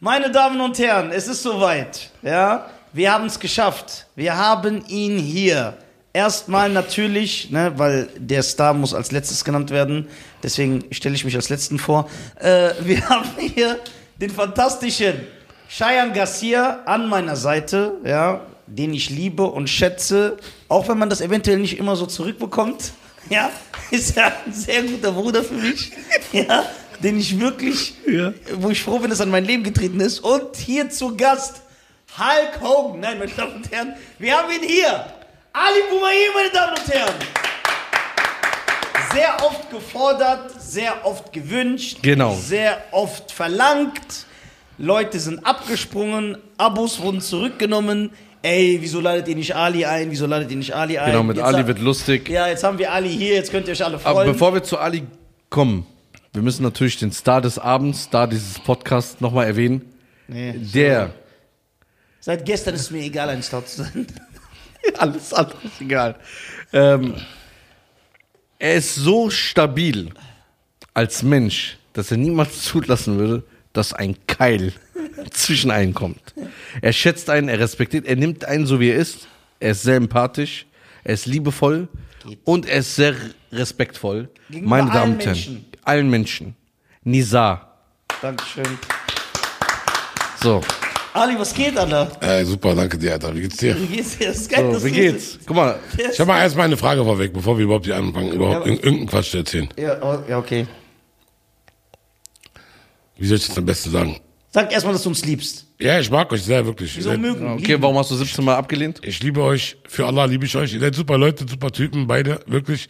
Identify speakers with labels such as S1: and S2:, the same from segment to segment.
S1: Meine Damen und Herren, es ist soweit. Ja, wir haben es geschafft. Wir haben ihn hier. Erstmal natürlich, ne, weil der Star muss als letztes genannt werden. Deswegen stelle ich mich als letzten vor. Äh, wir haben hier den fantastischen Cheyenne Garcia an meiner Seite, ja, den ich liebe und schätze. Auch wenn man das eventuell nicht immer so zurückbekommt. Ja, ist ja ein sehr guter Bruder für mich. Ja, den ich wirklich,
S2: Ja.
S1: wo ich froh bin, dass er in mein Leben getreten ist. Und hier zu Gast Hulk Hogan. Nein, meine Damen und Herren, wir haben ihn hier. Ali Boumaier, meine Damen und Herren. Sehr oft gefordert, sehr oft gewünscht,
S2: Genau.
S1: sehr oft verlangt. Leute sind abgesprungen, Abos wurden zurückgenommen. Ey, wieso ladet ihr nicht Ali ein? Wieso ladet ihr nicht Ali ein?
S2: Genau, mit
S1: Jetzt
S2: Ali
S1: sag-
S2: wird lustig.
S1: ja, jetzt haben wir Ali hier, jetzt könnt ihr euch alle freuen.
S2: Aber bevor wir zu Ali kommen, wir müssen natürlich den Star des Abends, Star dieses Podcasts nochmal erwähnen.
S1: nee.
S2: Der.
S1: Seit gestern ist mir egal, ein Star zu sein.
S2: Alles andere ist egal. Ähm, er ist so stabil als Mensch, dass er niemals zulassen würde, dass ein Keil zwischen einen kommt. Er schätzt einen, er respektiert, er nimmt einen so wie er ist. Er ist sehr empathisch, er ist liebevoll und er ist sehr respektvoll.
S1: Gegenüber
S2: Meine Damen
S1: allen
S2: und Herren,
S1: Menschen.
S2: allen Menschen. Nizar.
S1: Dankeschön.
S2: So,
S1: Ali, was geht, Alter?
S3: Äh, super, danke dir, Alter. Wie geht's dir?
S1: Wie geht's dir? Das ist geil, dass
S2: so wie
S1: du-
S2: geht's? Guck mal,
S3: Ich habe mal erstmal eine Frage vorweg, bevor wir überhaupt hier anfangen, überhaupt
S1: Ja.
S3: ir- irgendeinen Quatsch zu erzählen.
S1: Ja, oh, ja, okay.
S3: Wie soll ich das am besten sagen?
S1: Sag erstmal, dass du uns liebst.
S3: Ja, ich mag euch sehr, wirklich. Ihr
S1: Wieso
S3: seid,
S1: mögen?
S2: okay, warum hast du 17 Mal abgelehnt?
S3: ich liebe euch, für Allah liebe ich euch. Ihr seid super Leute, super Typen, beide, wirklich.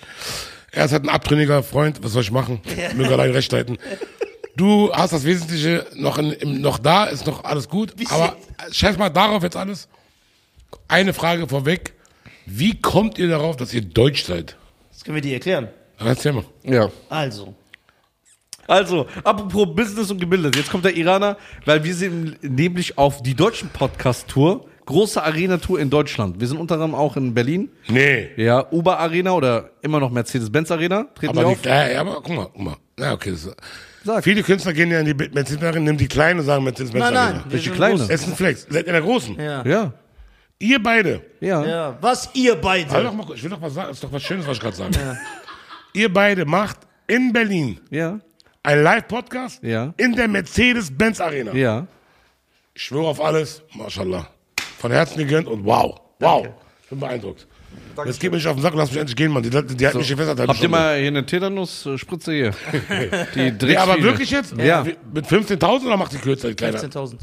S3: Er ist halt ein abtrünniger Freund, was soll ich machen? Möge allein recht halten. Du hast das Wesentliche noch, in, im, noch da, ist noch alles gut. Aber scheiß mal darauf jetzt alles. Eine Frage vorweg. Wie kommt ihr darauf, dass ihr deutsch seid?
S1: Das können wir dir erklären.
S3: Erzähl mal.
S2: Ja.
S1: Also,
S2: Also, apropos Business und gebildet. Jetzt kommt der Iraner, weil wir sind nämlich auf die deutschen Podcast-Tour, große Arena-Tour in Deutschland. Wir sind unter anderem auch in Berlin.
S3: Nee.
S2: Ja, Uber Arena oder immer noch Mercedes-Benz Arena. Treten
S3: Aber,
S2: wir
S3: die,
S2: auf.
S3: ja, ja, aber guck mal, guck mal. Ja, okay, das ist,
S2: Sag.
S3: Viele Künstler gehen ja in die Mercedes-Benz, nehmen die kleine und sagen Mercedes-Benz.
S1: nein, nein.
S3: Arena.
S1: wir
S2: Welche
S1: sind
S2: kleine?
S1: los.
S3: Es ist ein Flex. Seid ihr der Großen?
S1: Ja.
S2: Ja,
S3: Ihr beide.
S2: ja.
S1: ja. Was ihr beide?
S3: Halt doch mal, ich will doch was sagen, ist doch was Schönes, was ich gerade sage. Ihr beide macht in Berlin
S2: Ja,
S3: einen Live-Podcast
S2: Ja.
S3: in der Mercedes-Benz Arena.
S2: ja.
S3: Ich schwöre auf alles, mashallah. Von Herzen gegönnt und wow, wow. Ich bin beeindruckt. Jetzt geht mir nicht auf den Sack, lass mich endlich gehen, Mann. Die, die, die hat mich hier festgehalten.
S2: Habt ihr mal hier eine Tetanus-Spritze hier? Die
S3: Nee, aber
S2: Drecksfiele.
S3: wirklich jetzt?
S2: Ja.
S3: Wie- Mit 15.000 oder macht die kürzer, die Kleine?
S1: 15.000.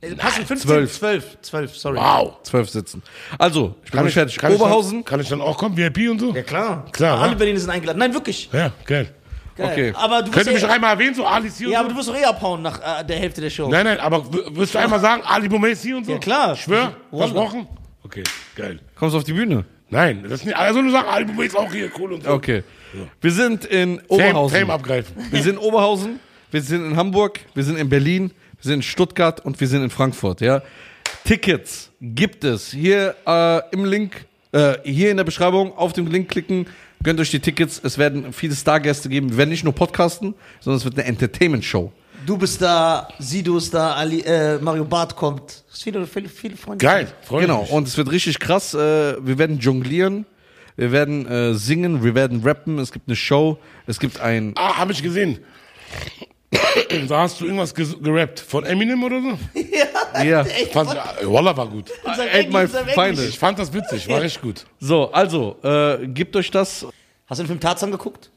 S1: Äh, Passen 15?
S2: zwölf.
S1: 12. 12, sorry.
S3: Wow.
S2: Zwölf sitzen. Also, ich bin
S3: Kann
S2: noch
S3: ich-
S2: fertig.
S3: kann ich dann-
S2: Oberhausen.
S3: kann ich dann auch kommen, VIP und so?
S1: Ja, klar.
S3: Klar,
S1: Alle
S3: ja.
S1: Berliner sind eingeladen. Nein, wirklich.
S3: Ja, geil.
S1: Geil.
S2: Okay.
S1: Aber du
S3: Könnt
S1: wirst
S3: ihr mich noch
S1: ja,
S3: einmal erwähnen, so Ali ist hier
S1: ja,
S3: und
S1: aber
S3: so?
S1: du wirst doch eh abhauen nach äh, der Hälfte der Show.
S3: Nein, nein, aber w- wirst du einmal sagen, Ali Boumaier ist hier und so?
S1: Ja, klar.
S3: Schwör,
S1: Wallah.
S3: versprochen? Okay, geil.
S2: Kommst du auf die Bühne?
S3: Nein, das ist nicht, also nur sagen, Ali Boumaier ist auch hier, cool und so.
S2: Okay. Wir sind in
S3: Fame,
S2: Oberhausen.
S3: Fame abgreifen.
S2: Wir sind in Oberhausen, wir sind in Hamburg, wir sind in Berlin, wir sind in Stuttgart und wir sind in Frankfurt, ja. Tickets gibt es hier äh, im Link, äh, hier in der Beschreibung, auf den Link klicken, gönnt euch die Tickets. Es werden viele Stargäste geben. Wir werden nicht nur podcasten, sondern es wird eine Entertainment-Show.
S1: Du bist da, Sido ist da, Ali, äh, Mario Barth kommt. Es Viele, viele, viele Freunde.
S3: Geil, freut
S2: Genau,
S3: mich.
S2: und es wird richtig krass. Äh, wir werden jonglieren, wir werden äh, singen, wir werden rappen, es gibt eine Show, es gibt ein...
S3: Ah, hab ich gesehen. da hast du irgendwas ges- gerappt. Von Eminem oder so?
S2: Ja.
S3: Fand, äh, Wallah war gut.
S1: Sag
S2: Ain't my
S1: Englisch, sag Englisch.
S2: final.
S3: Ich fand das witzig, war richtig gut.
S2: So, also, äh, gebt euch das.
S1: Hast du den Film Tarzan geguckt?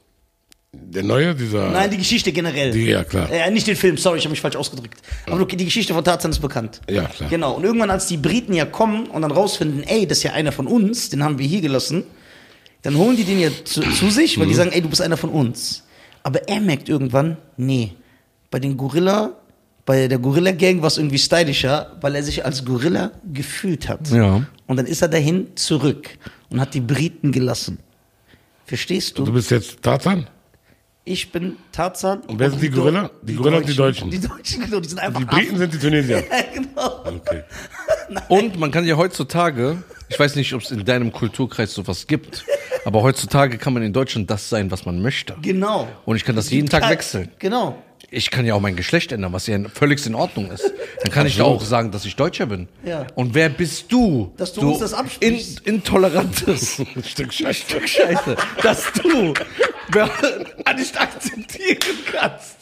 S3: Der neue, dieser.
S1: Nein, die Geschichte generell.
S3: Äh. Die- ja, klar.
S1: Äh, nicht den Film, sorry, ich habe mich falsch ausgedrückt. Aber du, die Geschichte von Tarzan ist bekannt.
S3: Ja, klar.
S1: Genau. Und irgendwann, als die Briten ja kommen und dann rausfinden, ey, das ist ja einer von uns, den haben wir hier gelassen, dann holen die den ja zu, zu sich,
S3: Mhm.
S1: weil die sagen, ey, du bist einer von uns. Aber er merkt irgendwann, nee, bei den Gorilla, bei der Gorilla-Gang war es irgendwie stylischer, weil er sich als Gorilla gefühlt hat.
S2: Ja.
S1: Und dann ist er dahin zurück und hat die Briten gelassen. Verstehst
S3: Du bist jetzt Tarzan?
S1: ich bin Tarzan.
S3: Und wer sind die Gorilla?
S1: Do-
S3: Die Gorilla und die Deutschen. Also
S1: Die Deutschen, genau, die sind einfach
S3: Die Briten sind die Tunesier.
S1: Affen, genau.
S3: Okay.
S2: Und man kann ja heutzutage, ich weiß nicht, ob es in deinem Kulturkreis sowas gibt, aber heutzutage kann man in Deutschland das sein, was man möchte.
S1: Genau.
S2: Und ich kann das jeden Tag wechseln.
S1: Genau.
S2: ich kann ja auch mein Geschlecht ändern, was ja völlig in Ordnung ist. Dann kann ich ja auch sagen, dass ich Deutscher bin.
S1: Ja.
S2: Und wer bist du?
S1: Dass du uns das absprichst.
S2: in, Intolerantes
S3: Ein Stück Scheiße.
S2: Stück Scheiße, dass du wer- nicht akzeptieren kannst.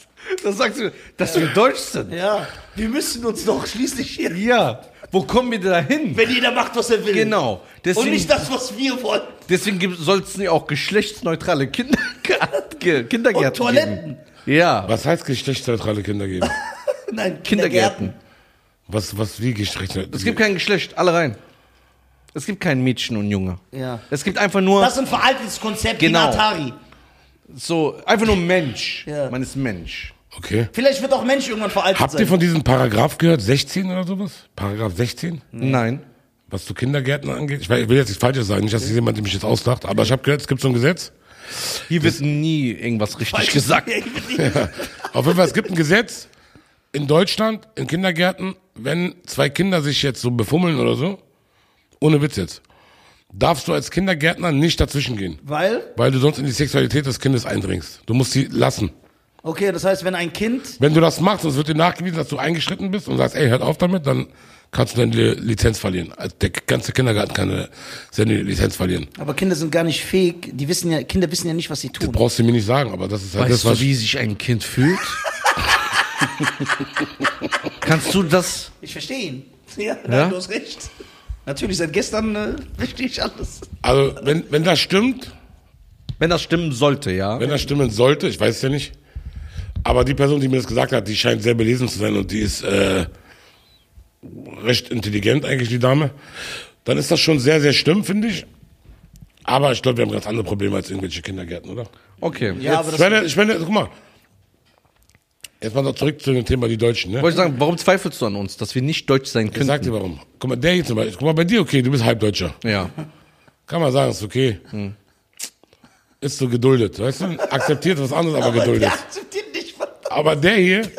S2: Das sagst du, dass wir Deutsch sind.
S1: Ja, wir müssen uns doch schließlich hier.
S2: Ja. Wo kommen wir da hin?
S1: Wenn jeder macht, was er will.
S2: Genau.
S1: Und
S2: Deswegen-
S1: nicht das, was wir wollen.
S2: Deswegen soll es ja auch geschlechtsneutrale Kindergärten, Ge- Kindergärten
S1: Und Toiletten.
S2: geben. Ja.
S3: Was heißt geschlechtsneutrale Kinder geben?
S1: Nein,
S2: Kindergärten.
S1: Kindergärten.
S3: Was, was, wie geschlechtsneutral?
S2: Es gibt kein Geschlecht, alle rein. Es gibt kein Mädchen und Junge.
S1: Ja.
S2: Es gibt einfach nur
S1: Das ist ein veraltetes Konzept
S2: Genau.
S1: in Atari.
S2: so, einfach nur Mensch.
S1: Ja.
S2: Man ist Mensch.
S3: Okay.
S1: Vielleicht wird auch Mensch irgendwann veraltet
S3: Habt
S1: sein.
S3: ihr von diesem Paragraph gehört? 16 oder sowas? Paragraph 16?
S2: Nein.
S3: Was zu Kindergärten angeht? Ich weiß- ich will jetzt nichts Falsches sagen, nicht, dass jetzt jemand mich jetzt auslacht, aber ich habe gehört, es gibt so ein Gesetz.
S2: Hier wird nie irgendwas richtig
S1: Falsch
S2: gesagt.
S3: Auf jeden Fall, es gibt ein Gesetz in Deutschland, in Kindergärten, wenn zwei Kinder sich jetzt so befummeln oder so, ohne Witz jetzt, darfst du als Kindergärtner nicht dazwischen gehen,
S1: Weil,
S3: weil du sonst in die Sexualität des Kindes eindringst. Du musst sie lassen.
S1: okay, das heißt, wenn ein Kind
S3: Wenn du das machst, sonst wird dir nachgewiesen, dass du eingeschritten bist und sagst, ey, hört auf damit, dann kannst du deine Li- Lizenz verlieren. Also der ganze Kindergarten kann äh, seine Lizenz verlieren.
S1: Aber Kinder sind gar nicht fähig. Die wissen ja, Kinder wissen ja nicht, was sie
S3: Das
S1: tun.
S3: brauchst du mir nicht sagen, aber das ist halt
S2: Weißt
S3: das, was
S2: du, wie sich ein Kind fühlt? Kannst du das?
S1: Ich verstehe ihn. Ja,
S2: Ja?
S1: Nein, du hast recht. Natürlich, seit gestern äh, verstehe ich alles.
S3: Also, wenn, wenn das stimmt,
S2: Wenn das stimmen sollte, ja.
S3: wenn das stimmen sollte, ich weiß es ja nicht. Aber die Person, die mir das gesagt hat, die scheint sehr belesen zu sein und die ist äh, recht intelligent eigentlich, die Dame. Dann ist das schon sehr, sehr schlimm, finde ich. Aber ich glaube, wir haben ganz andere Probleme als irgendwelche Kindergärten, oder?
S2: Okay.
S1: Ja,
S2: Jetzt
S1: aber
S3: Ich
S1: das,
S3: meine, ich meine, also guck mal. Jetzt mal noch zurück zu dem Thema die Deutschen, ne?
S2: wollte ich sagen, warum zweifelst du an uns, dass wir nicht deutsch sein
S3: Ich
S2: können?
S3: sag dir warum. Guck mal, der hier zum Beispiel. Guck mal, bei dir, okay, du bist Halbdeutscher.
S2: Ja.
S3: Kann man sagen, ist okay.
S1: Hm.
S3: Ist so geduldet, weißt du? Akzeptiert was anderes, aber, geduldet.
S1: der akzeptiert nicht. was-
S3: Aber der hier,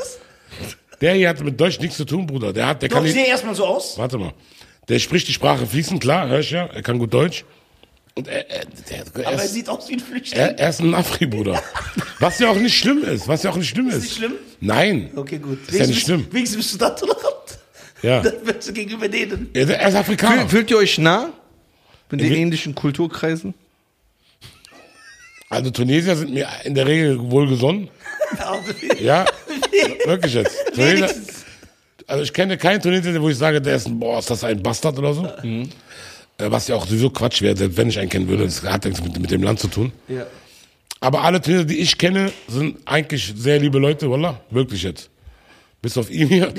S3: der hier hat mit Deutsch nichts zu tun, Bruder. Der hat, der
S1: Doch,
S3: kann
S1: ich
S3: nicht,
S1: sehe erstmal so aus.
S3: Warte mal. Der spricht die Sprache fließend, klar, hör ich ja. Er kann gut Deutsch. Und er, er, der, er,
S1: Aber er
S3: ist,
S1: sieht aus wie ein Flüchtling.
S3: er, er ist ein Afri, Bruder. Was ja auch nicht schlimm ist. Was ja auch nicht schlimm ist.
S1: nicht schlimm?
S3: Nein.
S1: Okay, gut.
S3: Ist ja nicht schlimm.
S1: Wenigstens bist du da tolerant.
S3: Ja.
S1: Dann wirst du gegenüber denen.
S3: Er, er ist Afrikaner.
S2: Fühl, fühlt ihr euch nah? In den
S3: Wir-
S2: ähnlichen Kulturkreisen?
S3: Also Tunesier sind mir in der Regel wohlgesonnen. Ja, wirklich jetzt. Tunesier,
S1: Wenigstens.
S3: also ich kenne keinen Tunesier, wo ich sage, der ist ein, boah, ist das ein Bastard oder so. Äh, Was ja auch sowieso Quatsch wäre, selbst wenn ich einen kennen würde. Das hat nichts mit, mit dem Land zu tun.
S1: Ja.
S3: Aber alle Tunesier, die ich kenne, sind eigentlich sehr liebe Leute, wallah. Wirklich jetzt. Bis auf ihn hier.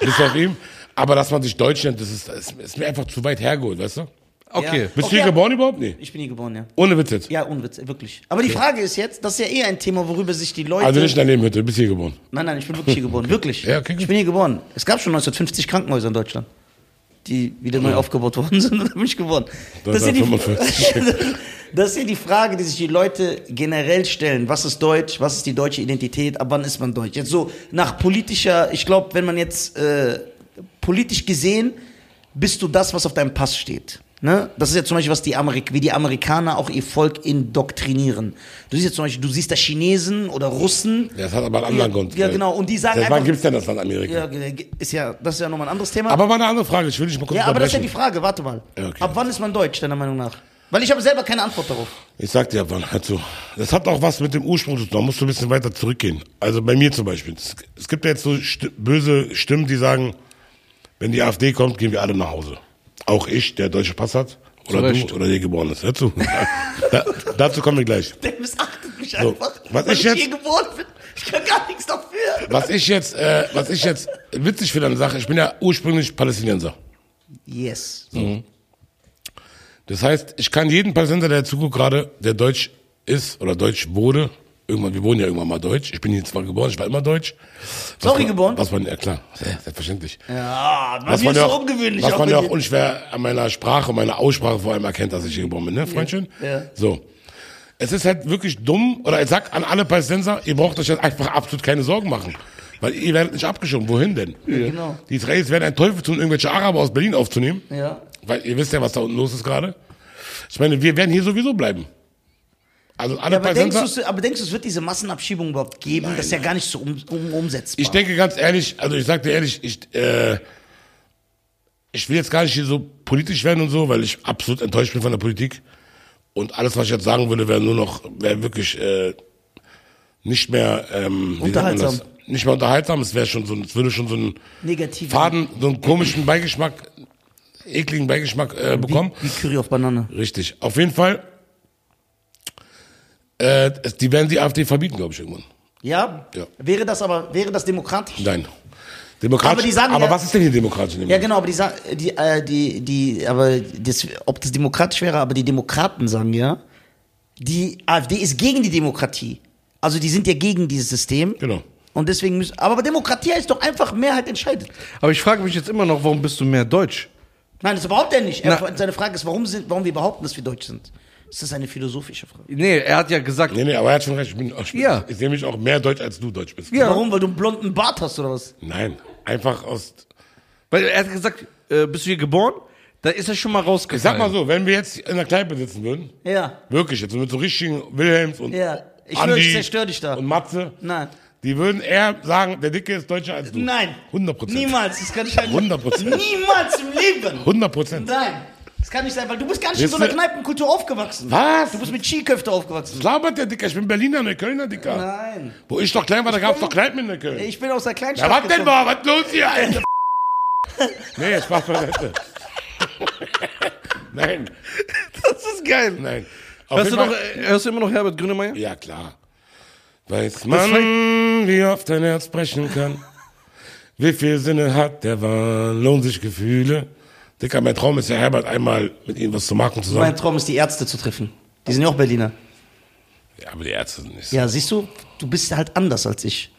S3: Bis auf ihn. Aber dass man sich Deutsch nennt, das ist, ist, ist mir einfach zu weit hergeholt, weißt du?
S2: Okay.
S1: Ja.
S3: Bist
S1: Okay,
S3: du hier
S1: aber-
S3: geboren überhaupt? Nee.
S1: Ich bin hier geboren, ja.
S3: Ohne Witz jetzt.
S1: Ja, Unwitz, wirklich. Aber die Frage ist jetzt, das ist ja eh ein Thema, worüber sich die Leute.
S3: Also nicht in der Nebenhütte, du bist hier geboren.
S1: Nein, nein, ich bin wirklich hier geboren. Wirklich.
S3: Ja, okay, gut.
S1: ich bin hier geboren. Es gab schon 1950 Krankenhäuser in Deutschland, die wieder neu aufgebaut worden sind. Da bin ich geboren. Das ist, ja die,
S3: 1945.
S1: das ist ja die Frage, die sich die Leute generell stellen. Was ist Deutsch? Was ist die deutsche Identität? Ab wann ist man Deutsch? Jetzt so nach politischer, ich glaube, wenn man jetzt äh, politisch gesehen, bist du das, was auf deinem Pass steht. Ne? Das ist ja zum Beispiel, was die Amerik wie die Amerikaner auch ihr Volk indoktrinieren. Du siehst jetzt zum Beispiel, du siehst da Chinesen oder Russen,
S3: Ja, Das hat aber einen anderen Grund.
S1: ja, genau. Und die sagen
S3: Seit wann
S1: einfach.
S3: gibt's denn das Land Amerika?
S1: Ja, ge- ist ja, das ist ja nochmal ein anderes Thema.
S3: Aber mal eine andere Frage, ich will dich mal kurz
S1: ja, aber das ist ja die
S3: unterbrechen.
S1: Frage, warte mal.
S3: Ja, okay.
S1: Ab wann ist man deutsch, deiner Meinung nach? Weil ich habe selber keine Antwort darauf.
S3: Ich sag dir, wann halt so. Das hat auch was mit dem Ursprung zu tun. Da musst du ein bisschen weiter zurückgehen. Also bei mir zum Beispiel. Es- Es gibt ja jetzt so st böse Stimmen, die sagen, wenn die AfD kommt, gehen wir alle nach Hause. Auch ich, der deutsche Pass hat.
S2: Zu
S3: Oder du,
S2: Recht.
S3: oder der geboren ist. Hör zu. da, dazu kommen wir gleich.
S1: Der missachtet mich
S3: So,
S1: einfach,
S3: was
S1: weil
S3: ist
S1: ich
S3: jetzt?
S1: hier geboren bin. Ich kann gar nichts dafür.
S3: Was ich jetzt, äh, was ich jetzt witzig finde an der Sache, ich bin ja ursprünglich Palästinenser.
S1: Yes.
S3: Das heißt, ich kann jeden Palästinenser, der zuguckt gerade, der deutsch ist oder deutsch wurde, irgendwann, wir wurden ja irgendwann mal deutsch. Ich bin hier zwar geboren, ich war immer deutsch. Was
S1: Sorry,
S3: man,
S1: geboren?
S3: Was man, ja klar, sehr- selbstverständlich.
S1: Ja, man
S3: was
S1: ist
S3: man ja
S1: so
S3: auch,
S1: ungewöhnlich.
S3: was man ja
S1: wenn
S3: auch unschwer an meiner Sprache, meiner Aussprache vor allem erkennt, dass ich hier geboren bin, ne, Freundchen?
S1: Ja.
S3: So. Es ist halt wirklich dumm, oder ich sag an alle Palästinenser, ihr braucht euch jetzt einfach absolut keine Sorgen machen. Weil ihr werdet nicht abgeschoben. Wohin denn?
S1: Ja, genau.
S3: Die Israelis werden einen Teufel tun, irgendwelche Araber aus Berlin aufzunehmen.
S1: die- Ja.
S3: Weil ihr wisst ja, was da unten los ist gerade. Ich meine, wir werden hier sowieso bleiben. Also alle
S1: Ja, aber, denkst
S3: Presenter.
S1: du's- aber denkst du, es wird diese Massenabschiebung überhaupt geben? das ist ja gar nicht so um, um, umsetzbar.
S3: Ich denke ganz ehrlich, also ich sag dir ehrlich, ich, äh, ich will jetzt gar nicht hier so politisch werden und so, weil ich absolut enttäuscht bin von der Politik. Und alles, was ich jetzt sagen würde, wäre nur noch, wäre wirklich äh, nicht mehr ähm, wie sagt man das?
S1: Unterhaltsam.
S3: Nicht mehr unterhaltsam, es wäre schon so, ein- es würde schon so ein
S1: Negativ.
S3: Faden, so einen komischen Beigeschmack, ekligen Beigeschmack äh, bekommen.
S1: Wie Curry auf Banane.
S3: Richtig. Auf jeden Fall, äh, es- die werden die AfD verbieten, glaube ich, irgendwann.
S1: Ja?
S3: Ja.
S1: Wäre das aber, wäre das demokratisch?
S3: Nein. Demokratisch.
S1: Aber die sagen
S3: aber
S1: ja-
S3: was ist denn hier demokratisch? in dem
S1: Ja,
S3: Land?
S1: genau, aber die sagen, die, äh, die, die, aber das, ob das demokratisch wäre, aber die Demokraten sagen ja, die AfD ist gegen die Demokratie. Also die sind ja gegen dieses System.
S3: Genau.
S1: Und deswegen müssen, aber Demokratie heißt doch einfach, Mehrheit entscheidet.
S2: Aber ich frage mich jetzt immer noch, warum bist du mehr deutsch?
S1: Nein, das überhaupt er nicht. Er,
S2: Na.
S1: seine Frage ist, warum, sind, warum wir behaupten, dass wir deutsch sind. Ist das eine philosophische Frage?
S2: Nee, er hat ja gesagt,
S3: Nee, nee, aber er hat schon recht. Ich, bin, ich, bin,
S2: Ja.
S3: ich sehe mich auch mehr deutsch, als du deutsch bist.
S2: Ja.
S1: Warum? Weil du einen blonden Bart hast oder was?
S3: Nein, einfach aus...
S2: weil er hat gesagt, äh, bist du hier geboren? Da ist er schon mal rausgefallen.
S3: Ich sag mal so, wenn wir jetzt in der Kneipe sitzen würden,
S1: Ja.
S3: wirklich jetzt, mit so richtigen Wilhelms und
S1: Ja. Ich schwöre,
S3: Andi
S1: ich zerstöre dich da.
S3: und Matze,
S1: Nein.
S3: die würden eher sagen, der Dicke ist deutscher als du.
S1: Nein.
S3: 100 Prozent.
S1: Niemals. Das kann ich halt
S3: 100 Prozent.
S1: Niemals im Leben.
S3: 100 Prozent.
S1: Nein. Das kann nicht sein, weil du bist gar nicht in so einer
S3: Wisst ihr-
S1: Kneipenkultur aufgewachsen.
S3: Was?
S1: Du bist mit Skiköfte aufgewachsen.
S3: Labert der Dicker, ich bin Berliner, Neuköllner, Dicker.
S1: Nein.
S3: Wo ich doch klein war, da gab's doch Kneipen in Neukölln.
S1: Ich bin aus der Kleinstadt.
S3: Ja, was denn
S1: gekommen.
S3: war? Was los hier, Alter? nee, jetzt mach mal das. Nein,
S2: das ist geil.
S3: nein. Auf
S2: Hörst du,
S3: jeden
S2: noch,
S3: Fall-
S2: äh, hörst du immer noch Herbert Grünemeyer?
S3: Ja, klar. Weiß man, wie oft dein Herz brechen kann. Wie viel Sinne hat der Wahn? Lohnen sich Gefühle? Dicker, mein Traum ist ja, Herbert, einmal mit ihm was zu machen zusammen.
S1: Mein Traum ist, die Ärzte zu treffen. Die sind ja auch Berliner.
S3: Ja, aber die Ärzte sind nicht so.
S1: Ja, siehst du, du bist halt anders als ich.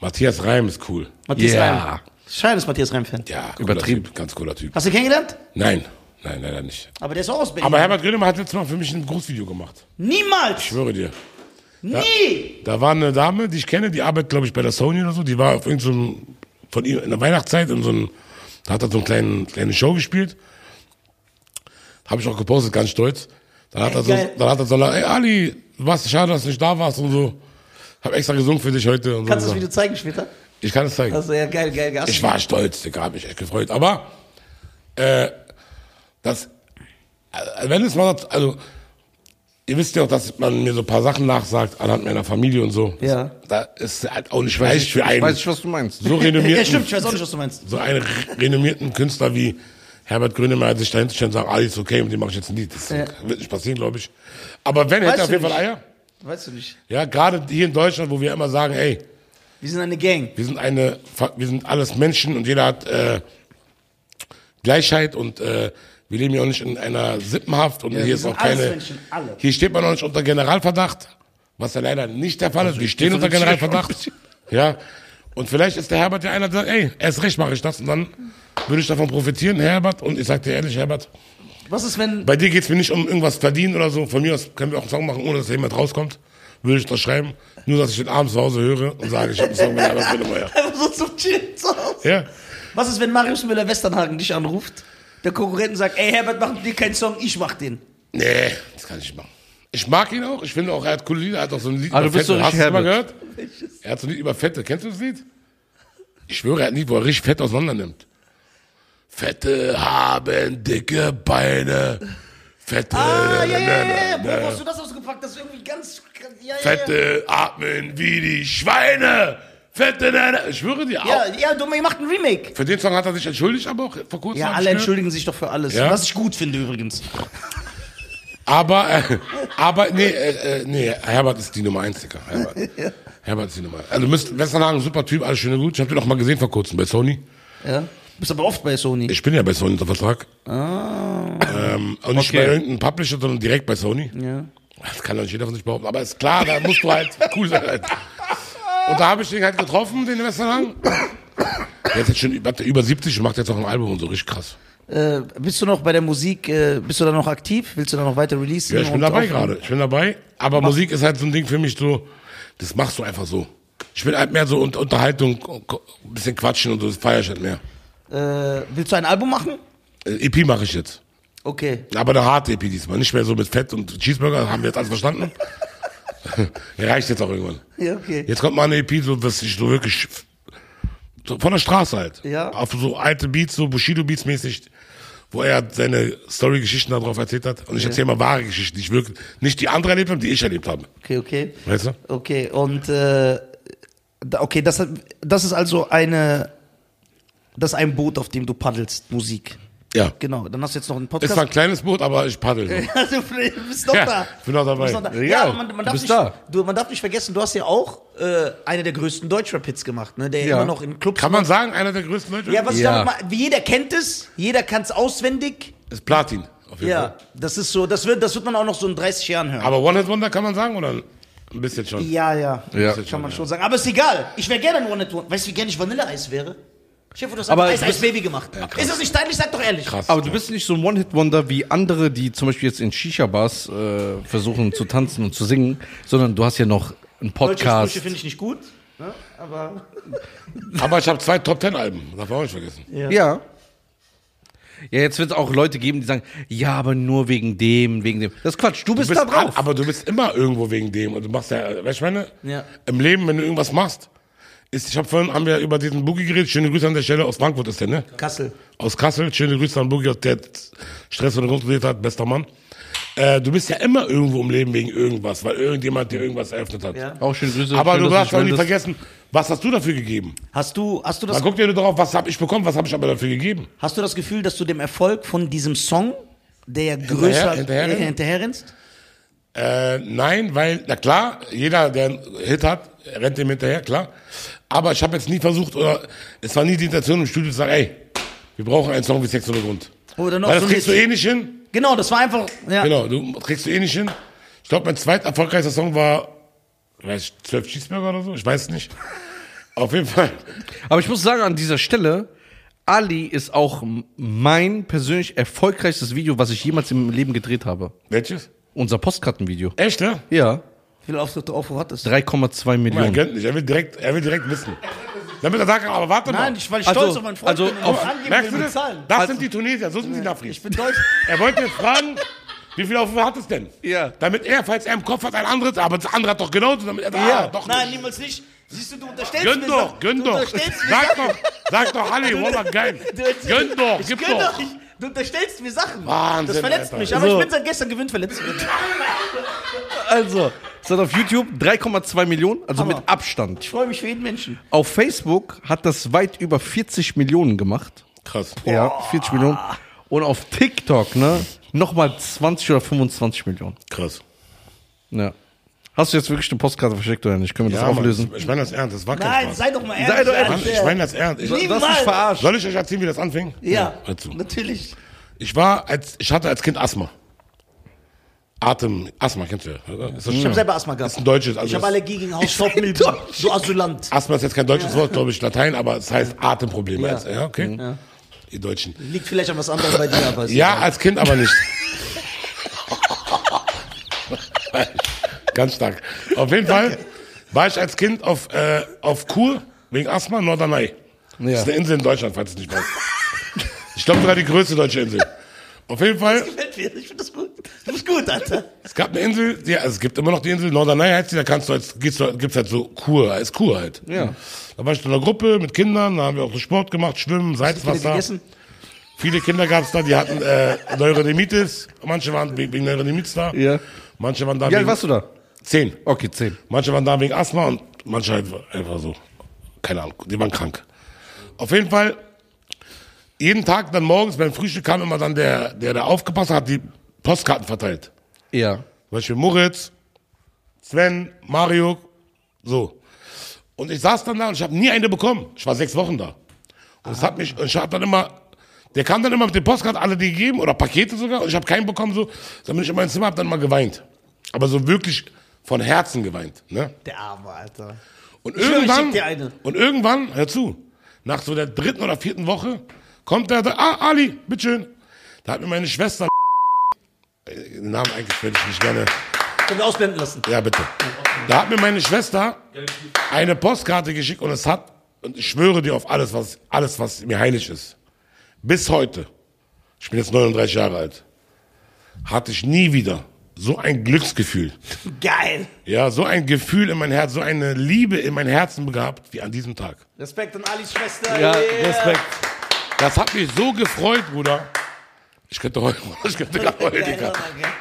S3: Matthias Reim ist cool.
S1: Matthias
S2: Ja.
S1: Reim. Schein ist Matthias Reim-Fan.
S3: Ja, cooler
S2: Übertrieben.
S3: Typ, ganz cooler Typ.
S1: Hast du ihn kennengelernt?
S3: Nein, nein, leider nicht.
S1: Aber der ist auch aus Berlin.
S3: Aber Herbert Grönemeyer hat letztes Mal für mich ein Grußvideo gemacht.
S1: Niemals!
S3: Ich schwöre dir.
S1: Nie!
S3: Da war eine Dame, die ich kenne, die arbeitet, glaube ich, bei der Sony oder so. Die war auf irgendeinem, von ihm in der Weihnachtszeit in so einem, da hat er so eine kleine, kleine Show gespielt. Habe ich auch gepostet, ganz stolz. Dann hat er so,
S1: Geil.
S3: dann hat er so, ey Ali, was, schade, dass du nicht da warst und so. Hab extra gesungen für dich heute und
S1: Kannst du
S3: so.
S1: das Video zeigen später?
S3: ich kann es zeigen.
S1: Also ja, geil, geil, geil.
S3: Ich war stolz, Digga, hab mich echt gefreut. Aber äh, das, also wenn es mal, also ihr wisst ja auch, dass man mir so ein paar Sachen nachsagt anhand meiner Familie und so.
S1: Ja.
S3: Da ist halt auch nicht leicht für einen
S2: Weiß ich, was du meinst.
S3: so
S1: ja,
S3: renommierten,
S1: stimmt, ich weiß auch nicht, was du meinst.
S3: so einen re- renommierten Künstler wie Herbert Grönemeyer sich da hinzustellen und sagen, alles okay, mit dem mache ich jetzt ein Lied. Das
S1: Ja.
S3: wird nicht passieren, glaube ich. Aber wenn, hätte
S1: Weißt
S3: er auf
S1: du
S3: jeden Fall
S1: nicht.
S3: Eier.
S1: Weißt du nicht.
S3: Ja, gerade hier in Deutschland, wo wir immer sagen, ey,
S1: Wir sind eine Gang.
S3: wir sind eine, wir sind alles Menschen und jeder hat äh, Gleichheit und äh, wir leben ja auch nicht in einer Sippenhaft und hier
S1: wir
S3: ist
S1: sind
S3: auch
S1: alles
S3: keine.
S1: Menschen, alle.
S3: Hier steht man auch nicht unter Generalverdacht, was ja leider nicht der Fall ist. Wir stehen unter Generalverdacht. Ja. Und vielleicht ist der Herbert ja einer, der sagt, ey, erst recht mache ich das und dann würde ich davon profitieren, Herbert. Und ich sag dir ehrlich, Herbert,
S1: Was ist, wenn.
S3: bei dir geht's mir nicht um irgendwas verdienen oder so. Von mir aus können wir auch einen Song machen, ohne dass da jemand rauskommt. Würde ich das schreiben. Nur, dass ich den abends zu Hause höre und sage, ich habe einen Song mit Herbert Grönemeyer.
S1: Einfach so zum Chillen zu Hause.
S3: Ja.
S1: Was ist, wenn Marius Müller-Westernhagen dich anruft? Der Konkurrent und sagt, ey Herbert, mach dir keinen Song, ich mach den.
S3: Nee, das kann ich nicht machen. Ich mag ihn auch. Ich finde auch, er hat coole Lieder. Er hat auch so ein Lied
S1: Ah,
S2: Aber du bist doch
S3: Hast du
S2: nicht
S3: das mal
S2: Herbert.
S3: gehört? Er hat so ein Lied über Fette. Kennst du das Lied? Ich schwöre, er hat ein Lied, wo er richtig fett auseinander nimmt. Fette haben dicke Beine. Fette.
S1: Ah, ja,
S3: na,
S1: ja,
S3: na,
S1: ja, ja.
S3: na,
S1: Wo
S3: na.
S1: hast du das ausgepackt? Das ist irgendwie ganz. Ja, ja, ja.
S3: Fette atmen wie die Schweine. Fette. Na, na. Ich schwöre dir auch.
S1: Ja, ja, du, ihr macht ein Remake.
S3: Für den Song hat er sich entschuldigt, aber auch vor kurzem.
S1: Ja,
S3: hab
S1: alle
S3: ich gehört.
S1: entschuldigen sich doch für alles.
S3: Ja?
S1: Was ich gut finde übrigens.
S3: Aber, äh, aber, nee, äh, äh, nee, Herbert ist die Nummer eins, Digga. Herbert. Herbert ist die Nummer eins. Also, du müsst, Westernhagen, super Typ, alles schön und gut. Ich hab den auch mal gesehen vor kurzem bei Sony.
S1: Ja. Bist aber oft bei Sony.
S3: Ich bin ja bei Sony unter Vertrag. Ähm, und nicht
S2: Okay.
S3: bei irgendeinem Publisher, sondern direkt bei Sony.
S1: ja.
S3: Das kann doch nicht jeder von sich behaupten. Aber ist klar, da musst du halt cool sein. Halt. Und da habe ich den halt getroffen, den Westernhagen. Der ist jetzt schon über- über 70 und macht jetzt auch ein Album und so, richtig krass.
S1: Äh, bist du noch bei der Musik, äh, bist du da noch aktiv? Willst du da noch weiter releasen?
S3: Ja, ich bin
S1: und
S3: dabei
S1: aufnehmen?
S3: gerade. Ich bin dabei. Aber Musik ist halt so ein Ding für mich so, das machst du einfach so. Ich bin halt mehr so unter Unterhaltung, ein bisschen quatschen und so, das feier ich halt mehr.
S1: Äh, willst du ein Album machen?
S3: Äh, EP mache ich jetzt.
S1: Okay.
S3: Aber eine harte EP diesmal, nicht mehr so mit Fett und Cheeseburger, haben wir jetzt alles verstanden? ja, reicht jetzt auch irgendwann.
S1: Ja, okay.
S3: Jetzt kommt mal eine EP, so, was ich so wirklich so von der Straße halt.
S1: Ja.
S3: Auf so alte Beats, so Bushido-Beats mäßig, wo er seine Story-Geschichten darauf erzählt hat. Und ich erzähle mal wahre Geschichten, die ich wirklich, nicht die andere erlebt haben, die ich erlebt habe.
S1: Okay, okay.
S3: Weißt du?
S1: Okay, und äh, da- okay, das, hat- das ist also eine. Das ist ein Boot, auf dem du paddelst, Musik.
S3: Ja.
S1: Genau, dann hast du jetzt noch einen
S3: Es war
S1: Podcast.
S3: ein kleines Boot, aber ich paddel. So.
S1: Also, du bist noch
S3: Ja,
S1: da.
S3: bin noch
S1: Du
S3: dabei.
S1: bist noch da. Ja,
S2: Egal,
S1: aber man, man,
S2: du
S1: darf
S2: bist
S1: nicht,
S2: da.
S1: Du, man darf nicht vergessen, du hast ja auch äh, eine der größten Deutschrap-Hits gemacht, ne? der
S2: Ja.
S1: immer noch in Clubs
S3: Kann man sagen, einer der größten Leute?
S1: Ja, was
S2: Ja.
S1: ich sag mal, wie jeder kennt es, jeder kann es auswendig.
S3: Ist Platin, auf jeden
S1: Ja,
S3: Fall.
S1: das ist so, das wird, das wird man auch noch so in 30 Jahren hören.
S3: Aber One-Hit-Wonder kann man sagen, oder? Ein bisschen schon.
S1: ja, ja,
S2: Ja.
S1: kann man schon sagen. Aber ist egal, ich wäre gerne ein one one Weißt du, wie gerne ich Vanilleeis wäre? Ich hoffe, du hast
S2: Aber
S1: einfach Eis,
S2: du
S1: Eis
S2: bist-
S1: Baby gemacht. ist das nicht dein? Sag doch ehrlich.
S3: Krass.
S2: Aber du bist nicht so ein One-Hit-Wonder wie andere, die zum Beispiel jetzt in Shisha-Bars äh, versuchen zu tanzen und zu singen, sondern du hast ja noch
S1: Deutsche
S2: einen Podcast.
S1: Sprüche finde ich nicht gut. Ne? Aber
S3: Aber ich habe zwei Top Ten Alben, darf man auch nicht vergessen.
S2: Ja. ja. jetzt wird es auch Leute geben, die sagen, ja, aber nur wegen dem, wegen dem. Das ist Quatsch, du bist,
S3: Du
S2: da
S3: bist
S2: drauf.
S3: Aber du bist immer irgendwo wegen dem. Und du machst ja, weißt du, ich meine?
S1: Ja.
S3: Im Leben, wenn du irgendwas machst, ist, ich habe vorhin, haben wir über diesen Boogie geredet. Schöne Grüße an der Stelle aus Frankfurt ist der, ne?
S1: Kassel.
S3: Aus Kassel. Schöne Grüße an Boogie, der Stress und Grund hat, bester Mann. Äh, du bist ja immer irgendwo im Leben wegen irgendwas, weil irgendjemand dir irgendwas eröffnet hat.
S1: Ja.
S2: auch schöne Grüße.
S3: Aber
S2: schön,
S3: du
S2: dass
S3: darfst
S2: ich
S3: auch nicht
S2: wendest.
S3: vergessen, was hast du dafür gegeben?
S1: Hast du, hast du das
S3: Dann guck dir nur darauf, was habe ich bekommen, was habe ich aber dafür gegeben.
S1: Hast du das Gefühl, dass du dem Erfolg von diesem Song, der ja größer
S3: hinterher-
S1: äh, hinterherrennst?
S3: Äh, nein, weil, na klar, jeder, der einen Hit hat, rennt dem hinterher, klar. Aber ich habe jetzt nie versucht, oder es war nie die Intention im Studio zu sagen, ey, wir brauchen einen Song wie Sex ohne Grund.
S1: Oder noch
S3: Weil
S1: so
S3: das
S1: ein
S3: kriegst du
S1: Hit?
S3: eh nicht hin.
S1: Genau, das war einfach. Ja.
S3: Genau, du kriegst du eh nicht hin. Ich glaube, mein zweit erfolgreichster Song war, weiß ich, 12 Cheeseburger oder so, ich weiß nicht. Auf jeden Fall.
S2: Aber ich muss sagen, an dieser Stelle, Ali ist auch m- mein persönlich erfolgreichstes Video, was ich jemals im Leben gedreht habe.
S3: Welches?
S2: Unser Postkartenvideo.
S3: Echt, ne?
S2: Ja. Oh
S1: Wie viele Auftritte Aufruf hattest du?
S2: 3,2
S3: Man
S2: Millionen.
S3: gönnt nicht, er will direkt, er will direkt wissen. Damit er sagt, aber warte mal.
S1: Nein, ich, weil ich
S2: Also-
S1: stolz auf meinen Freund
S2: also
S1: bin und
S2: auf-
S1: nur angeben
S3: Genau. Merkst
S1: will
S3: du
S1: mit
S3: das?
S1: Zahlen.
S3: Das sind die Tunesier, so sind die Nafri.
S1: Ich bin deutsch.
S3: Er wollte jetzt fragen, wie viele Aufrufe hat es denn?
S2: Ja.
S3: Damit er, falls er im Kopf hat, ein anderes, aber das andere hat doch genauso, damit er sagt, ah, doch
S1: Nein,
S3: nicht.
S1: niemals nicht. Siehst du, du unterstellst
S3: Gönn
S1: mir
S3: doch,
S1: Sachen.
S3: gönn
S1: du
S3: doch.
S1: Unterstellst mir
S3: Sag
S1: Sachen.
S3: doch, sag doch, Halli, Wallah, geil.
S1: Du,
S3: Gönn doch,
S1: ich
S3: gib
S1: gönn
S3: doch.
S1: Ich, du unterstellst mir Sachen.
S3: Wahnsinn,
S1: das verletzt
S3: Alter.
S1: mich, aber
S2: So.
S1: ich bin seit gestern gewinnt verletzt.
S2: Also, es hat auf YouTube 3,2 Millionen, also
S1: Hammer.
S2: mit Abstand.
S1: Ich freue mich für jeden Menschen.
S2: Auf Facebook hat das weit über 40 Millionen gemacht.
S3: Krass.
S2: Ja, 40 Millionen. Und auf TikTok, ne, nochmal 20 oder 25 Millionen.
S3: Krass.
S2: Ja. Hast du jetzt wirklich eine Postkarte versteckt oder nicht? Können wir
S3: Ja,
S2: das
S3: Mann,
S2: auflösen?
S3: ich meine das ernst, das war kein
S1: Nein,
S3: Spaß.
S1: sei doch mal ehrlich.
S2: Sei doch
S1: Alter.
S3: Mann, ich meine das ernst. Ich,
S1: Nie-
S2: Das ist
S1: Niemals.
S2: verarscht.
S3: soll ich euch erzählen, wie das anfing?
S1: Ja,
S3: hör zu.
S1: natürlich.
S3: Ich war, als, ich hatte als Kind Asthma. Atem, Asthma, kennst du ja. oder? Ist das
S1: Ich habe selber Asthma gehabt.
S3: Ist ein deutsches, also
S1: ich habe
S3: das-
S1: Allergie gegen Hausstaubmilben. So Asylant.
S3: Asthma ist jetzt kein deutsches Wort, glaube ich, Latein, aber es heißt Atemprobleme. Ja, ja okay. Ihr Deutschen.
S1: Liegt vielleicht an was anderem bei dir, aber ist
S3: Ja, als Kind aber nicht. Ganz stark. Auf jeden Fall war ich als Kind auf, äh, auf Kur wegen Asthma in Norderney. Das ist eine Insel in Deutschland, falls es nicht weiß. Ich glaube sogar die größte deutsche Insel. Auf jeden Fall,
S1: gefällt mir. Ich finde das gut. Du bist gut, Alter.
S3: es gab eine Insel, ja, also es gibt immer noch die Insel, Norderney heißt die, da kannst du als, gibt's, gibt's halt so Kur, als Kur halt.
S2: Ja.
S3: Da war ich in einer Gruppe mit Kindern, da haben wir auch so Sport gemacht, Schwimmen,
S1: Was
S3: Salzwasser.
S1: gegessen?
S3: Viele Kinder gab es da, die hatten äh, Neurodermitis. Manche waren we- wegen Neurodermitis da.
S2: Ja.
S3: Manche waren da
S2: Wie alt
S3: wegen
S2: warst du da?
S3: zehn.
S2: Okay, 10.
S3: Manche waren da wegen Asthma und manche halt einfach so. Keine Ahnung, die waren krank. Auf jeden Fall, jeden Tag dann morgens beim Frühstück kam immer dann der, der da aufgepasst hat, hat die Postkarten verteilt.
S2: Ja.
S3: Zum Beispiel Moritz, Sven, Mario, so. Und ich saß dann da und ich habe nie eine bekommen. Ich war sechs Wochen da. Und es hat mich, und ich habe dann immer, der kam dann immer mit dem Postcard, alle die gegeben oder Pakete sogar und ich habe keinen bekommen so. Dann bin ich in mein Zimmer, habe dann mal geweint. Aber so wirklich von Herzen geweint, ne?
S1: Der Arme, Alter.
S3: Und
S1: schwöre, ich
S3: irgendwann,
S1: schick dir eine.
S3: und irgendwann, hör zu, nach so der dritten oder vierten Woche kommt der, sagt, ah, Ali, bitteschön. Da hat mir meine Schwester, Äh, den Namen eigentlich würde ich nicht gerne,
S1: Können wir ausblenden lassen.
S3: ja, bitte. Da hat mir meine Schwester eine Postkarte geschickt und es hat, und ich schwöre dir auf alles, was, alles, was mir heilig ist. Bis heute. Ich bin jetzt 39 Jahre alt. hatte ich nie wieder so ein Glücksgefühl.
S1: Geil.
S3: Ja, so ein Gefühl in mein Herz, so eine Liebe in mein Herzen gehabt wie an diesem Tag.
S1: Respekt an Alis Schwester.
S2: Ja,
S1: Yeah.
S2: Respekt.
S3: Das hat mich so gefreut, Bruder. Ich könnte heulen, Bruder. ich könnte gerade heulen, Digga.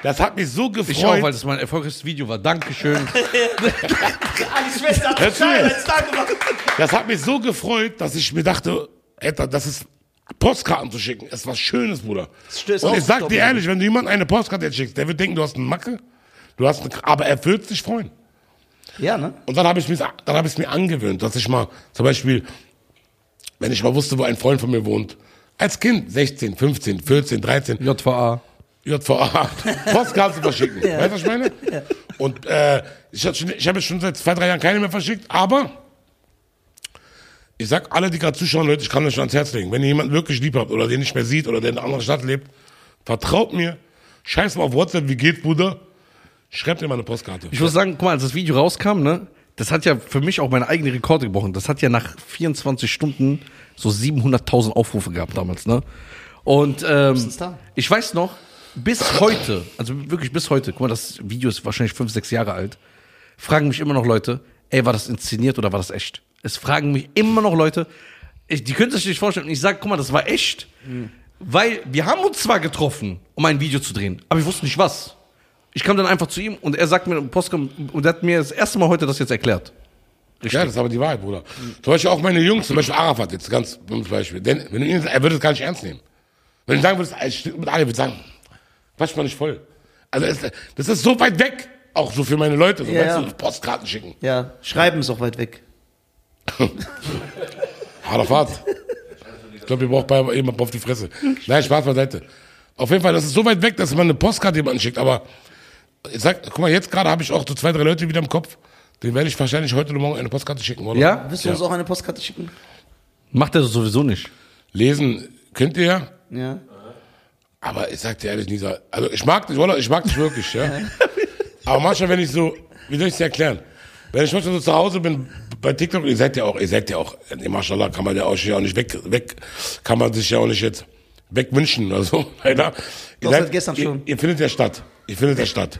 S3: Das hat mich so gefreut.
S2: Ich auch, weil das mein erfolgreichstes Video war. Dankeschön.
S1: Alis Schwester hat
S3: Hörst du
S1: total
S3: mir?
S1: einen Tag gemacht.
S3: Das hat mich so gefreut, dass ich mir dachte, Alter, das ist Postkarten zu schicken. Ist was Schönes, Bruder.
S1: stößt
S3: Und
S1: auf
S3: ich sag
S1: Stopp,
S3: dir
S1: Bruder.
S3: ehrlich, wenn du jemandem eine Postkarte jetzt schickst, der wird denken, du hast eine Macke. Du hast eine, aber er wird sich freuen.
S1: Ja, ne?
S3: Und dann habe ich es dann hab ich's mir angewöhnt, dass ich mal, zum Beispiel, wenn ich mal wusste, wo ein Freund von mir wohnt, als Kind, 16, 15, 14, 13,
S2: JVA.
S3: JVA, Postkarten verschicken. Weißt du, was ich meine? Und äh, ich, hab schon- ich habe schon seit zwei, drei Jahren keine mehr verschickt, aber ich sag alle, die gerade zuschauen, Leute, ich kann euch schon ans Herz legen. Wenn ihr jemanden wirklich lieb habt oder den nicht mehr sieht oder der in einer anderen Stadt lebt, vertraut mir, scheiß mal auf WhatsApp, wie geht's, Bruder? Schreibt mir mal eine Postkarte.
S2: Ich muss sagen, guck mal, als das Video rauskam, ne, das hat ja für mich auch meine eigenen Rekorde gebrochen. Das hat ja nach 24 Stunden so 700.000 Aufrufe gehabt damals, ne? Und ähm,
S1: da?
S2: ich weiß noch, bis heute, also wirklich bis heute, guck mal, das Video ist wahrscheinlich fünf, sechs Jahre alt, fragen mich immer noch Leute, ey, war das inszeniert oder war das echt? Es fragen mich immer noch Leute, ich, die können sich nicht vorstellen. Und ich sage, guck mal, das war echt. Weil wir haben uns zwar getroffen, um ein Video zu drehen, aber ich wusste nicht was. Ich kam dann einfach zu ihm und er sagt mir, Postkam, und er hat mir das erste Mal heute das jetzt erklärt.
S3: Ja, das ist aber die Wahrheit, Bruder. Zum Beispiel auch meine Jungs, zum Beispiel Arafat jetzt, ganz dummes Beispiel. Denn wenn du ihn, er würde es gar nicht ernst nehmen. Wenn du sagen würdest, ich stehe mit Ali, würde sagen, wasch mal nicht voll. Also es, das ist so weit weg, auch so für meine Leute, so
S1: Ja,
S3: weißt
S1: ja.
S3: du, Postkarten schicken.
S1: Ja, Schreiben ist auch weit weg.
S3: Arafat. Ich glaube, ihr braucht bei jemanden auf die Fresse. Nein, Spaß beiseite. Auf jeden Fall, das ist so weit weg, dass man eine Postkarte jemanden schickt, aber ich sag, guck mal, jetzt gerade habe ich auch so zwei, drei Leute wieder im Kopf. Den werde ich wahrscheinlich heute oder morgen eine Postkarte schicken, oder?
S2: Ja?
S1: Willst du uns auch eine Postkarte schicken?
S2: Macht er das sowieso nicht.
S3: Lesen könnt ihr ja.
S1: Ja.
S3: Aber ich sag dir ehrlich, Nisa, also ich mag dich, Wallah, ich mag dich wirklich, ja. Aber manchmal, wenn ich so, wie soll ich es dir erklären? Wenn ich manchmal so zu Hause bin, bei TikTok, ihr seid ja auch, ihr seid ja auch, nee, Maschallah, kann man ja auch, ja auch nicht weg, weg, kann man sich ja auch nicht jetzt wegwünschen oder so, leider. Ihr
S1: Doch, seit gestern
S3: ihr,
S1: schon.
S3: Ihr findet ja statt. Ihr findet ja statt.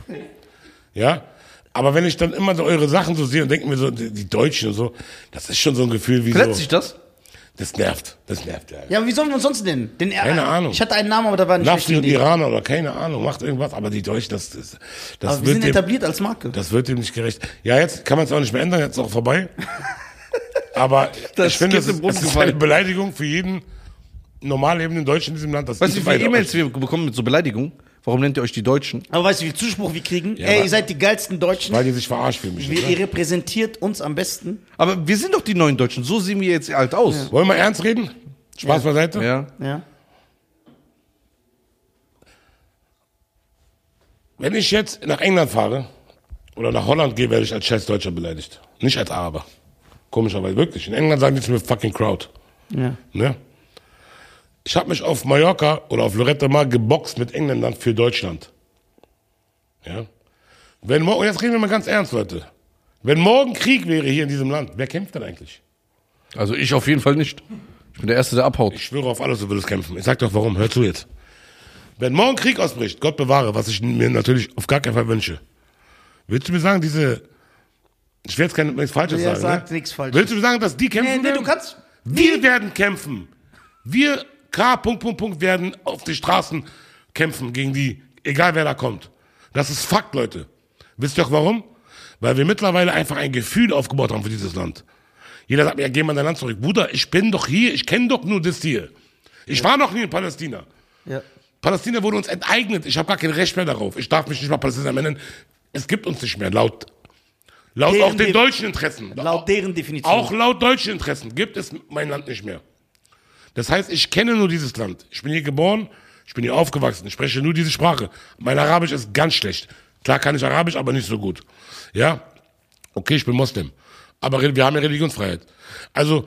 S3: Ja? Aber wenn ich dann immer so eure Sachen so sehe und denke mir so, die, die Deutschen und so, das ist schon so ein Gefühl wie
S2: Verletzt
S3: so,
S2: sich das?
S3: das nervt, das nervt ja.
S1: Ja, aber wie sollen wir uns sonst nennen? Den
S3: Keine Ahnung.
S1: Ich hatte einen Namen, aber da war nicht
S3: Nafti
S1: richtig
S3: und
S1: die-
S3: Iraner oder keine Ahnung, macht irgendwas, aber die Deutschen, das, das, das,
S1: Aber wir
S3: wird,
S1: sind
S3: dem,
S1: etabliert als Marke.
S3: das wird dem nicht gerecht. Ja, jetzt kann man es auch nicht mehr ändern, jetzt ist auch vorbei. aber
S2: Das
S3: ich finde,
S2: geht
S3: es
S2: im
S3: ist,
S2: Boden
S3: es ist
S2: vorbei.
S3: eine Beleidigung für jeden normal lebenden Deutschen in diesem Land. Das
S2: Weißt du,
S3: sind
S2: wie viele
S3: beide
S2: E-Mails wir bekommen mit so Beleidigungen? Warum nennt ihr euch die Deutschen?
S1: Aber weißt du, wie viel Zuspruch wir kriegen? Ey,
S3: aber-
S1: ihr seid die geilsten Deutschen.
S3: Weil die sich verarscht fühlen. ne? mich,
S1: Wir, ihr
S3: oder?
S1: repräsentiert uns am besten.
S2: Aber wir sind doch die neuen Deutschen. So sehen wir jetzt alt aus.
S3: Wollen wir mal ernst reden? Spaß beiseite?
S2: Ja.
S1: Ja.
S3: Wenn ich jetzt nach England fahre oder nach Holland gehe, werde ich als scheiß Deutscher beleidigt. Nicht als Araber. Komischerweise, wirklich. In England sagen die zu mir fucking Crowd.
S1: ja.
S3: Ne? Ich habe mich auf Mallorca oder auf Loretta Mar geboxt mit Engländern für Deutschland. Ja? Wenn morgen, jetzt reden wir mal ganz ernst, Leute. Wenn morgen Krieg wäre hier in diesem Land, wer kämpft denn eigentlich?
S2: Also ich auf jeden Fall nicht. Ich bin der Erste, der abhaut.
S3: Ich schwöre auf alles, du würdest kämpfen. Ich sag doch warum, hör zu jetzt. Wenn morgen Krieg ausbricht, Gott bewahre, was ich mir natürlich auf gar keinen Fall wünsche. Willst du mir sagen, diese. Ich will jetzt kein, nichts Falsches
S1: Er
S3: sagen.
S1: sagt
S3: ne?
S1: nichts Falsches.
S3: Willst du mir sagen, dass die kämpfen?
S1: Nee, nee,
S3: werden?
S1: du kannst.
S3: Wir werden kämpfen. Wir, K. Punkt, Punkt, Punkt, werden auf den Straßen kämpfen gegen die, egal wer da kommt. Das ist Fakt, Leute. Wisst ihr auch warum? Weil wir mittlerweile einfach ein Gefühl aufgebaut haben für dieses Land. Jeder sagt mir, ja, geh mal in dein Land zurück. Bruder, ich bin doch hier, ich kenne doch nur das hier. Ich war noch nie in Palästina.
S1: Ja.
S3: Palästina wurde uns enteignet. Ich habe gar kein Recht mehr darauf. Ich darf mich nicht mal Palästina mehr nennen. Es gibt uns nicht mehr, laut, laut
S1: Deren
S3: auch den
S1: Def-
S3: deutschen Interessen.
S1: Laut deren Definition.
S3: Auch laut deutschen Interessen gibt es mein Land nicht mehr. Das heißt, ich kenne nur dieses Land. Ich bin hier geboren, ich bin hier aufgewachsen, ich spreche nur diese Sprache. Mein Arabisch ist ganz schlecht. Klar kann ich Arabisch, aber nicht so gut. Ja? Okay, ich bin Moslem. Aber re- wir haben ja Religionsfreiheit. Also,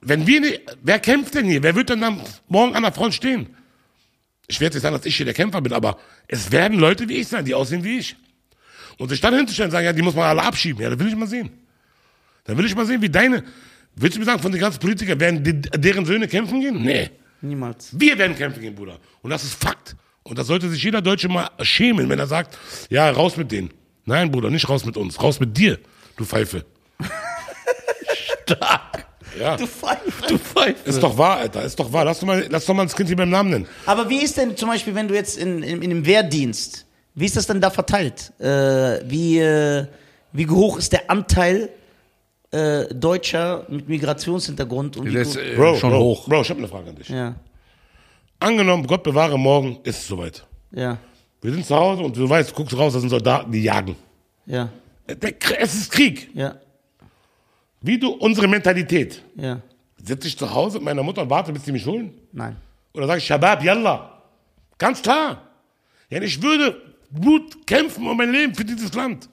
S3: wenn wir nicht, wer kämpft denn hier? Wer wird denn dann morgen an der Front stehen? Ich werde jetzt nicht sagen, dass ich hier der Kämpfer bin, aber es werden Leute wie ich sein, die aussehen wie ich. Und sich dann hinzustellen und sagen, ja, die muss man alle abschieben. Ja, das will ich mal sehen. Dann will ich mal sehen, wie deine. Willst du mir sagen, von den ganzen Politikern werden die, deren Söhne kämpfen gehen? Nee.
S1: Niemals.
S3: Wir werden kämpfen gehen, Bruder. Und das ist Fakt. Und das sollte sich jeder Deutsche mal schämen, wenn er sagt, ja, raus mit denen. Nein, Bruder, nicht raus mit uns, raus mit dir, du Pfeife. Ja,
S1: Du Pfeife.
S2: Du Pfeife.
S3: ist doch wahr, Alter, ist doch wahr. Lass doch mal, lass doch mal das Kind hier beim Namen nennen.
S1: Aber wie ist denn zum Beispiel, wenn du jetzt in, in, in dem Wehrdienst, wie ist das denn da verteilt? Äh, wie, äh, wie hoch ist der Anteil äh, Deutscher mit Migrationshintergrund? Und wie
S2: Der ist
S1: hoch-
S2: äh,
S3: Bro,
S2: schon
S3: Bro,
S2: hoch.
S3: Bro, ich habe eine Frage an dich.
S1: ja,
S3: Angenommen, Gott bewahre, morgen ist es soweit.
S1: ja,
S3: Wir sind zu Hause und du weißt, du guckst raus, das sind Soldaten, die jagen. Äh,
S1: ja,
S3: Der Kr- Es ist Krieg.
S1: ja,
S3: Wie du unsere Mentalität.
S1: ja,
S3: Sitze ich zu Hause mit meiner Mutter und warte, bis die mich holen?
S1: nein.
S3: Oder sage ich, Shabab, yalla. Ganz klar. Ja, ich würde gut kämpfen um mein Leben für dieses Land.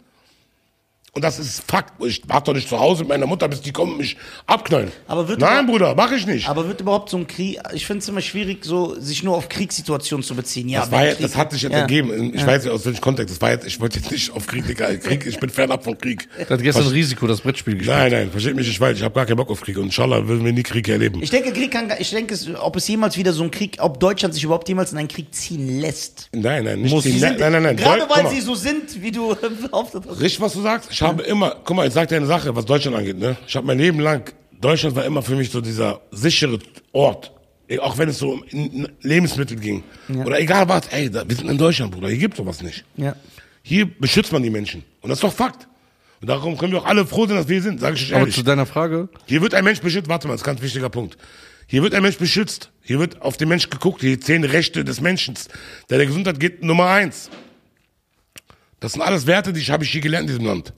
S3: Und das ist Fakt. Ich warte doch nicht zu Hause mit meiner Mutter, bis die kommen und mich abknallen.
S1: Aber wird-
S3: Nein, Bruder, mache ich nicht.
S1: Aber wird überhaupt so ein Krieg, ich finde es immer schwierig, so, sich nur auf Kriegssituationen zu beziehen. Ja,
S3: Das, war
S1: wenn
S3: jetzt,
S1: Krieg-
S3: das hat sich jetzt
S1: ja.
S3: ergeben. Ich weiß nicht, aus welchem Kontext. Das war jetzt, ich wollte jetzt nicht auf Krieg, Digga. Krieg, ich bin fernab von Krieg.
S2: Der hat gestern Risiko das Brettspiel gespielt.
S3: Nein, nein, versteht mich nicht falsch. Ich habe gar keinen Bock auf Krieg. Und inshallah werden wir nie Krieg erleben.
S1: Ich denke, Krieg kann, gar- ich denke, es- ob es jemals wieder so ein Krieg, ob Deutschland sich überhaupt jemals in einen Krieg ziehen lässt.
S3: nein, nein, nicht
S2: Muss-
S3: die, Ne-
S2: Sie
S3: nein,
S1: Sind-
S3: nein, nein, nein.
S1: Gerade
S3: Deu-
S1: weil
S3: guck mal.
S1: sie so sind, wie du behauptet hast.
S3: Richtig, was du sagst? Ich habe immer, guck mal, ich sag dir eine Sache, was Deutschland angeht, ne? Ich habe mein Leben lang, Deutschland war immer für mich so dieser sichere Ort. Eh, Auch wenn es so um N- N- Lebensmittel ging. Oder egal was, ey, da, wir sind in Deutschland, Bruder, hier gibt sowas nicht.
S1: Ja.
S3: Hier beschützt man die Menschen. Und das ist doch Fakt. Und darum können wir auch alle froh sein, dass wir hier sind, sage ich euch
S2: Aber
S3: ehrlich.
S2: zu deiner Frage,
S3: Hier wird ein Mensch beschützt, warte mal, das ist ein ganz wichtiger Punkt. Hier wird ein Mensch beschützt. Hier wird auf den Mensch geguckt. Hier zählen Rechte des Menschen. Deine Gesundheit geht Nummer eins. Das sind alles Werte, die ich- habe ich hier gelernt in diesem Land.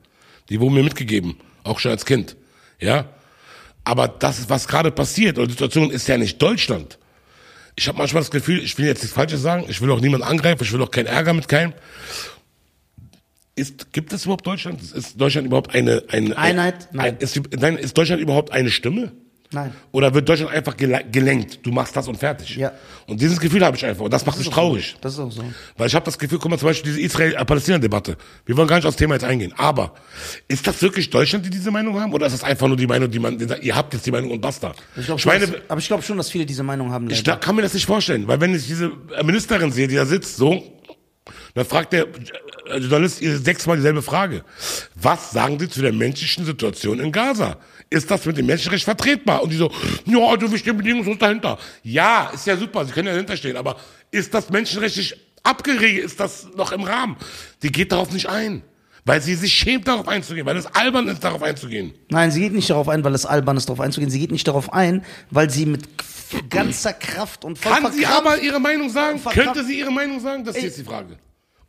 S3: Die wurden mir mitgegeben, auch schon als Kind. Ja? Aber das, was gerade passiert, oder die Situation ist ja nicht Deutschland. Ich habe manchmal das Gefühl, ich will jetzt nichts Falsches sagen, ich will auch niemanden angreifen, ich will auch keinen Ärger mit keinem. Ist, gibt es überhaupt Deutschland? Ist Deutschland überhaupt eine, eine
S1: Einheit?
S3: Nein.
S1: Nein.
S3: Ein, ist, nein. Ist Deutschland überhaupt eine Stimme?
S1: Nein.
S3: Oder wird Deutschland einfach gele- gelenkt? Du machst das und fertig.
S1: Ja.
S3: Und dieses Gefühl habe ich einfach. Und das macht mich traurig.
S1: Das ist auch so.
S3: Weil ich habe das Gefühl, guck mal, zum Beispiel diese Israel-Palästina-Debatte. Wir wollen gar nicht aufs Thema jetzt eingehen. Aber ist das wirklich Deutschland, die diese Meinung haben? Oder ist das einfach nur die Meinung, die man, die sagt, ihr habt jetzt die Meinung und basta?
S1: Ich glaub,
S3: Ich
S1: schon,
S3: meine,
S1: dass, aber ich glaube schon, dass viele diese Meinung haben.
S3: ich
S1: leider.
S3: glaub, kann mir das nicht vorstellen. Weil wenn ich diese Ministerin sehe, die da sitzt, so, dann fragt der äh, Journalist ihr sechsmal dieselbe Frage. Was sagen Sie zu der menschlichen Situation in Gaza? Ist das mit dem Menschenrecht vertretbar? Und die so, ja, du, wir stehen bedingungslos dahinter. Ja, ist ja super, Sie können ja dahinter stehen, aber ist das menschenrechtlich abgeregelt? Ist das noch im Rahmen? Die geht darauf nicht ein. Weil sie sich schämt, darauf einzugehen, weil es albern ist, darauf einzugehen.
S1: Nein, sie geht nicht darauf ein, weil es albern ist, darauf einzugehen. Sie geht nicht darauf ein, weil sie mit f- ganzer Kraft und voll
S3: Kann sie
S1: verkrampft-
S3: aber ihre Meinung sagen?
S1: verkrampft-
S3: Könnte sie ihre Meinung sagen? Das ist jetzt die Frage.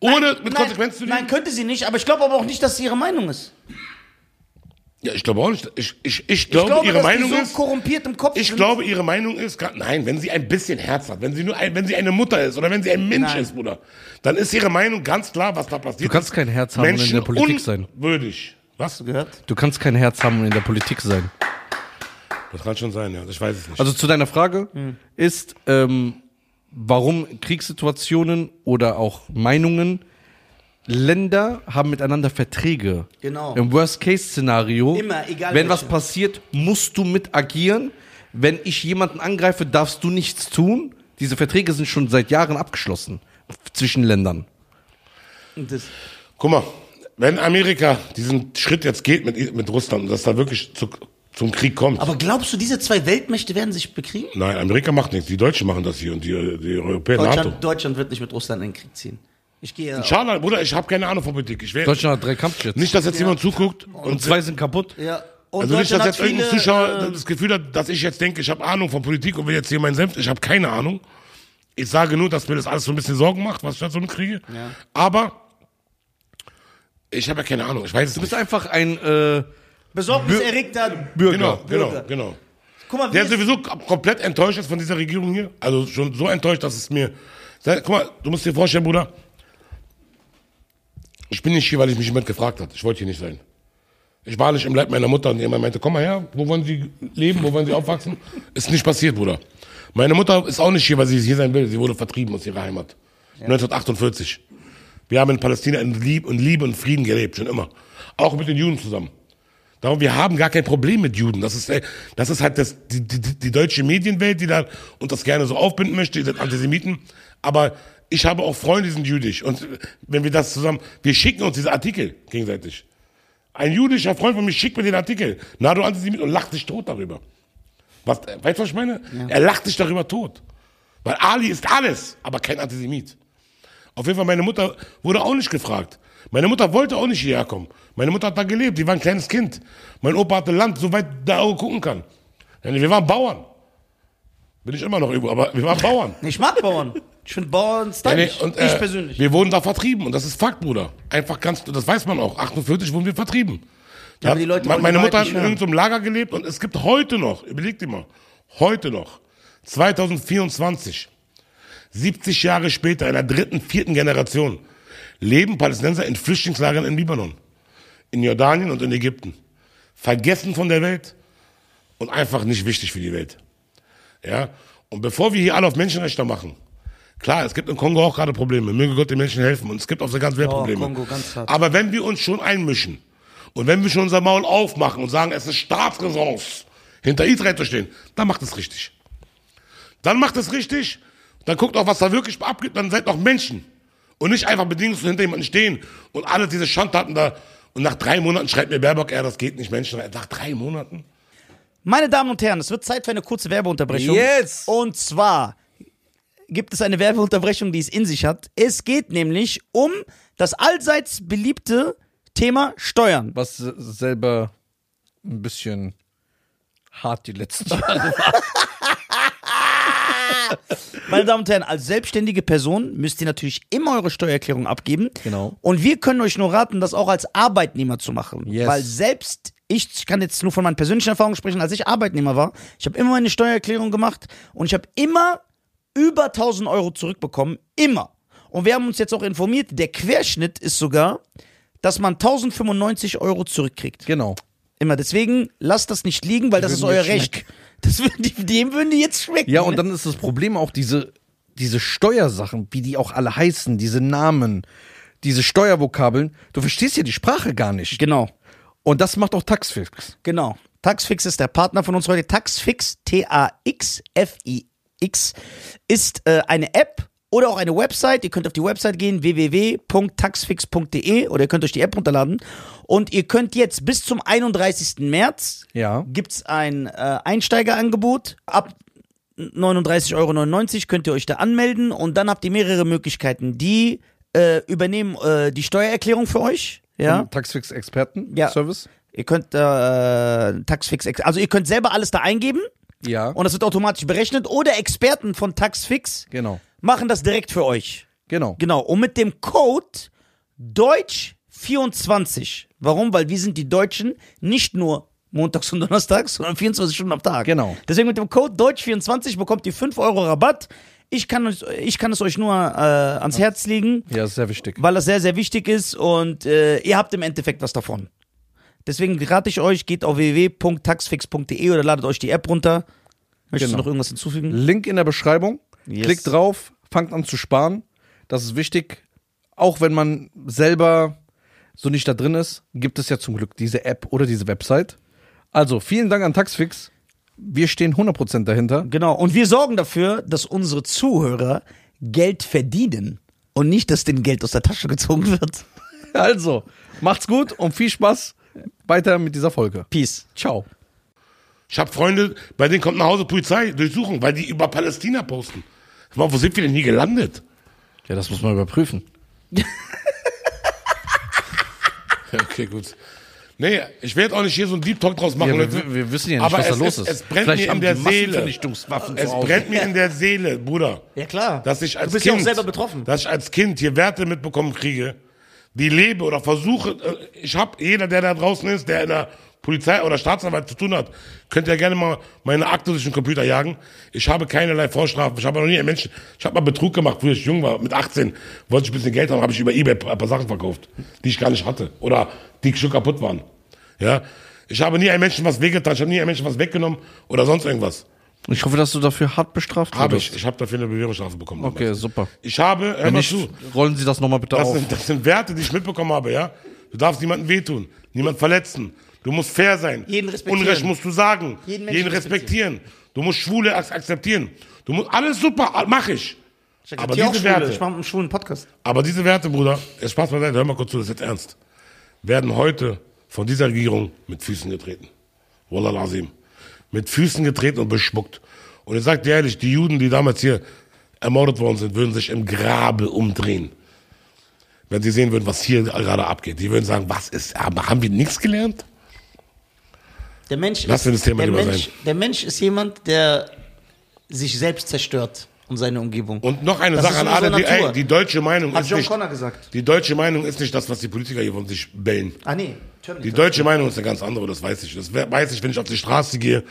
S3: Ohne mit Konsequenzen zu
S1: nein,
S3: leben?
S1: nein, könnte sie nicht, aber ich glaube aber auch nicht, dass sie ihre Meinung ist.
S3: Ja, ich glaube auch nicht. Ich, ich, ich glaube, ihre
S1: dass
S3: Meinung
S1: die so
S3: ist.
S1: korrumpiert im Kopf
S3: Ich
S1: sind.
S3: glaube, ihre Meinung ist, gra- nein, wenn sie ein bisschen Herz hat, wenn sie nur, ein, wenn sie eine Mutter ist oder wenn sie ein Mensch
S1: Nein.
S3: ist, Bruder, dann ist ihre Meinung ganz klar, was da passiert.
S2: du kannst kein Herz haben und in der Politik sein.
S3: Würdig. Was?
S1: Gehört?
S2: Du kannst kein Herz haben und in der Politik sein.
S3: Das kann schon sein, ja. Ich weiß es nicht.
S2: Also zu deiner Frage
S1: Hm.
S2: ist, ähm, warum Kriegssituationen oder auch Meinungen, Länder haben miteinander Verträge.
S1: Genau.
S2: Im Worst-Case-Szenario,
S1: Immer, egal
S2: wenn was
S1: welche.
S2: passiert, musst du mit agieren. Wenn ich jemanden angreife, darfst du nichts tun. Diese Verträge sind schon seit Jahren abgeschlossen zwischen Ländern.
S1: Und das-
S3: Guck mal, wenn Amerika diesen Schritt jetzt geht mit, mit Russland, dass da wirklich zu, zum Krieg kommt.
S1: Aber glaubst du, diese zwei Weltmächte werden sich bekriegen?
S3: nein, Amerika macht nichts. Die Deutschen machen das hier und die, die Europäer, NATO.
S1: Deutschland, Deutschland wird nicht mit Russland in den Krieg ziehen. Ich gehe.
S3: Schade, Bruder, ich habe keine Ahnung von Politik. Ich will
S2: Deutschland hat drei Kampfjets.
S3: nicht, dass jetzt jemand zuguckt und
S2: und zwei sind kaputt.
S1: Ja. Und
S3: also nicht, dass
S1: Deutschland
S3: jetzt
S1: hat
S3: irgendein
S1: viele,
S3: Zuschauer
S1: äh,
S3: das Gefühl hat, dass ich jetzt denke, ich habe Ahnung von Politik und will jetzt hier meinen Senf. Ich habe keine Ahnung. Ich sage nur, dass mir das alles so ein bisschen Sorgen macht, was ich da so mitkriege. Aber ich habe ja keine Ahnung. Ich weiß es
S2: Du bist
S3: nicht.
S2: einfach ein äh,
S1: besorgniserregter
S2: Bürger.
S3: Genau, genau,
S1: Bürger.
S3: genau.
S1: Guck mal, wie
S3: Der
S1: es-
S3: ist sowieso k- komplett enttäuscht ist von dieser Regierung hier. Also schon so enttäuscht, dass es mir. Sag- Guck mal, du musst dir vorstellen, Bruder. Ich bin nicht hier, weil ich mich jemand gefragt hat. Ich wollte hier nicht sein. Ich war nicht im Leib meiner Mutter und jemand meinte, komm mal her, wo wollen Sie leben, wo wollen Sie aufwachsen? Ist nicht passiert, Bruder. Meine Mutter ist auch nicht hier, weil sie hier sein will. Sie wurde vertrieben aus ihrer Heimat. 1948. Wir haben in Palästina in Liebe und Liebe und Frieden gelebt, schon immer. Auch mit den Juden zusammen. Darum, wir haben gar kein Problem mit Juden. Das ist, äh, das ist halt das, die, die, die deutsche Medienwelt, die da uns das gerne so aufbinden möchte, die sind Antisemiten. Aber ich habe auch Freunde, die sind jüdisch. Und wenn wir das zusammen, wir schicken uns diese Artikel gegenseitig. Ein jüdischer Freund von mir schickt mir den Artikel. Na, du Antisemit und lacht sich tot darüber. Was, äh, weißt du, was ich meine? Er lacht sich darüber tot. Weil Ali ist alles, aber kein Antisemit. Auf jeden Fall, meine Mutter wurde auch nicht gefragt. Meine Mutter wollte auch nicht hierher kommen. Meine Mutter hat da gelebt, die war ein kleines Kind. Mein Opa hatte Land, soweit der Auge gucken kann. Wir waren Bauern. Bin ich immer noch irgendwo, aber wir waren Bauern.
S1: Ich mag Bauern. Ich finde Bauern
S3: Nee,
S1: stylisch.
S3: nee, und,
S1: ich
S3: äh,
S1: persönlich.
S3: Wir wurden da vertrieben und das ist Fakt, Bruder. Einfach ganz, das weiß man auch. 48 wurden wir vertrieben.
S1: Ja, aber die Leute
S3: Me-
S1: wollen die
S3: meine
S1: Wahrheit
S3: Mutter hat
S1: nicht
S3: in
S1: hören.
S3: irgendeinem Lager gelebt und es gibt heute noch, überleg dir mal, heute noch, 2024, 70 Jahre später, in der dritten, vierten Generation, leben Palästinenser in Flüchtlingslagern in Libanon, in Jordanien und in Ägypten. Vergessen von der Welt und einfach nicht wichtig für die Welt. Ja? Und bevor wir hier alle auf Menschenrechte machen, klar, es gibt im Kongo auch gerade Probleme. Möge Gott den Menschen helfen. Und es gibt auf der ganzen Welt
S1: Ja,
S3: Probleme.
S1: Kongo, ganz hart.
S3: Aber wenn wir uns schon einmischen und wenn wir schon unser Maul aufmachen und sagen, es ist Staatsräsons, hinter Israel zu stehen, dann macht es richtig. Dann macht es richtig. Dann guckt auch, was da wirklich abgeht. Dann seid auch Menschen. Und nicht einfach bedingungslos hinter jemanden stehen und alle diese Schandtaten da. Und nach drei Monaten schreibt mir Baerbock, ja, das geht nicht, Menschen. Nach drei Monaten?
S1: Meine Damen und Herren, es wird Zeit für eine kurze Werbeunterbrechung.
S2: Yes!
S1: Und zwar gibt es eine Werbeunterbrechung, die es in sich hat. Es geht nämlich um das allseits beliebte Thema Steuern.
S2: Was se- selber ein bisschen hart die letzten Jahre.
S1: Meine Damen und Herren, als selbstständige Person müsst ihr natürlich immer eure Steuererklärung abgeben.
S2: Genau.
S1: Und wir können euch nur raten, das auch als Arbeitnehmer zu machen.
S2: Yes.
S1: Weil selbst ich, ich kann jetzt nur von meinen persönlichen Erfahrungen sprechen, als ich Arbeitnehmer war, ich habe immer meine Steuererklärung gemacht und ich habe immer über 1000 Euro zurückbekommen. Immer. Und wir haben uns jetzt auch informiert, der Querschnitt ist sogar, dass man 1095 Euro zurückkriegt
S2: Genau.
S1: immer. Deswegen lasst das nicht liegen, weil das ist
S2: würden
S1: euer
S2: jetzt
S1: Recht. Das würden die, dem würden die jetzt schmecken.
S2: Ja, und dann ist das Problem auch diese, diese Steuersachen, wie die auch alle heißen, diese Namen, diese Steuervokabeln. Du verstehst ja die Sprache gar nicht.
S1: Genau,
S2: Und das macht auch Taxfix.
S1: genau. Taxfix ist der Partner von uns heute. Taxfix, T-A-X-F-I-X, ist äh, eine App oder auch eine Website. Ihr könnt auf die Website gehen, www.taxfix.de E, oder ihr könnt euch die App runterladen. Und ihr könnt jetzt bis zum 31. März
S2: Ja.
S1: gibt es ein äh, Einsteigerangebot. Ab 39,99 Euro könnt ihr euch da anmelden und dann habt ihr mehrere Möglichkeiten. Die äh, übernehmen äh, die Steuererklärung für euch. Ja. Ja.
S2: Taxfix-Experten-Service.
S1: Ihr könnt äh, Taxfix, also ihr könnt selber alles da eingeben
S2: Ja.
S1: und das wird automatisch berechnet oder Experten von Taxfix
S2: genau.
S1: machen das direkt für euch.
S2: Genau.
S1: Genau, und mit dem Code Deutsch24. Warum? Weil wir sind die Deutschen nicht nur montags und donnerstags, sondern 24 Stunden am Tag.
S2: Genau.
S1: Deswegen mit dem Code Deutsch24 bekommt ihr 5 Euro Rabatt. Ich kann, es- ich kann es euch nur äh, ans Herz legen,
S2: Ja, ist sehr wichtig.
S1: weil das sehr, sehr wichtig ist und äh, ihr habt im Endeffekt was davon. Deswegen rate ich euch, geht auf www.taxfix.de oder ladet euch die App runter. Möchtest
S2: Genau.
S1: du noch irgendwas hinzufügen?
S2: Link in der Beschreibung.
S1: Yes.
S2: Klickt drauf, fangt an zu sparen. Das ist wichtig. Auch wenn man selber so nicht da drin ist, gibt es ja zum Glück diese App oder diese Website. Also vielen Dank an Taxfix. Wir stehen 100% dahinter.
S1: Genau. Und wir sorgen dafür, dass unsere Zuhörer Geld verdienen und nicht, dass denen Geld aus der Tasche gezogen wird.
S2: Also, macht's gut und viel Spaß weiter mit dieser Folge.
S1: Peace.
S2: Ciao.
S3: Ich habe Freunde, bei denen kommt nach Hause Polizei, durchsuchen, weil die über Palästina posten. Mal, wo sind wir denn hier gelandet?
S2: Ja, das muss man überprüfen.
S3: Ja, okay, gut. Nee, ich werde auch nicht hier so einen Deep Talk draus machen,
S2: Ja, wir,
S3: Leute.
S2: wir- wir wissen ja nicht,
S3: Aber
S2: was
S3: es-
S2: da los
S3: es-
S2: ist.
S3: es brennt
S2: Vielleicht
S3: mir in
S2: haben
S3: der
S2: die
S3: Seele.
S2: Massenvernichtungswaffen
S3: Es
S2: zu Hause.
S3: brennt mir in der Seele, Bruder.
S1: Ja, klar.
S3: Dass ich als
S1: du bist
S3: Kind,
S1: ja auch selber betroffen.
S3: Dass ich als Kind hier Werte mitbekommen kriege, die lebe oder versuche. äh, Ich habe jeder, der da draußen ist, der in der Polizei oder Staatsanwalt zu tun hat, könnt ihr gerne mal meine Akte durch den Computer jagen. Ich habe keinerlei Vorstrafen. Ich habe noch nie einen Menschen. Ich habe mal Betrug gemacht, wo ich jung war, mit 18. Wollte ich ein bisschen Geld haben, habe ich über Ebay ein paar Sachen verkauft, die ich gar nicht hatte. Oder die schon kaputt waren. Ja. Ich habe nie einem Menschen was wehgetan, ich habe nie einem Menschen was weggenommen oder sonst irgendwas.
S2: Ich hoffe, dass du dafür hart bestraft
S3: Habe
S2: wurdest.
S3: ich. Ich habe dafür eine Bewährungsstrafe bekommen.
S2: Okay, super.
S3: Ich habe, hör
S2: Wenn
S3: mal
S2: nicht,
S3: zu,
S2: rollen Sie das nochmal bitte
S3: das
S2: auf.
S3: sind, das sind Werte, die ich mitbekommen habe, ja. Du darfst niemandem wehtun, niemand verletzen. Du musst fair sein.
S1: Jeden respektieren.
S3: Unrecht musst du sagen.
S1: Jeden
S3: Jeden,
S1: Menschen
S3: respektieren. Du musst Schwule ak- akzeptieren. Du musst, alles super, mache ich.
S1: Ich
S3: Aber
S1: die auch
S3: diese
S1: Schwule.
S3: Werte-
S1: Ich mache einen schwulen Podcast.
S3: Aber diese Werte, Bruder, jetzt Spaß beiseite, hör mal kurz zu, das ist jetzt ernst, werden heute von dieser Regierung mit Füßen getreten. Wallah Lazim. Mit Füßen getreten und bespuckt. Und ich sag dir ehrlich, die Juden, die damals hier ermordet worden sind, würden sich im Grabe umdrehen. Wenn sie sehen würden, was hier gerade abgeht. Die würden sagen, was ist, haben haben wir nichts gelernt?
S1: Der Mensch,
S3: Lass
S1: ist,
S3: mir das Thema
S1: der,
S3: lieber
S1: Mensch
S3: sein.
S1: der Mensch ist jemand, der sich selbst zerstört und seine Umgebung.
S3: Und noch eine
S1: Das
S3: Sache
S1: ist
S3: an alle,
S1: unsere
S3: die,
S1: Natur.
S3: ey, die deutsche Meinung
S1: Hat
S3: ist
S1: John
S3: nicht,
S1: Connor gesagt.
S3: die deutsche Meinung ist nicht das, was die Politiker hier von sich bellen.
S1: Ah, nee.
S3: Die
S1: Terminator.
S3: deutsche Meinung ist eine ganz andere, das weiß ich. Das we- weiß ich, wenn ich auf die Straße gehe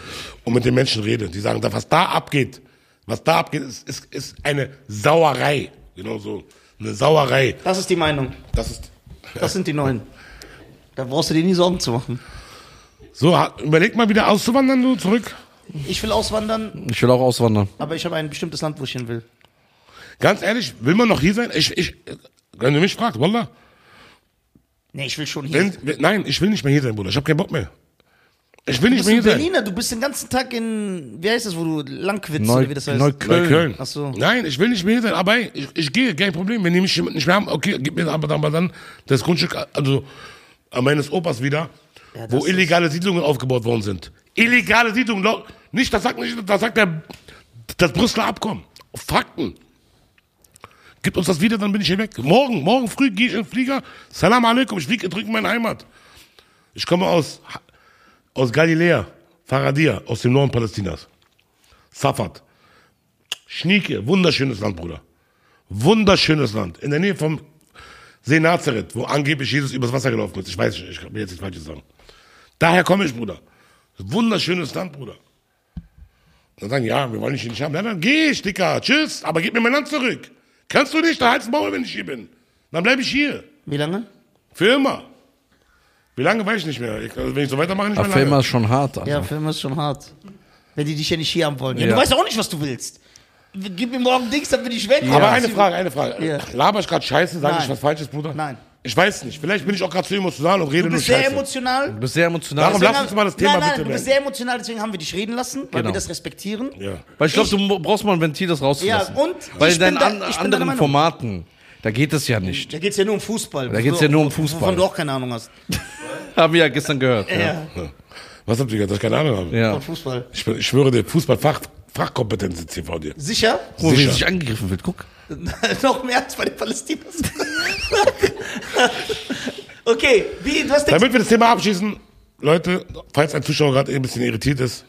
S3: und mit den Menschen rede. Die sagen, da- was da abgeht, was da abgeht, ist, ist, ist eine Sauerei. Genau so. Eine Sauerei.
S1: Das ist die Meinung.
S3: Das ist.
S1: Das sind die Neuen. Da brauchst du dir nie Sorgen zu machen.
S3: So, ha- überleg mal wieder auszuwandern, du zurück.
S1: Ich will auswandern,
S2: Ich will auch auswandern.
S1: aber ich habe ein bestimmtes Land, wo ich hin will.
S3: Ganz ehrlich, will man noch hier sein? Ich, ich, wenn du mich fragst, Wallah.
S1: Nee, ich will schon hier.
S3: Wenn, wenn, nein, ich will nicht mehr hier sein, Bruder. Ich habe keinen Bock mehr. Ich will
S1: du
S3: nicht
S1: bist
S3: mehr
S1: ein
S3: hier sein.
S1: Berliner, du bist den ganzen Tag in, wie heißt das, wo du Langwitz
S2: Neu-
S1: oder wie das heißt?
S2: Neukölln.
S3: Neukölln.
S1: Ach so.
S3: Nein, ich will nicht mehr hier sein, aber ey, ich, ich gehe, kein Problem. Wenn die mich nicht mehr haben, okay, gib mir aber dann, aber dann das Grundstück, also äh, meines Opas wieder,
S1: Ja, das
S3: wo
S1: ist-
S3: illegale Siedlungen aufgebaut worden sind. Illegale Siedlungen, lo- nicht, das sagt nicht, das sagt der, das Brüsseler Abkommen. Fakten. Gib uns das wieder, dann bin ich hier weg. Morgen, morgen früh gehe ich in den Flieger. Salam alaikum, ich fliege drücken meine Heimat. Ich komme aus, aus Galiläa, Faradia, aus dem Norden Palästinas. Safad. Schnieke, wunderschönes Land, Bruder. Wunderschönes Land. In der Nähe vom See Nazareth, wo angeblich Jesus übers Wasser gelaufen ist. Ich weiß nicht, ich will jetzt nichts Falsches sagen. Daher komme ich, Bruder. Wunderschönes Land, Bruder. Und dann sagen, ja, wir wollen dich hier nicht haben. Nein, dann geh ich, Dicker. Tschüss, aber gib mir mein Land zurück. Kannst du nicht, da halt's Maul, wenn ich hier bin. Dann bleibe ich hier.
S1: Wie lange?
S3: Für immer. Wie lange weiß ich nicht mehr. Ich, also wenn ich so weitermache, nicht
S2: Der
S3: mehr
S2: Film
S3: lange.
S2: ist schon hart. Alter.
S1: Ja, Film ist schon hart. Wenn die dich ja nicht hier haben wollen. Ja, Du
S2: Ja.
S1: weißt auch nicht, was du willst. Gib mir morgen Dings, dann bin ich weg.
S3: Aber eine Frage, eine Frage.
S1: Ja.
S3: Laber ich gerade Scheiße, sage ich
S1: Nein.
S3: was Falsches, Bruder?
S1: Nein.
S3: Ich weiß nicht. Vielleicht bin ich auch gerade zu emotional und rede
S1: Du
S3: nur
S1: bist sehr
S3: Scheiße.
S2: Du
S1: emotional.
S2: bist sehr emotional.
S3: Darum lass uns mal das Thema
S1: nein, nein,
S3: bitte
S1: du bist
S3: beenden.
S1: sehr emotional, deswegen haben wir dich reden lassen, weil
S2: Genau.
S1: wir das respektieren.
S3: ja.
S2: Weil ich glaube, du mo- brauchst mal ein Ventil, das rauszulassen.
S1: Ja, und?
S2: Weil
S1: Ich
S2: in deinen
S1: bin da-
S2: an,
S1: ich bin deiner
S2: anderen
S1: Meinung.
S2: Formaten, da geht es ja nicht.
S1: Da geht's ja nur um Fußball.
S2: Da geht's ja nur um Fußball.
S1: Wovon du auch keine Ahnung hast.
S2: Haben wir ja gestern gehört.
S1: Ja,
S2: Ja.
S3: Was habt ihr gesagt? Dass ich keine Ahnung habe.
S2: ja.
S1: von Fußball.
S3: Ich, bin- ich schwöre dir, Fußballfach, Fachkompetenz sitzt hier vor dir.
S1: Sicher?
S2: Guck mal, wie
S3: Sicher.
S2: er sich angegriffen wird. Guck.
S1: Noch mehr als bei den Palästinas. okay, wie, was denkst
S3: Damit wir das Thema abschließen, Leute, falls ein Zuschauer gerade ein bisschen irritiert ist,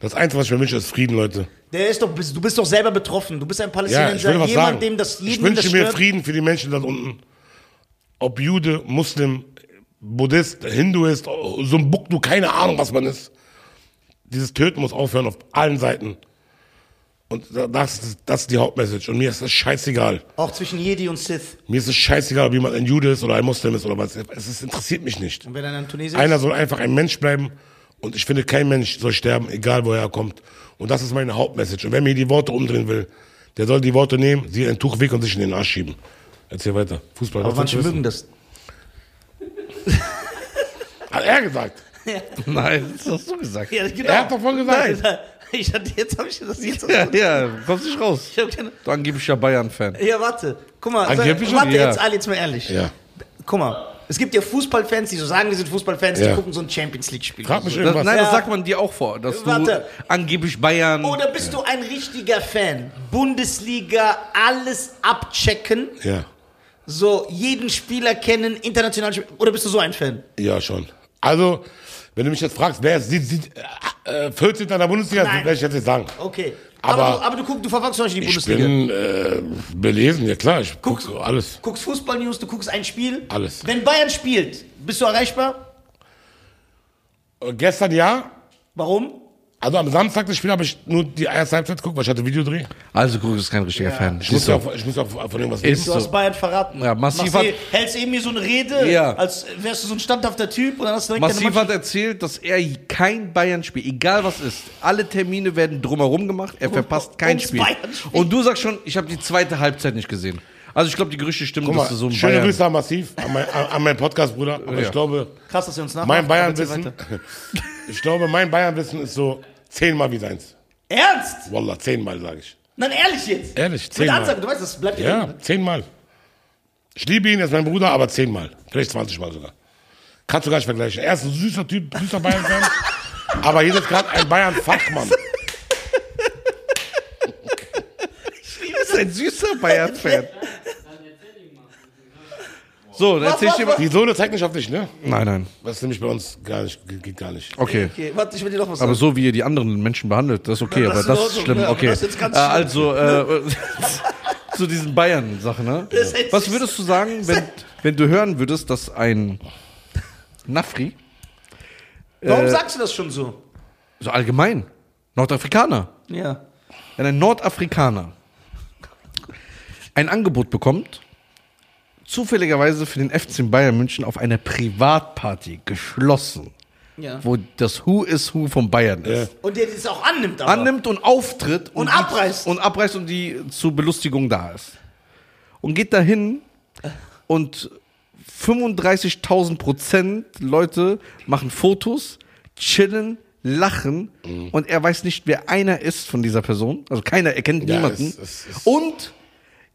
S3: das Einzige, was ich mir wünsche, ist Frieden, Leute.
S1: Der ist doch, bist- du bist doch selber betroffen. Du bist ein
S3: Ja, ich
S1: Palästinenser,
S3: will was
S1: jemand,
S3: sagen.
S1: dem das
S3: ich
S1: jeden das
S3: wünsche mir
S1: stört.
S3: Frieden für die Menschen da unten. Ob Jude, Muslim, Buddhist, Hinduist, Sumbuktu, keine Ahnung, was man ist. Dieses Töten muss aufhören auf allen Seiten. Und das, ist- das ist die Hauptmessage. Und mir ist das scheißegal.
S1: Auch zwischen Jedi und Sith.
S3: Mir ist es scheißegal, ob jemand ein Jude ist oder ein Muslim ist oder was. Es ist, interessiert mich nicht.
S1: Und wenn einer in Tunesien
S3: Einer soll einfach ein Mensch bleiben. Und ich finde, kein Mensch soll sterben, egal woher er kommt. Und das ist meine Hauptmessage. Und wer mir die Worte umdrehen will, der soll die Worte nehmen, sie in ein Tuch wickeln und sich in den Arsch schieben. Erzähl weiter. Fußball.
S1: Aber
S3: was willst
S1: manche
S3: du wissen?
S1: mögen das.
S3: Hat er gesagt.
S2: Nein, das hast du gesagt. Ja,
S1: Ja, genau.
S3: Er hat davon gesagt.
S1: Nein, ich hatte, jetzt habe ich das jetzt.
S2: ja, du kommst nicht raus.
S1: Ich hab keine,
S2: Du angeblicher Bayern-Fan.
S1: ja, warte. Guck mal, sag,
S3: Angeblich
S1: warte
S2: schon, ja.
S1: jetzt, alle jetzt mal ehrlich.
S3: Ja.
S1: Guck mal, es gibt ja Fußballfans, die so sagen, die sind Fußballfans,
S3: Ja.
S1: die gucken so ein Champions League-Spiel.
S3: Frag mich
S1: so.
S2: Das,
S3: irgendwas.
S2: nein, das
S1: Ja.
S2: sagt man dir auch vor, dass du
S1: Warte.
S2: angeblich Bayern.
S1: Oder bist du ein richtiger Fan? Bundesliga, alles abchecken,
S3: Ja.
S1: so jeden Spieler kennen, international spielen. Oder bist du so ein Fan?
S3: Ja, schon. Also, wenn du mich jetzt fragst, wer ist die, die, äh, äh, 14. in der Bundesliga,
S1: Nein.
S3: werde ich jetzt nicht sagen.
S1: Okay.
S3: Aber-
S1: Aber, du, aber du, guck, du verfolgst zum Beispiel die
S3: Ich
S1: Bundesliga.
S3: bin äh, belesen, ja klar. Ich
S1: Guckst-
S3: gucke alles.
S1: guckst Fußball-News, du guckst ein Spiel.
S3: Alles.
S1: Wenn Bayern spielt, bist du erreichbar?
S3: Und Äh, gestern ja,
S1: Warum?
S3: Also am Samstag das Spiel habe ich nur die erste Halbzeit geguckt, weil ich hatte Videodreh.
S2: Also, Krug ist kein richtiger Fan.
S3: Ich muss, ja auch, ich muss ja auch von irgendwas leben.
S2: Ist
S1: Du hast
S2: so.
S1: Bayern verraten.
S2: Ja, Massiv
S1: Machst eh-
S2: hat-
S1: hältst eben hier so eine Rede,
S2: Ja.
S1: als wärst du so ein standhafter Typ und dann hast du direkt
S2: Massiv
S1: deine
S2: hat
S1: Mannschaft-
S2: erzählt, dass er kein Bayern-Spiel, egal was ist, alle Termine werden drumherum gemacht, er verpasst kein
S1: Ums
S2: Spiel.
S1: Bayern-Spiel.
S2: Und du sagst schon, ich habe die zweite Halbzeit nicht gesehen. Also ich glaube, die Gerüchte stimmen,
S3: Guck mal,
S2: dass du so ein
S3: schöne
S2: Bayern...
S3: Grüße an Massiv, an, mein, an, an meinen Podcast, Bruder. Aber ich
S2: Ja.
S3: glaube,
S1: Krass, dass ihr uns nachmacht.
S3: mein
S1: aber erzähl
S3: Bayern-Wissen,
S1: weiter.
S3: ich glaube, mein Bayern-Wissen ist so zehnmal wie deins.
S1: Ernst?
S3: Wallah, zehnmal, sage ich.
S1: Nein, ehrlich jetzt.
S3: Ehrlich,
S1: Mit
S3: zehnmal.
S1: Ansage, du weißt, das bleibt dir hängen,
S3: Ja,
S1: ne?
S3: zehnmal. Ich liebe ihn, er ist mein Bruder, aber zehnmal. Vielleicht 20 Mal sogar. Kannst du gar nicht vergleichen. Er ist ein süßer Typ, süßer Bayern-Fan. aber hier ist gerade ein Bayern-Fachmann.
S2: Das ist ein süßer Bayern-Fan. So, dann erzähl ich dir mal.
S3: Die Sohle zeigt nicht auf dich, ne?
S2: Nein, nein.
S3: Das ist nämlich bei uns gar nicht, ge- geht gar nicht.
S2: Okay.
S1: Okay, warte, ich will dir noch was sagen.
S2: Aber so wie ihr die anderen Menschen behandelt, das ist okay,
S1: Ja, das
S2: aber
S1: ist
S2: das
S1: in
S2: ist
S1: Ordnung,
S2: schlimm.
S1: ne? Aber
S2: Okay.
S1: das ist jetzt ganz
S2: äh,
S1: schlimm. Ne?
S2: also, äh, zu diesen Bayern-Sachen, ne?
S1: Das ist-
S2: Was würdest du sagen, wenn, wenn du hören würdest, dass ein Nafri,
S1: Warum sagst du das schon so?
S2: so allgemein, Nordafrikaner,
S1: Ja.
S2: wenn ein Nordafrikaner ein Angebot bekommt, zufälligerweise für den FC Bayern München auf einer Privatparty geschlossen,
S1: ja.
S2: wo das Who is Who von Bayern ist.
S1: Und der das auch annimmt, aber.
S2: annimmt und auftritt
S1: Und
S2: die-
S1: abreißt.
S2: und abreißt und die zur Belustigung da ist und geht dahin und 35.000 Prozent Leute machen Fotos, chillen, lachen
S3: Mhm.
S2: und er weiß nicht, wer einer ist von dieser Person, also keiner erkennt
S3: Ja,
S2: niemanden
S3: es- es- es-
S2: und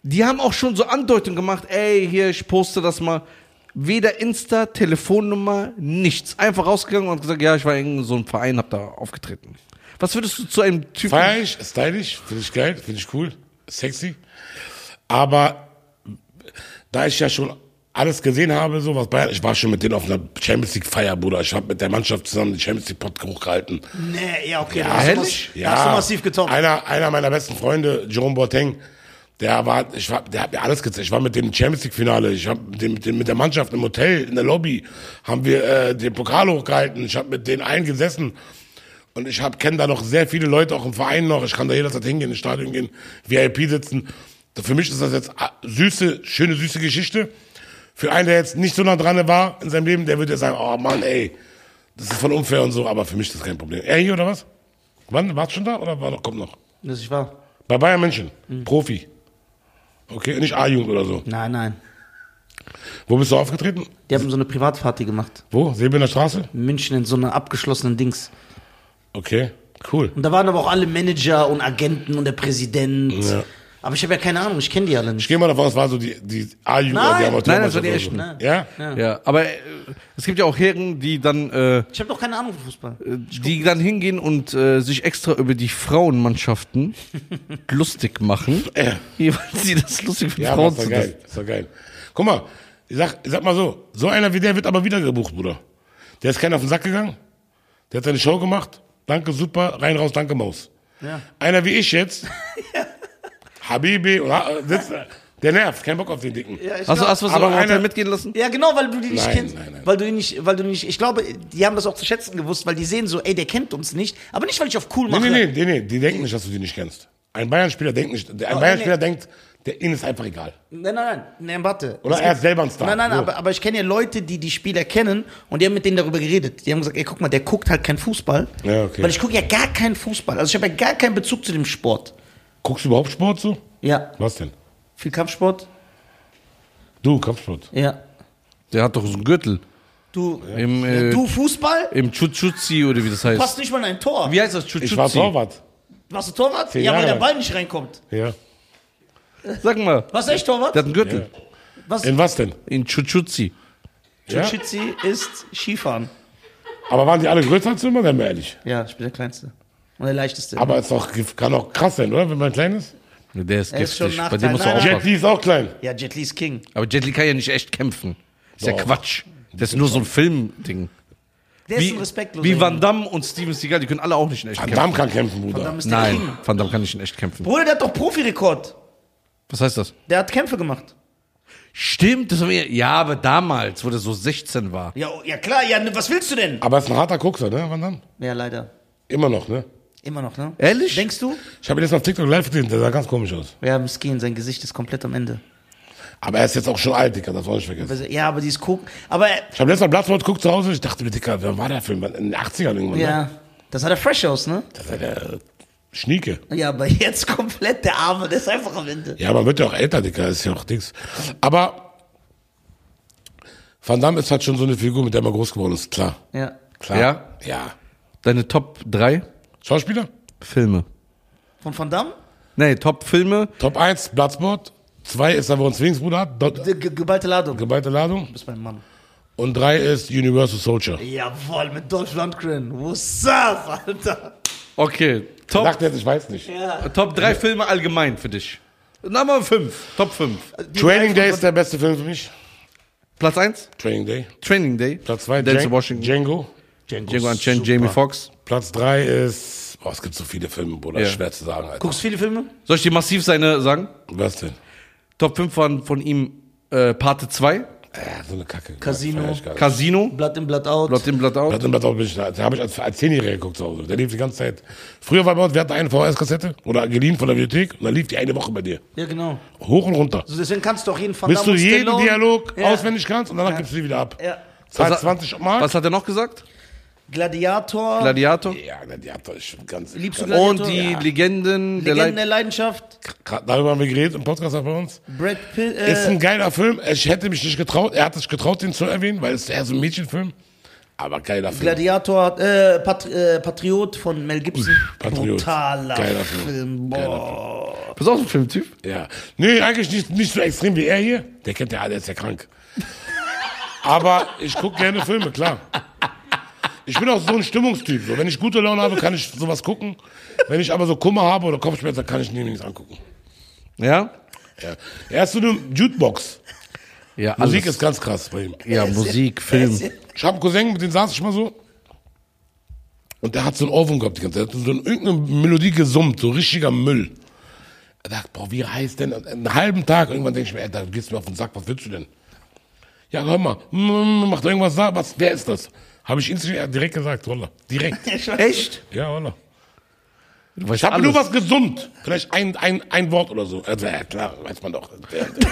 S2: die haben auch schon so Andeutungen gemacht, ey, hier, ich poste das mal. Weder Insta, Telefonnummer, nichts. Einfach rausgegangen und gesagt, ja, ich war in so einem Verein, hab da aufgetreten. Was würdest du zu einem Typen...
S3: Feier ich, stylisch, finde ich geil, finde ich cool, sexy. Aber da ich ja schon alles gesehen habe, so was Bayern, ich war schon mit denen auf einer Champions League Feier, Bruder. Ich habe mit der Mannschaft zusammen den Champions League Pot hochgehalten.
S1: Nee, ja, okay. da hast du
S2: ehrlich?
S1: mass- Da hast du massiv getoppt.
S3: Einer, einer meiner besten Freunde, Jerome Boateng, der war, ich war, der hat mir alles gezeigt. Ich war mit dem im Champions League Finale, ich habe mit, dem- mit, dem- mit der Mannschaft im Hotel, in der Lobby, haben wir äh, den Pokal hochgehalten. Ich habe mit denen allen gesessen. Und ich hab kenne da noch sehr viele Leute, auch im Verein noch. Ich kann da jederzeit hingehen, ins Stadion gehen, VIP sitzen. Für mich ist das jetzt ah, süße, schöne, süße Geschichte. Für einen, der jetzt nicht so nah dran war in seinem Leben, der würde jetzt sagen, oh Mann, ey, das ist voll unfair und so, aber für mich ist das kein Problem. Er hier oder was? Wann? Warst schon da oder war noch, kommt noch?
S1: Das ich war.
S3: Bei Bayern München,
S2: Mhm.
S3: Profi. Okay, nicht A-Jugend oder so.
S1: Nein, nein.
S3: Wo bist du aufgetreten?
S1: Die haben so eine Privatparty gemacht.
S3: Wo? Sebener Straße?
S1: In München in so einer abgeschlossenen Dings.
S3: Okay, cool.
S1: Und da waren aber auch alle Manager und Agenten und der Präsident.
S3: Ja.
S1: Aber ich habe ja keine Ahnung, ich kenne die alle nicht.
S3: Ich gehe mal davon aus, es war so die, die A-Jugend oder die
S1: Nein.
S3: Amateurmannschaft.
S2: Nein, das war die
S3: oder
S2: echten.
S1: Nein.
S3: Ja?
S2: Ja, aber äh, es gibt ja auch Herren, die dann, äh,
S1: Ich habe doch keine Ahnung von Fußball.
S2: die dann hingehen und äh, sich extra über die Frauenmannschaften lustig machen.
S3: Ja.
S2: Jeweils sie das lustig für
S3: Ja, aber
S2: Frauen
S3: ist doch
S2: zu
S3: geil. Ist doch geil. Guck mal, ich sag, ich sag mal so, so einer wie der wird aber wieder gebucht, Bruder. Der ist keiner auf den Sack gegangen. Der hat seine Show gemacht. Danke, super, rein, raus, danke, Maus.
S1: Ja.
S3: Einer wie ich jetzt, Habibi, oder, äh, sitzt, äh, der nervt, kein Bock auf den Dicken.
S1: Ja, ich
S2: Hast du,
S1: glaub-
S2: hast du was
S3: Aber
S2: im Hotel
S3: einer-
S2: mitgehen lassen?
S1: Ja, genau, weil du die nicht
S3: Nein,
S1: kennst.
S3: nein, nein.
S1: Weil du die nicht, weil du die nicht. Ich glaube, die haben das auch zu schätzen gewusst, weil die sehen so, ey, der kennt uns nicht. Aber nicht, weil ich auf cool
S3: Nee,
S1: mache.
S3: nee, nee, nee, nee, die denken nicht, dass du die nicht kennst. Ein Bayern-Spieler denkt nicht, ein Bayern-Spieler
S1: Oh, nee.
S3: denkt, der ihnen ist einfach egal.
S1: Nein, nein, nein, nein, warte.
S3: Oder
S1: Es
S3: er
S1: gibt-
S3: ist selber ein Star.
S1: Nein, nein,
S3: So.
S1: aber, aber ich kenne ja Leute, die die Spieler kennen und die haben mit denen darüber geredet. Die haben gesagt, ey, guck mal, der guckt halt keinen Fußball.
S3: Ja, okay.
S1: Weil ich gucke ja gar keinen Fußball. Also ich habe ja gar keinen Bezug zu dem Sport.
S3: Guckst du überhaupt Sport so?
S1: Ja.
S3: Was denn?
S1: Viel Kampfsport?
S3: Du, Kampfsport.
S1: Ja.
S2: Der hat doch so einen Gürtel.
S1: Du,
S2: Im,
S3: Ähm,
S2: äh,
S1: du Fußball?
S2: Im Chuchuzi oder wie das heißt.
S1: Passt nicht mal in ein Tor.
S2: Wie heißt das
S3: Ich war
S2: Chuchuzi?
S3: Torwart.
S1: Warst du Torwart?
S3: Zehn
S1: Ja, weil
S3: Jahre
S1: der
S3: lang.
S1: Ball nicht reinkommt.
S3: Ja.
S2: Sag mal,
S1: Was echt Torwart?
S2: der hat einen Gürtel.
S1: Was?
S3: In was denn?
S2: In Chuchuzi.
S3: Ja?
S1: Jiu-Jitsu ist Skifahren.
S3: Aber waren die alle größer als du immer, seien wir ehrlich?
S1: Ja, ich bin der Kleinste. Und der Leichteste.
S3: Aber es ist auch, kann auch krass sein, oder? Wenn man klein ist.
S2: Der ist
S1: Er ist
S2: giftig.
S1: schon
S2: Bei dem musst du
S1: Nachteil.
S3: Jet
S2: aufpassen.
S3: Li ist auch klein.
S1: ja, Jet Li ist King.
S2: Aber Jet Li kann ja nicht echt kämpfen. Ist ja
S3: Doch.
S2: Quatsch. Das ist nur so ein Filmding.
S1: Der ist
S2: Wie,
S1: ein respektloser
S2: wie Van
S1: Junge.
S2: Damme und Steven Seagal, die können alle auch nicht in echt
S3: Van
S2: kämpfen.
S3: Damme kann kämpfen, Bruder.
S1: Van Damme ist der King.
S2: Nein, Van Damme kann nicht in echt kämpfen.
S1: Bruder, der hat doch Profirekord.
S2: Was heißt das?
S1: Der hat Kämpfe gemacht.
S2: Stimmt, das haben wir, ja, aber damals, wo der so 16 war.
S1: Ja, oh, ja klar, ja, ne, was willst du denn?
S3: Aber er ist ein harter Kokser, ne, Van Damme?
S1: Ja, leider.
S3: Immer noch, ne?
S1: Immer noch, ne?
S2: Ehrlich?
S1: Denkst du?
S3: Ich habe ihn jetzt auf TikTok live gesehen, der sah ganz komisch aus.
S1: Wir haben Skin, sein Gesicht ist komplett am Ende.
S3: Aber er ist jetzt auch schon alt, Dicker, das wollte ich vergessen.
S1: Also, Ja, aber die ist cool. Aber äh,
S3: Ich habe letztes Mal Blattwort geguckt zu Hause, ich dachte mir, Dicker, wer war der Film? In den 80ern irgendwann, ne?
S1: ja, das sah der fresh aus, ne?
S3: Das war der äh, Schnieke.
S1: Ja, aber jetzt komplett der Arme, der ist einfach am Ende.
S3: Ja, man wird ja auch älter, Dicker, ist ja auch Dings. Aber Van Damme ist halt schon so eine Figur, mit der man groß geworden ist, klar.
S1: Ja.
S3: klar.
S2: Ja?
S3: Ja.
S2: Deine Top 3
S3: Schauspieler?
S2: Filme.
S1: Von Van Damme?
S2: Nee, Top-Filme.
S3: Top 1, Bloodsport. 2 ist aber uns Wings, Bruder. Dort-
S1: Ge- ge- Geballte Ladung. Du
S3: Geballte Ladung.
S1: bist mein Mann.
S3: Und 3 ist Universal Soldier.
S1: Jawohl, mit Dolph Lundgren. What's up, Alter?
S2: Okay, Top,
S3: Sagt jetzt, ich weiß nicht.
S2: Top 3 Filme allgemein für dich. Nummer 5, Top 5.
S3: Training Day ist der beste Film für mich.
S2: Platz 1,
S3: Training Day.
S2: Training Day.
S3: Platz 2,
S2: Denzel Washington.
S3: Django.
S2: Django Unchained, Jamie Foxx.
S3: Platz 3 ist. Boah, es gibt so viele Filme, Bruder.
S2: Ja.
S3: Schwer zu sagen, Alter.
S1: Guckst viele Filme?
S2: Soll ich dir massiv seine sagen?
S3: Was denn?
S2: Top 5 waren von ihm äh, Parte 2,
S3: Äh, so eine Kacke.
S1: Casino.
S3: Feier ich gar nicht.
S2: Casino,
S1: Blood in, Blood out.
S2: Blood in Blood Out.
S3: Blatt und Blatt auch bin ich, da habe ich als, als Zehnjähriger geguckt zu Hause. Der lief die ganze Zeit. Früher war bei uns, wir hatten eine VHS-Kassette oder geliehen von der Bibliothek und dann lief die eine Woche bei dir.
S1: ja, genau.
S3: Hoch und runter.
S1: So, deswegen kannst du auch jeden Van
S3: Bis du
S1: und
S3: jeden
S1: Stallone-
S3: Dialog
S1: Ja.
S3: auswendig kannst und danach gibst du die wieder ab.
S1: Ja.
S3: Zahlt
S2: Was-
S3: 20 Mark.
S2: Was hat er noch gesagt?
S1: Gladiator.
S2: Gladiator.
S3: Ja, na, die habt ihr schon ganz.
S1: Liebst du
S3: ganz
S1: Gladiator?
S2: Und die Legenden der
S1: Legenden
S2: Leid
S1: der Leidenschaft.
S3: Gerade darüber haben wir geredet im Podcast auch bei uns.
S1: Brad Pitt.
S3: Ist
S1: Äh,
S3: ein geiler Film. Ich hätte mich nicht getraut. Er hat sich getraut, den zu erwähnen, weil es ist eher so ein Mädchenfilm. Aber geiler Film.
S1: Gladiator. hat- Äh, Pat äh, Patriot von Mel Gibson.
S3: Patriot.
S1: Brutaler
S3: Geiler Film.
S1: Film. Boah.
S2: Bist du auch so ein Filmtyp?
S3: Ja. Nee, eigentlich nicht, nicht so extrem wie er hier. Der kennt ja alle, der ist ja krank. Aber ich gucke gerne Filme, klar. Ich bin auch so ein Stimmungstyp. So, wenn ich gute Laune habe, kann ich sowas gucken. Wenn ich aber so Kummer habe oder Kopfschmerzen, kann ich mir nichts angucken.
S2: Ja?
S3: Ja. Er ist so eine Jukebox.
S2: Ja,
S3: Musik
S2: alles.
S3: ist ganz krass bei ihm.
S2: Ja, Musik, Film.
S3: Ich habe einen Cousin, mit dem saß ich mal so. Und der hat so einen Ohrwurm gehabt die ganze Zeit. Der hat so eine, irgendeine Melodie gesummt, so richtiger Müll. Er sagt, boah, wie heißt denn? Und Einen halben Tag, irgendwann denke ich mir, ey, da gehst du mir auf den Sack, was willst du denn? Ja, hör mal, mm, macht irgendwas da, was, wer ist das? Habe ich instant er hat direkt gesagt, Wallah. Direkt.
S2: Echt?
S3: ja, Wallah.
S2: Ich
S3: Ich habe nur was gesummt. Vielleicht ein, ein, ein Wort oder so. Also, ja, klar, weiß man doch. Der- der-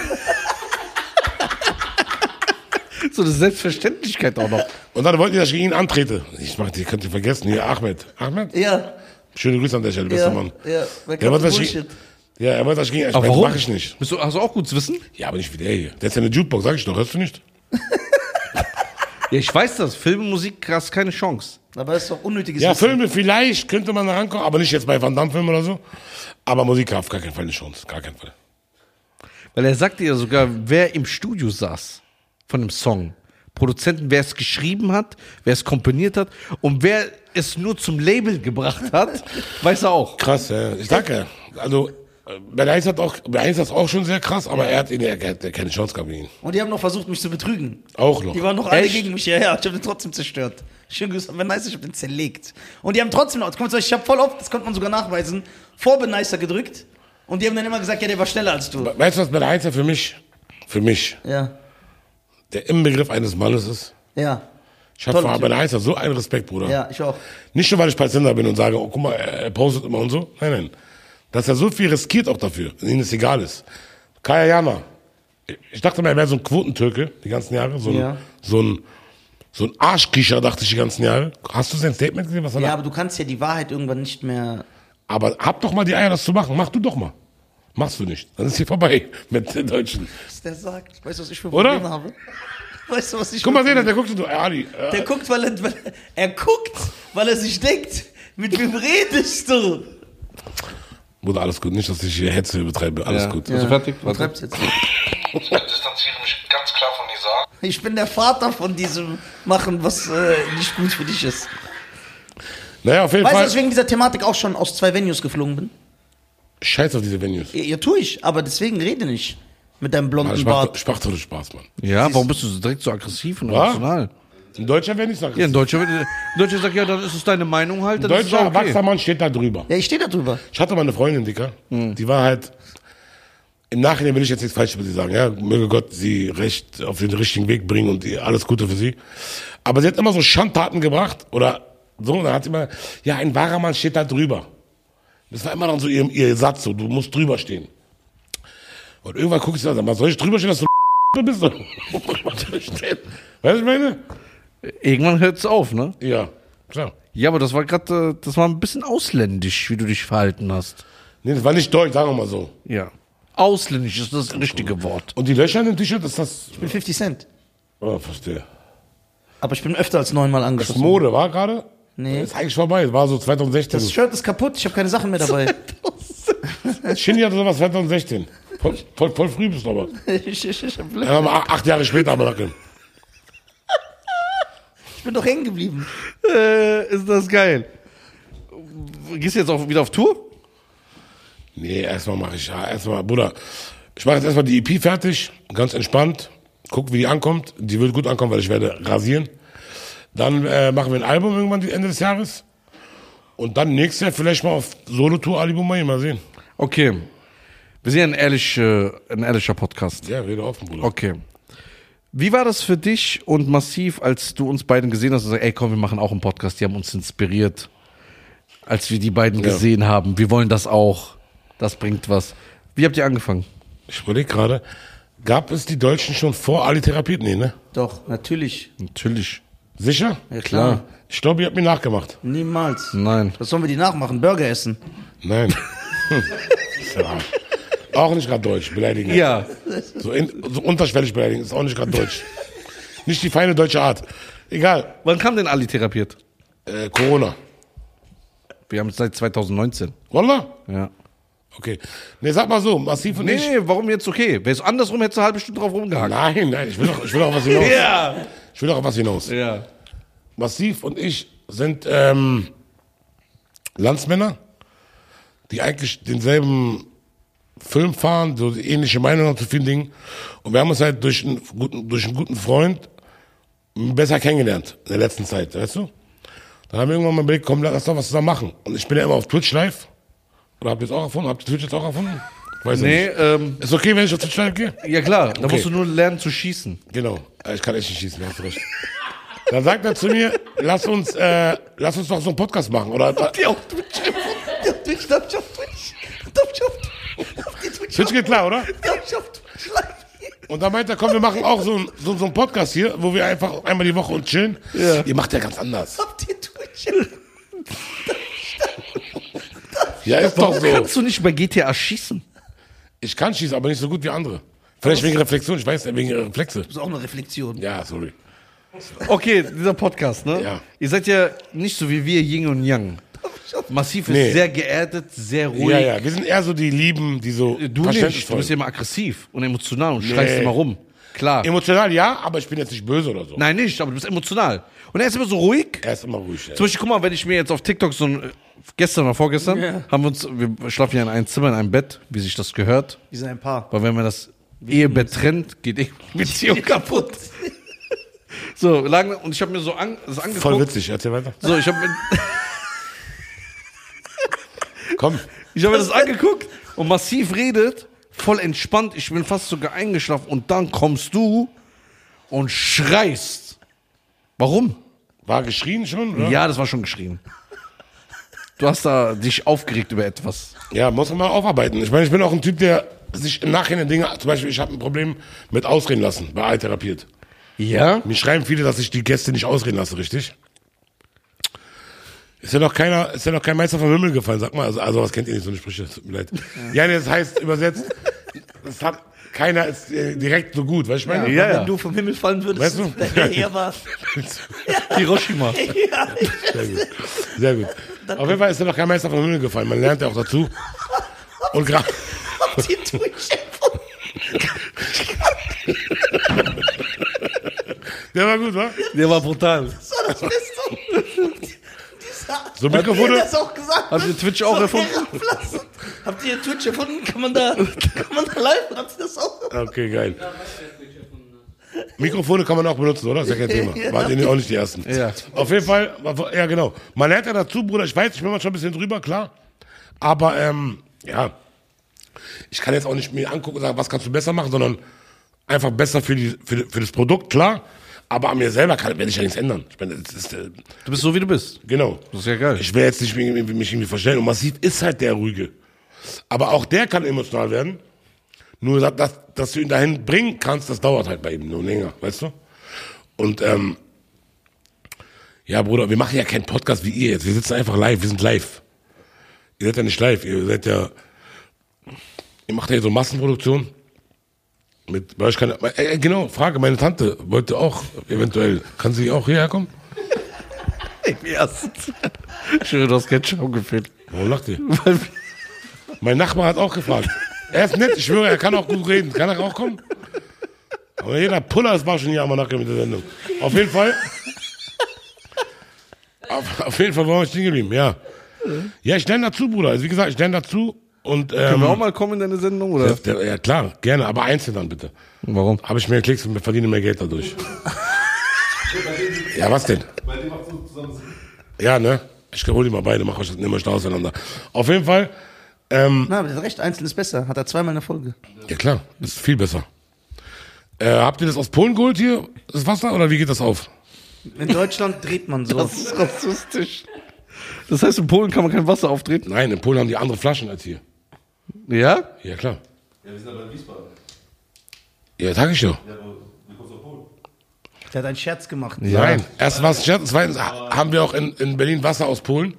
S2: So eine Selbstverständlichkeit auch noch.
S3: Und dann wollten die, dass ich gegen ihn antrete. Ich mach, die könnt ihr vergessen. Hier, Ahmed. Ahmed?
S1: Ja.
S3: Schöne Grüße an der Stelle, bester
S1: Ja,
S3: Mann.
S1: ja, wer
S3: der
S1: kann
S3: wollte
S1: so
S3: das
S1: Bullshit?
S3: Ich, ja, er wollte das gegen. Ich meine, mach ich nicht.
S2: Bist du, hast du auch gutes Wissen?
S3: Ja, aber nicht wie der hier. Der ist ja eine Jukebox, sag ich doch. Hörst du nicht?
S2: Ja, ich weiß das. Film und Musik hast keine Chance.
S1: Aber das ist doch unnötiges
S3: Ja,
S1: Wissen.
S3: Filme vielleicht könnte man da rankommen, aber nicht jetzt bei Van Damme-Filmen oder so. Aber Musik auf gar keinen Fall eine Chance. Gar keinen Fall.
S2: Weil er sagte ja sogar, wer im Studio saß von dem Song. Produzenten, wer es geschrieben hat, wer es komponiert hat und wer es nur zum Label gebracht hat, weiß er auch.
S3: Krass, ja. Ich sag ja. Also, äh, Ben Heinz hat auch, Ben Heinz hat's auch schon sehr krass, aber er hat ihn, er hat er hat keine Chance gehabt gegen ihn.
S1: Und die haben noch versucht, mich zu betrügen.
S3: Auch noch.
S1: Die waren noch alle
S2: Echt?
S1: gegen mich hierher. Ich habe den trotzdem zerstört. Schön gewusst, Ben Neister, ich habe den zerlegt. Und die haben trotzdem noch, guck mal, ich habe voll oft, das konnte man sogar nachweisen, vor Ben Neister gedrückt. Und die haben dann immer gesagt, ja, der war schneller als du.
S3: Weißt du, was Ben Heinz für mich, für mich,
S1: Ja,
S3: der Inbegriff eines Mannes ist?
S1: ja,
S3: Ich habe
S1: Toller
S3: vor
S1: Typ.
S3: Ben Heinz so einen Respekt, Bruder.
S1: ja, ich auch.
S3: Nicht nur, weil ich Palästinenser bin und sage, oh, guck mal, er er postet immer und so. Nein, nein. Dass er so viel riskiert auch dafür, dass ihm das egal ist. Kaya Jana. Ich dachte mal, er wäre so ein Quotentürke die ganzen Jahre. So ein,
S1: Ja.
S3: so ein, so ein Arschkischer, dachte ich die ganzen Jahre. Hast du sein Statement gesehen? Was er
S1: Ja,
S3: ja.
S1: aber du kannst ja die Wahrheit irgendwann nicht mehr.
S3: Aber hab doch mal die Eier, das zu machen. Mach du doch mal. Machst du nicht. Dann ist hier vorbei mit den Deutschen.
S1: Was der sagt. Weißt du, was ich für
S3: Oder?
S1: Probleme habe? Weißt du, was ich
S3: Guck
S1: für
S3: mal, sehen, der guckt und so, ey, Ali. Äh,
S1: Der guckt, weil er, weil er, er guckt, weil er sich denkt, mit wem redest du?
S3: Bruder, alles gut. Nicht, dass ich hier Hetze betreibe. Alles gut.
S2: Also fertig?
S1: Du treibst jetzt.
S4: Ich distanziere mich ganz klar von Nizar.
S1: Ich bin der Vater von diesem Machen, was äh, nicht gut für dich ist.
S3: Naja, auf jeden
S1: Weißt du,
S3: Fall.
S1: dass ich wegen dieser Thematik auch schon aus zwei Venues geflogen bin?
S3: Scheiß auf diese Venues.
S1: Ja, ja tue ich, aber deswegen rede nicht mit deinem blonden
S3: Ich mach,
S1: Bart.
S3: ich mach doch den Spaß, Mann.
S2: Ja, warum bist du so direkt so aggressiv und
S3: Was?
S2: rational?
S3: Ein Deutscher wäre nicht so
S2: Ja, ein Deutscher, ein Deutscher sagt, ja, dann ist es deine Meinung halt. Dann
S3: Ein
S2: ist es auch
S3: deutscher
S2: okay.
S3: erwachsener Mann steht da drüber.
S1: Ja, ich stehe da drüber.
S3: Ich hatte mal eine Freundin, Dicker,
S2: Hm.
S3: die war halt. Im Nachhinein will ich jetzt nichts Falsches über sie sagen. Ja, möge Gott sie recht auf den richtigen Weg bringen und ihr alles Gute für sie. Aber sie hat immer so Schandtaten gebracht oder so. Und dann hat sie immer, ja, ein wahrer Mann steht da drüber. Das war immer dann so ihr, ihr Satz, so, du musst drüber stehen. Und irgendwann gucke ich sie an, sag mal, soll ich drüber stehen, dass du bist? weißt du, was ich meine?
S2: Irgendwann hört es auf, ne?
S3: Ja, klar.
S2: Ja, aber das war gerade, äh, das war ein bisschen ausländisch, wie du dich verhalten hast.
S3: Nee, das war nicht deutsch, sagen wir mal so.
S2: Ja. Ausländisch ist das richtige Wort.
S3: Und die Löcher in dem T-Shirt, ist das.
S1: Ich bin 50 Cent.
S3: Oh, verstehe.
S1: Aber ich bin öfter als neunmal
S3: Das
S1: angeschossen.
S3: Mode war gerade?
S1: Nee.
S3: Ist eigentlich vorbei, war so 2016.
S1: Das Shirt ist kaputt, ich habe keine Sachen mehr dabei.
S3: Shindy hatte sowas 2016. Voll, voll, voll früh bist du aber. Er war mal a- acht Jahre später am Nacken.
S1: Ich bin doch hängen geblieben.
S2: Äh, ist das geil. Gehst du jetzt auch wieder auf Tour?
S3: Nee, erstmal mache ich, ja, erstmal, Bruder, ich mache jetzt erstmal die EP fertig, ganz entspannt, guck, wie die ankommt. Die wird gut ankommen, weil ich werde rasieren. Dann äh, machen wir ein Album irgendwann die- Ende des Jahres. Und dann nächstes Jahr vielleicht mal auf Solo-Tour Ali Boumaier, mal sehen.
S2: Okay. Wir sind ja ein, ehrlich, äh, ein ehrlicher Podcast.
S3: Ja, rede offen, Bruder.
S2: Okay. Wie war das für dich und Massiv, als du uns beiden gesehen hast und sagst, ey komm, wir machen auch einen Podcast, die haben uns inspiriert. Als wir die beiden
S3: Ja.
S2: gesehen haben, wir wollen das auch. Das bringt was. Wie habt ihr angefangen?
S3: Ich überlege gerade, gab es die Deutschen schon vor Ali Therapie? Nee, ne?
S1: Doch, natürlich.
S2: Natürlich.
S3: Sicher?
S1: Ja, klar.
S3: Ich glaube, ihr habt mir nachgemacht.
S1: Niemals.
S2: Nein.
S1: Was sollen wir die nachmachen? Burger essen.
S3: Nein. ja. Auch nicht gerade deutsch, beleidigen.
S2: Ja.
S3: So, in, so unterschwellig beleidigen, ist auch nicht gerade deutsch. nicht die feine deutsche Art. Egal,
S2: Wann kam denn Ali therapiert?
S3: äh, Corona.
S2: Wir haben es seit 2019.
S3: Wallah?
S2: Ja.
S3: Okay. Ne, sag mal so, massiv und
S2: Nee,
S3: ich.
S2: nee, warum jetzt okay? Wäre es andersrum, hättest du eine halbe Stunde drauf rumgehackt.
S3: Nein, nein, ich will doch, ich will doch auf was hinaus.
S2: Ja.
S3: Ich will doch auf was hinaus.
S2: Ja.
S3: Massiv und ich sind ähm, Landsmänner, die eigentlich denselben Film fahren, so die ähnliche Meinung haben zu vielen Dingen. Und wir haben uns halt durch einen guten, durch einen guten Freund besser kennengelernt in der letzten Zeit, weißt du? Dann haben wir irgendwann mal überlegt, komm, lass doch was zusammen machen. Und ich bin ja immer auf Twitch live. Oder habt ihr es auch erfunden? Habt ihr Twitch jetzt auch erfunden? Weiß ich
S2: Nee,
S3: nicht.
S2: ähm,
S3: Ist okay, wenn ich auf Twitch live gehe?
S2: ja klar, da
S3: Okay.
S2: musst du nur lernen zu schießen.
S3: Genau. Äh, Ich kann echt nicht schießen, hast du recht. Dann sagt er zu mir, lass uns, äh, lass uns doch so einen Podcast machen. Oder äh,
S1: auf Twitch Die auf Twitch, darf ich auf Twitch? Darf ich auf Twitch? Auf die Twitch,
S3: Twitch geht klar, oder?
S1: darf ich auf Twitch live?
S3: Und dann meint er, komm, wir machen auch so, ein- so, so einen Podcast hier, wo wir einfach einmal die Woche uns chillen.
S2: Ja.
S3: Ihr macht ja ganz anders.
S1: Auf die Twitch.
S3: Ja, ist doch so.
S2: Kannst du nicht bei GTA schießen?
S3: Ich kann schießen, aber nicht so gut wie andere. Vielleicht wegen Reflexion, ich weiß, wegen ihrer Reflexe.
S1: Das ist auch eine Reflexion.
S3: Ja, sorry.
S2: Okay, dieser Podcast, ne?
S3: Ja.
S2: Ihr seid ja nicht so wie wir, Yin und Yang. Massiv ist
S3: Nee.
S2: sehr geerdet, sehr ruhig.
S3: Ja, ja, wir sind eher so die Lieben, die so
S2: Du nicht, du bist ja immer aggressiv und emotional und schreist immer rum. Klar.
S3: Emotional ja, aber ich bin jetzt nicht böse oder so.
S2: Nein, nicht, aber du bist emotional. Und er ist immer so ruhig.
S3: Er ist immer ruhig.
S2: Zum
S3: Ey.
S2: Beispiel, guck mal, wenn ich mir jetzt auf TikTok so ein, äh, gestern oder vorgestern, haben wir uns, wir schlafen ja in einem Zimmer, in einem Bett, wie sich das gehört.
S1: Wir sind ein Paar.
S2: Weil wenn man das Ehebett trennt, geht die Beziehung kaputt. So, lagen, und ich habe mir so an, das angeguckt.
S3: Voll witzig, erzähl weiter.
S2: So, ich habe mir,
S3: Komm.
S2: ich hab mir das angeguckt und massiv redet, voll entspannt. Ich bin fast sogar eingeschlafen und dann kommst du und schreist. Warum?
S3: War geschrien schon, oder?
S2: Ja, das war schon geschrien. Du hast da dich aufgeregt über etwas.
S3: Ja, muss man mal aufarbeiten. Ich meine, ich bin auch ein Typ, der sich im Nachhinein Dinge, zum Beispiel, ich habe ein Problem mit Ausreden lassen, bei All therapiert.
S2: Ja?
S3: Mir schreiben viele, dass ich die Gäste nicht ausreden lasse, richtig? Ist ja noch keiner, ist ja noch kein Meister vom Himmel gefallen, sag mal. Also, also was kennt ihr nicht, so eine Sprüche, tut mir leid. Ja, nee, das heißt, übersetzt, das hat, keiner ist äh, direkt so gut, weißt du, ich meine?
S2: Ja, ja.
S1: Wenn du vom Himmel fallen würdest,
S3: Weißt du?
S1: wäre er war.
S2: Hiroshima.
S1: Ja,
S3: Sehr gut. Sehr gut. Auf jeden Fall ist ja noch kein Meister vom Himmel gefallen, man lernt ja auch dazu. Und gerade,
S1: auf die Twitch.
S3: der war gut, wa?
S2: Der war brutal.
S1: Das war das Beste. Dieser-
S3: So Mikrofone-
S1: Habt ihr das auch gesagt? ne?
S2: Habt ihr Twitch auch
S1: So
S2: erfunden?
S1: herablassend. Habt ihr Twitch erfunden? Kann man da, kann man da live? Habt ihr das auch erfunden?
S3: Okay, geil. Mikrofone kann man auch benutzen, oder? Ist ja kein Thema. Wart ihr auch nicht die Ersten.
S2: Ja.
S3: Auf jeden Fall, ja genau. Man lernt ja dazu, Bruder, ich weiß, ich bin manchmal ein bisschen drüber, klar. Aber, ähm, ja. Ich kann jetzt auch nicht mir angucken und sagen, was kannst du besser machen, sondern einfach besser für, die, für, für das Produkt, klar. Aber an mir selber kann, werde ich ja nichts ändern. Ich meine, das ist, äh,
S2: Du bist so, wie du bist.
S3: genau.
S2: Das ist ja geil.
S3: Ich will jetzt nicht mich, mich irgendwie verstellen. Und Massiv ist halt der Ruhige. Aber auch der kann emotional werden. Nur, dass, dass, dass du ihn dahin bringen kannst, das dauert halt bei ihm nur länger, weißt du? Und, ähm, ja, Bruder, wir machen ja keinen Podcast wie ihr jetzt. Wir sitzen einfach live, wir sind live. Ihr seid ja nicht live, ihr seid ja, ihr macht ja so Massenproduktion. Mit, weil ich kann, äh, äh, genau, Frage, meine Tante wollte auch, eventuell, kann sie auch hierher kommen?
S2: Im Ersten. Schön, du hast Ketchup gefehlt.
S3: Warum lacht ihr? Mein Nachbar hat auch gefragt. Er ist nett, ich schwöre, er kann auch gut reden. Kann er auch kommen? Aber jeder Puller ist war schon hier am Nachbar mit der Sendung. Auf jeden Fall. Auf, auf jeden Fall waren wir stehen geblieben, ja. Ja, ich lerne dazu, Bruder. Also wie gesagt, ich lerne dazu. Und,
S2: Können wir auch
S3: ähm,
S2: mal kommen in deine Sendung, oder?
S3: ja, ja, klar, gerne, aber einzeln dann bitte.
S2: Warum?
S3: Habe ich mehr Klicks und verdiene mehr Geld dadurch. ja, was denn? Ja, ne? Ich hol die mal beide, mach euch, nehm euch da auseinander. Auf jeden Fall,
S1: Na, aber der Recht, einzeln ist besser. Hat er zweimal eine Folge.
S3: ja klar, ist viel besser. Äh, habt ihr das aus Polen geholt hier, das Wasser, oder wie geht das auf?
S1: In Deutschland dreht man so.
S2: Das ist rassistisch. Das heißt, in Polen kann man kein Wasser auftreten?
S3: Nein, in Polen haben die andere Flaschen als hier.
S2: Ja?
S3: Ja, klar.
S5: Ja, wir sind aber in Wiesbaden.
S3: Ja, sag ich doch.
S5: Ja, aber wir kommen aus Polen.
S1: Der hat einen Scherz gemacht.
S3: Nein, erstens war es ein Scherz, und zweitens ha- haben wir auch in, in Berlin Wasser aus Polen.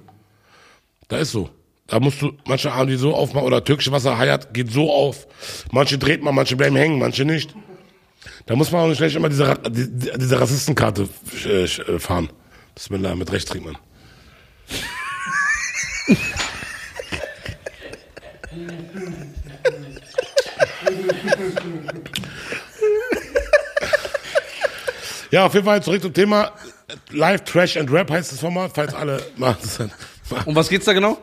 S3: Da ist so. Da musst du, manche haben die so aufmachen, oder türkische Wasser, Hayat, geht so auf. Manche dreht man, manche bleiben hängen, manche nicht. Da muss man auch nicht gleich immer diese, Ra- die- die- diese Rassistenkarte äh, äh, fahren. Bismillah, mit Recht trinkt man. Ja, auf jeden Fall zurück zum Thema. Live Trash and Rap heißt das Format, falls alle machen das. dann.
S2: Um was geht's da genau?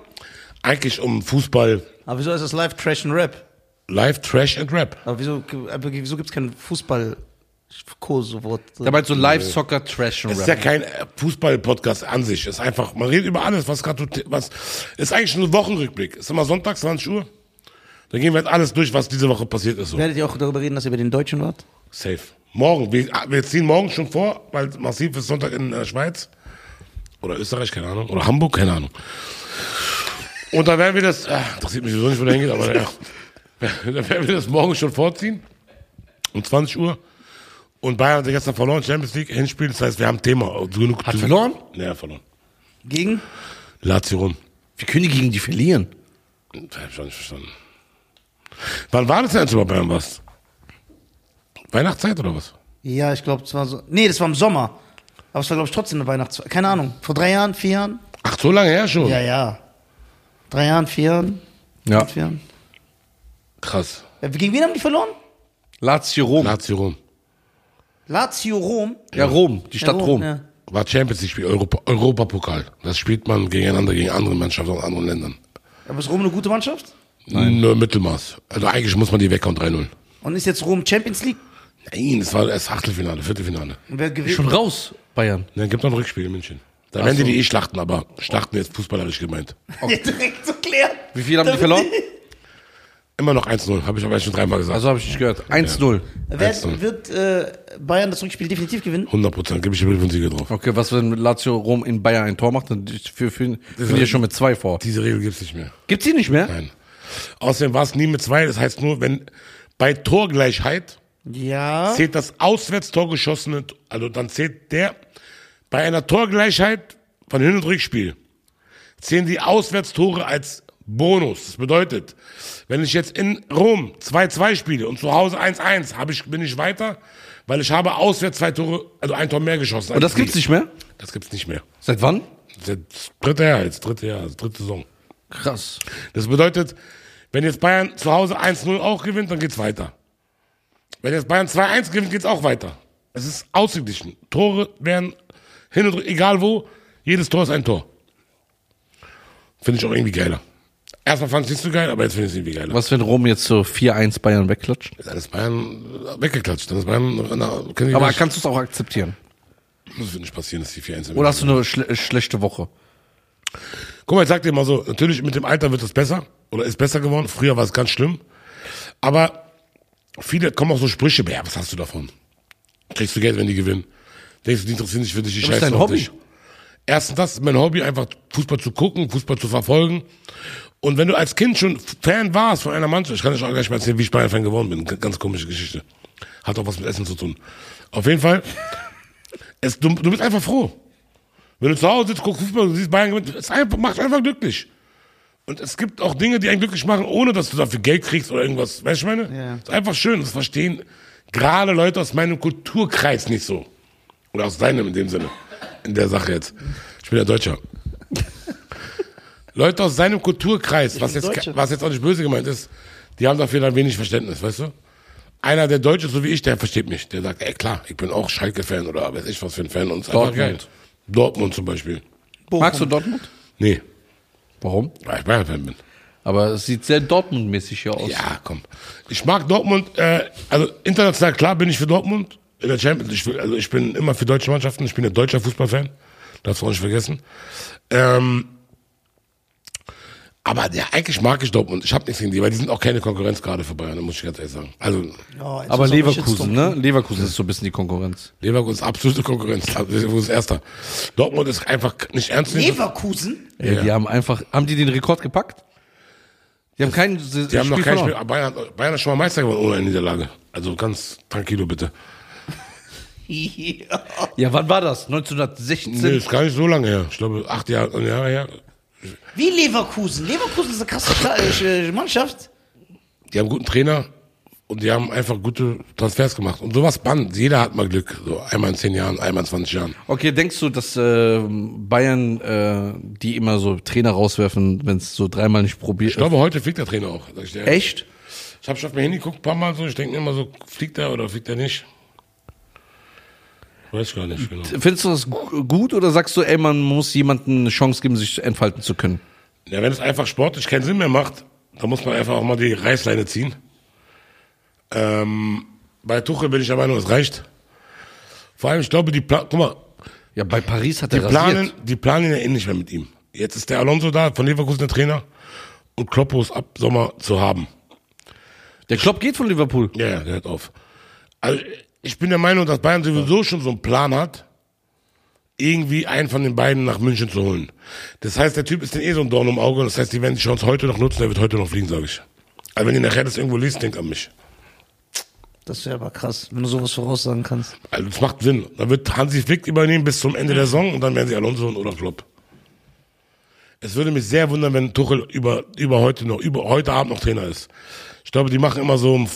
S3: Eigentlich um Fußball.
S1: Aber wieso ist das Live Trash and Rap?
S3: Live Trash and Rap.
S1: Aber wieso, aber wieso gibt es kein Fußball-Kurswort?
S2: Dabei so Live-Soccer, Trash und
S3: Es ist ja
S2: Rap.
S3: kein äh, Fußball-Podcast an sich. Es Ist einfach, man redet über alles, was gerade, so- was, ist eigentlich nur ein Wochenrückblick. Ist immer Sonntag, 20 Uhr. Da gehen wir jetzt alles durch, was diese Woche passiert ist, so.
S1: Werdet ihr auch darüber reden, dass ihr über den Deutschen wart?
S3: Safe. Morgen, wir, ah, wir ziehen morgen schon vor, weil massiv ist Sonntag in der Schweiz. Oder Österreich, keine Ahnung. Oder Hamburg, keine Ahnung. Und da werden wir das, ah, interessiert mich sowieso nicht, wo der hingeht, aber ja. Da werden wir das morgen schon vorziehen. Um 20 Uhr. Und Bayern hat ja gestern verloren, Champions League, Hinspiel. Das heißt, wir haben Thema. Also Genug
S2: Hat verloren?
S3: Ja, verloren.
S1: Gegen?
S3: Lazio Rom.
S2: Wie können die gegen die verlieren?
S3: Das hab ich auch nicht verstanden. Wann war das denn, als du bei Bayern warst? Weihnachtszeit oder was?
S1: Ja, ich glaube, es war so. Nee, das war im Sommer. Aber es war, glaube ich, trotzdem eine Weihnachtszeit. Keine Ahnung. Vor drei Jahren, vier Jahren?
S3: Ach, so lange her schon?
S1: Ja, ja. Drei Jahren, vier Jahren?
S2: Ja.
S1: Vier Jahren.
S3: Krass.
S1: Äh, Gegen wen haben die verloren?
S2: Lazio Rom.
S3: Lazio Oh. Rom.
S1: Lazio Rom.
S2: Ja, Rom, die
S1: Ja,
S2: Stadt Rom.
S1: ja.
S3: War Champions League Spiel, Europa, Europapokal. Das spielt man gegeneinander, gegen andere Mannschaften aus anderen Ländern.
S1: Aber ist Rom eine gute Mannschaft?
S3: Nein. Nur Mittelmaß. Also eigentlich muss man die weghauen, 3-0.
S1: Und ist jetzt Rom Champions League?
S3: Nein, das war erst Achtelfinale, Viertelfinale.
S1: Und wer gewinnt?
S2: Schon raus, Bayern.
S3: Dann gibt noch ein Rückspiel in München. Da werden die die eh schlachten, aber schlachten jetzt fußballerisch gemeint.
S1: Direkt so klären.
S2: Wie viel haben die verloren?
S3: Immer noch 1-0, habe ich aber schon dreimal gesagt.
S2: Also habe ich nicht gehört. 1-0. Also.
S1: Wer, wird äh, Bayern das Rückspiel definitiv gewinnen?
S3: 100 Prozent, gebe ich den Brief und Sieger drauf.
S2: Okay, was, wenn Lazio Rom in Bayern ein Tor macht, dann führen wir schon mit zwei vor.
S3: Diese Regel gibt's nicht mehr.
S2: Gibt's die nicht mehr?
S3: Nein. Außerdem war es nie mit zwei, das heißt nur, wenn bei Torgleichheit
S1: Ja.
S3: zählt das Auswärtstor geschossene, also dann zählt der, bei einer Torgleichheit von Hin- und Rückspiel, zählen die Auswärtstore als Bonus. Das bedeutet, wenn ich jetzt in Rom 2-2 spiele und zu Hause 1-1, habe ich, bin ich weiter, weil ich habe auswärts zwei Tore, also ein Tor mehr geschossen.
S2: Und das gibt's nicht mehr?
S3: Das gibt's nicht mehr.
S2: Seit wann?
S3: Das ist das dritte Jahr jetzt, dritte Jahr, das dritte Saison.
S2: Krass.
S3: Das bedeutet, wenn jetzt Bayern zu Hause 1-0 auch gewinnt, dann geht's weiter. Wenn jetzt Bayern 2-1 gewinnt, geht's auch weiter. Es ist ausgeglichen. Tore werden hin und rück- egal wo, jedes Tor ist ein Tor. Finde ich auch irgendwie geiler. Erstmal fand ich nicht so geil, aber jetzt finde ich es irgendwie geiler.
S2: Was, wenn Rom jetzt so 4-1 Bayern wegklatscht?
S3: Dann ist Bayern weggeklatscht. Dann ist Bayern, na, können die
S2: Aber
S3: nicht,
S2: kannst du es auch akzeptieren?
S3: das wird nicht passieren, dass die 4-1
S2: Oder hast du eine schle äh, schlechte Woche?
S3: Guck mal, ich sag dir mal so, natürlich mit dem Alter wird es besser oder ist besser geworden. Früher war es ganz schlimm. Aber viele kommen auch so Sprüche, ja, was hast du davon? Kriegst du Geld, wenn die gewinnen? Denkst du, die interessieren sich für dich, die
S2: Aber ist
S3: scheiße
S2: dein
S3: auf
S2: Hobby.
S3: dich. Erstens, das ist mein Hobby, einfach Fußball zu gucken, Fußball zu verfolgen. Und wenn du als Kind schon Fan warst von einer Mannschaft, ich kann euch auch gleich mal erzählen, wie ich Bayern-Fan geworden bin. G- Ganz komische Geschichte. Hat auch was mit Essen zu tun. Auf jeden Fall, es, du, du bist einfach froh. Wenn du zu Hause sitzt, guckst Fußball, du siehst Bayern gewinnt, es einfach, macht einfach glücklich. Und es gibt auch Dinge, die einen glücklich machen, ohne dass du dafür Geld kriegst oder irgendwas. Weißt du, was ich meine?
S1: Ja.
S3: Ist einfach schön. Das verstehen gerade Leute aus meinem Kulturkreis nicht so. Oder aus deinem in dem Sinne. In der Sache jetzt. Ich bin ja Deutscher. Leute aus seinem Kulturkreis, was
S1: bin
S3: jetzt,
S1: Deutsche.
S3: was jetzt auch nicht böse gemeint ist, die haben dafür dann wenig Verständnis, weißt du? Einer, der Deutsch ist, so wie ich, der versteht mich. Der sagt, ey klar, ich bin auch Schalke-Fan oder weiß ich was für ein Fan. Und es ist einfach
S2: Dortmund.
S3: geil. Dortmund zum Beispiel.
S1: Bochum. Oh,
S2: Magst du Dortmund?
S3: Nee,
S2: Warum?
S3: weil ich Bayern-Fan bin.
S2: Aber es sieht sehr Dortmund-mäßig hier aus.
S3: Ja, komm. Ich mag Dortmund, äh, also international klar bin ich für Dortmund. In der Champions League, ich will- also ich bin immer für deutsche Mannschaften, ich bin ein deutscher Fußballfan. Darfst du auch nicht vergessen. Ähm, aber ja, eigentlich mag ich Dortmund. Ich habe nichts gegen die, weil die sind auch keine Konkurrenz gerade für Bayern, muss ich ganz ehrlich sagen. Also
S1: Oh, jetzt
S2: Aber
S1: ist auch
S2: Leverkusen,
S1: Shitstorm.
S2: ne? Leverkusen ist so ein bisschen die Konkurrenz.
S3: Leverkusen ist absolute Konkurrenz. Leverkusen ist erster. Dortmund ist einfach nicht ernst. nehmen.
S1: Leverkusen?
S2: Ey,
S3: Ja.
S2: Die haben einfach, haben die den Rekord gepackt? Die haben keinen, die
S3: Die haben noch kein Spiel. Bayern, hat- Bayern ist schon mal Meister geworden ohne eine Niederlage. Also ganz tranquilo bitte.
S1: Ja.
S2: Ja, wann war das?
S3: Nee,
S2: 1916?
S3: ist gar nicht so lange her. Ich glaube, acht Jahre, Jahre her.
S1: Wie Leverkusen? Leverkusen ist eine krasse Kla- äh, Mannschaft.
S3: die haben guten Trainer und die haben einfach gute Transfers gemacht. Und sowas band. Jeder hat mal Glück. So einmal in zehn Jahren, einmal in 20 Jahren.
S2: Okay, denkst du, dass äh, Bayern äh, die immer so Trainer rauswerfen, wenn es so dreimal nicht probiert?
S3: Ich glaube, heute fliegt der Trainer auch. Sag ich dir. ehrlich.
S2: Echt?
S3: Ich habe schon auf mein Handy geguckt, ein paar Mal so. Ich denke mir immer so, fliegt er oder fliegt er nicht? Weiß gar nicht genau.
S2: Findest du das gu- gut oder sagst du, ey, man muss jemandem eine Chance geben, sich entfalten zu können?
S3: Ja, wenn es einfach sportlich keinen Sinn mehr macht, dann muss man einfach auch mal die Reißleine ziehen. Ähm, bei Tuchel bin ich der Meinung, es reicht. Vor allem, ich glaube, die Plan, guck mal,
S2: Ja, bei Paris hat
S3: Die
S2: er rasiert.
S3: planen, die planen ja eh nicht mehr mit ihm. Jetzt ist der Alonso da, von Leverkusen der Trainer. Und Kloppo ist ab Sommer zu haben.
S2: Der Klopp geht von Liverpool.
S3: Ja, ja, der hört auf. Also, ich bin der Meinung, dass Bayern sowieso schon so einen Plan hat, irgendwie einen von den beiden nach München zu holen. Das heißt, der Typ ist denn eh so ein Dorn im Auge. Das heißt, die werden die Chance heute noch nutzen, der wird heute noch fliegen, sage ich. Also, wenn ihr nachher das irgendwo liest, denkt an mich.
S1: Das wäre aber krass, wenn du sowas voraussagen kannst.
S3: Also, das macht Sinn. Dann wird Hansi Flick übernehmen bis zum Ende der Saison und dann werden sie Alonso und oder Klopp. Es würde mich sehr wundern, wenn Tuchel über, über heute noch, über heute Abend noch Trainer ist. Ich glaube, die machen immer so um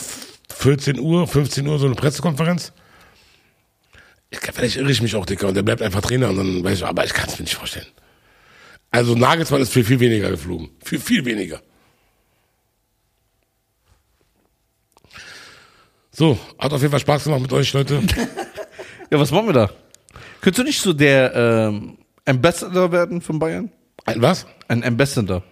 S3: 14 Uhr, 15 Uhr so eine Pressekonferenz. Ich, kann- vielleicht irre ich mich auch, Dicker, und der bleibt einfach Trainer und dann weiß ich, aber ich kann es mir nicht vorstellen. Also Nagelsmann ist für viel weniger geflogen. Für viel weniger. So, hat auf jeden Fall Spaß gemacht mit euch, Leute.
S2: Ja, was machen wir da? Könntest du nicht so der ähm, Ambassador werden von Bayern?
S3: Ein was?
S2: Ein Ambassador.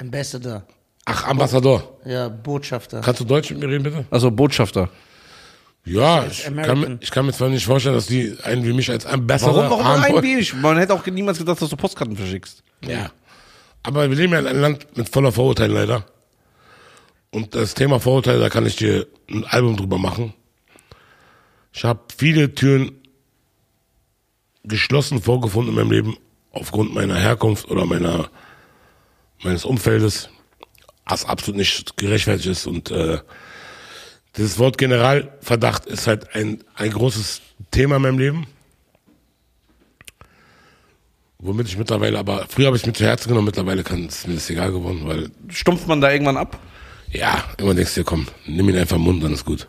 S1: Ambassador.
S3: Ach, Ambassador.
S1: Ja, Botschafter.
S3: Kannst du Deutsch mit mir reden, bitte?
S2: Also Botschafter.
S3: Ja, ich kann,
S1: American.
S3: mir, ich kann mir zwar nicht vorstellen, dass die einen wie mich als Ambassador
S2: Warum, warum
S3: haben
S2: ein
S3: wollen.
S2: wenig? Man hätte auch niemals gedacht, dass du Postkarten verschickst.
S3: Ja. Aber wir leben ja in einem Land mit voller Vorurteilen leider. Und das Thema Vorurteile, da kann ich dir ein Album drüber machen. Ich habe viele Türen geschlossen vorgefunden in meinem Leben aufgrund meiner Herkunft oder meiner meines Umfeldes, was absolut nicht gerechtfertigt ist. Und äh, dieses Wort Generalverdacht ist halt ein, ein großes Thema in meinem Leben. Womit ich mittlerweile aber, früher habe ich es mir zu Herzen genommen, mittlerweile kann es mir das egal geworden, weil,
S2: Stumpft man da irgendwann ab?
S3: ja, immer denkst du dir, komm, nimm ihn einfach im Mund, dann ist gut.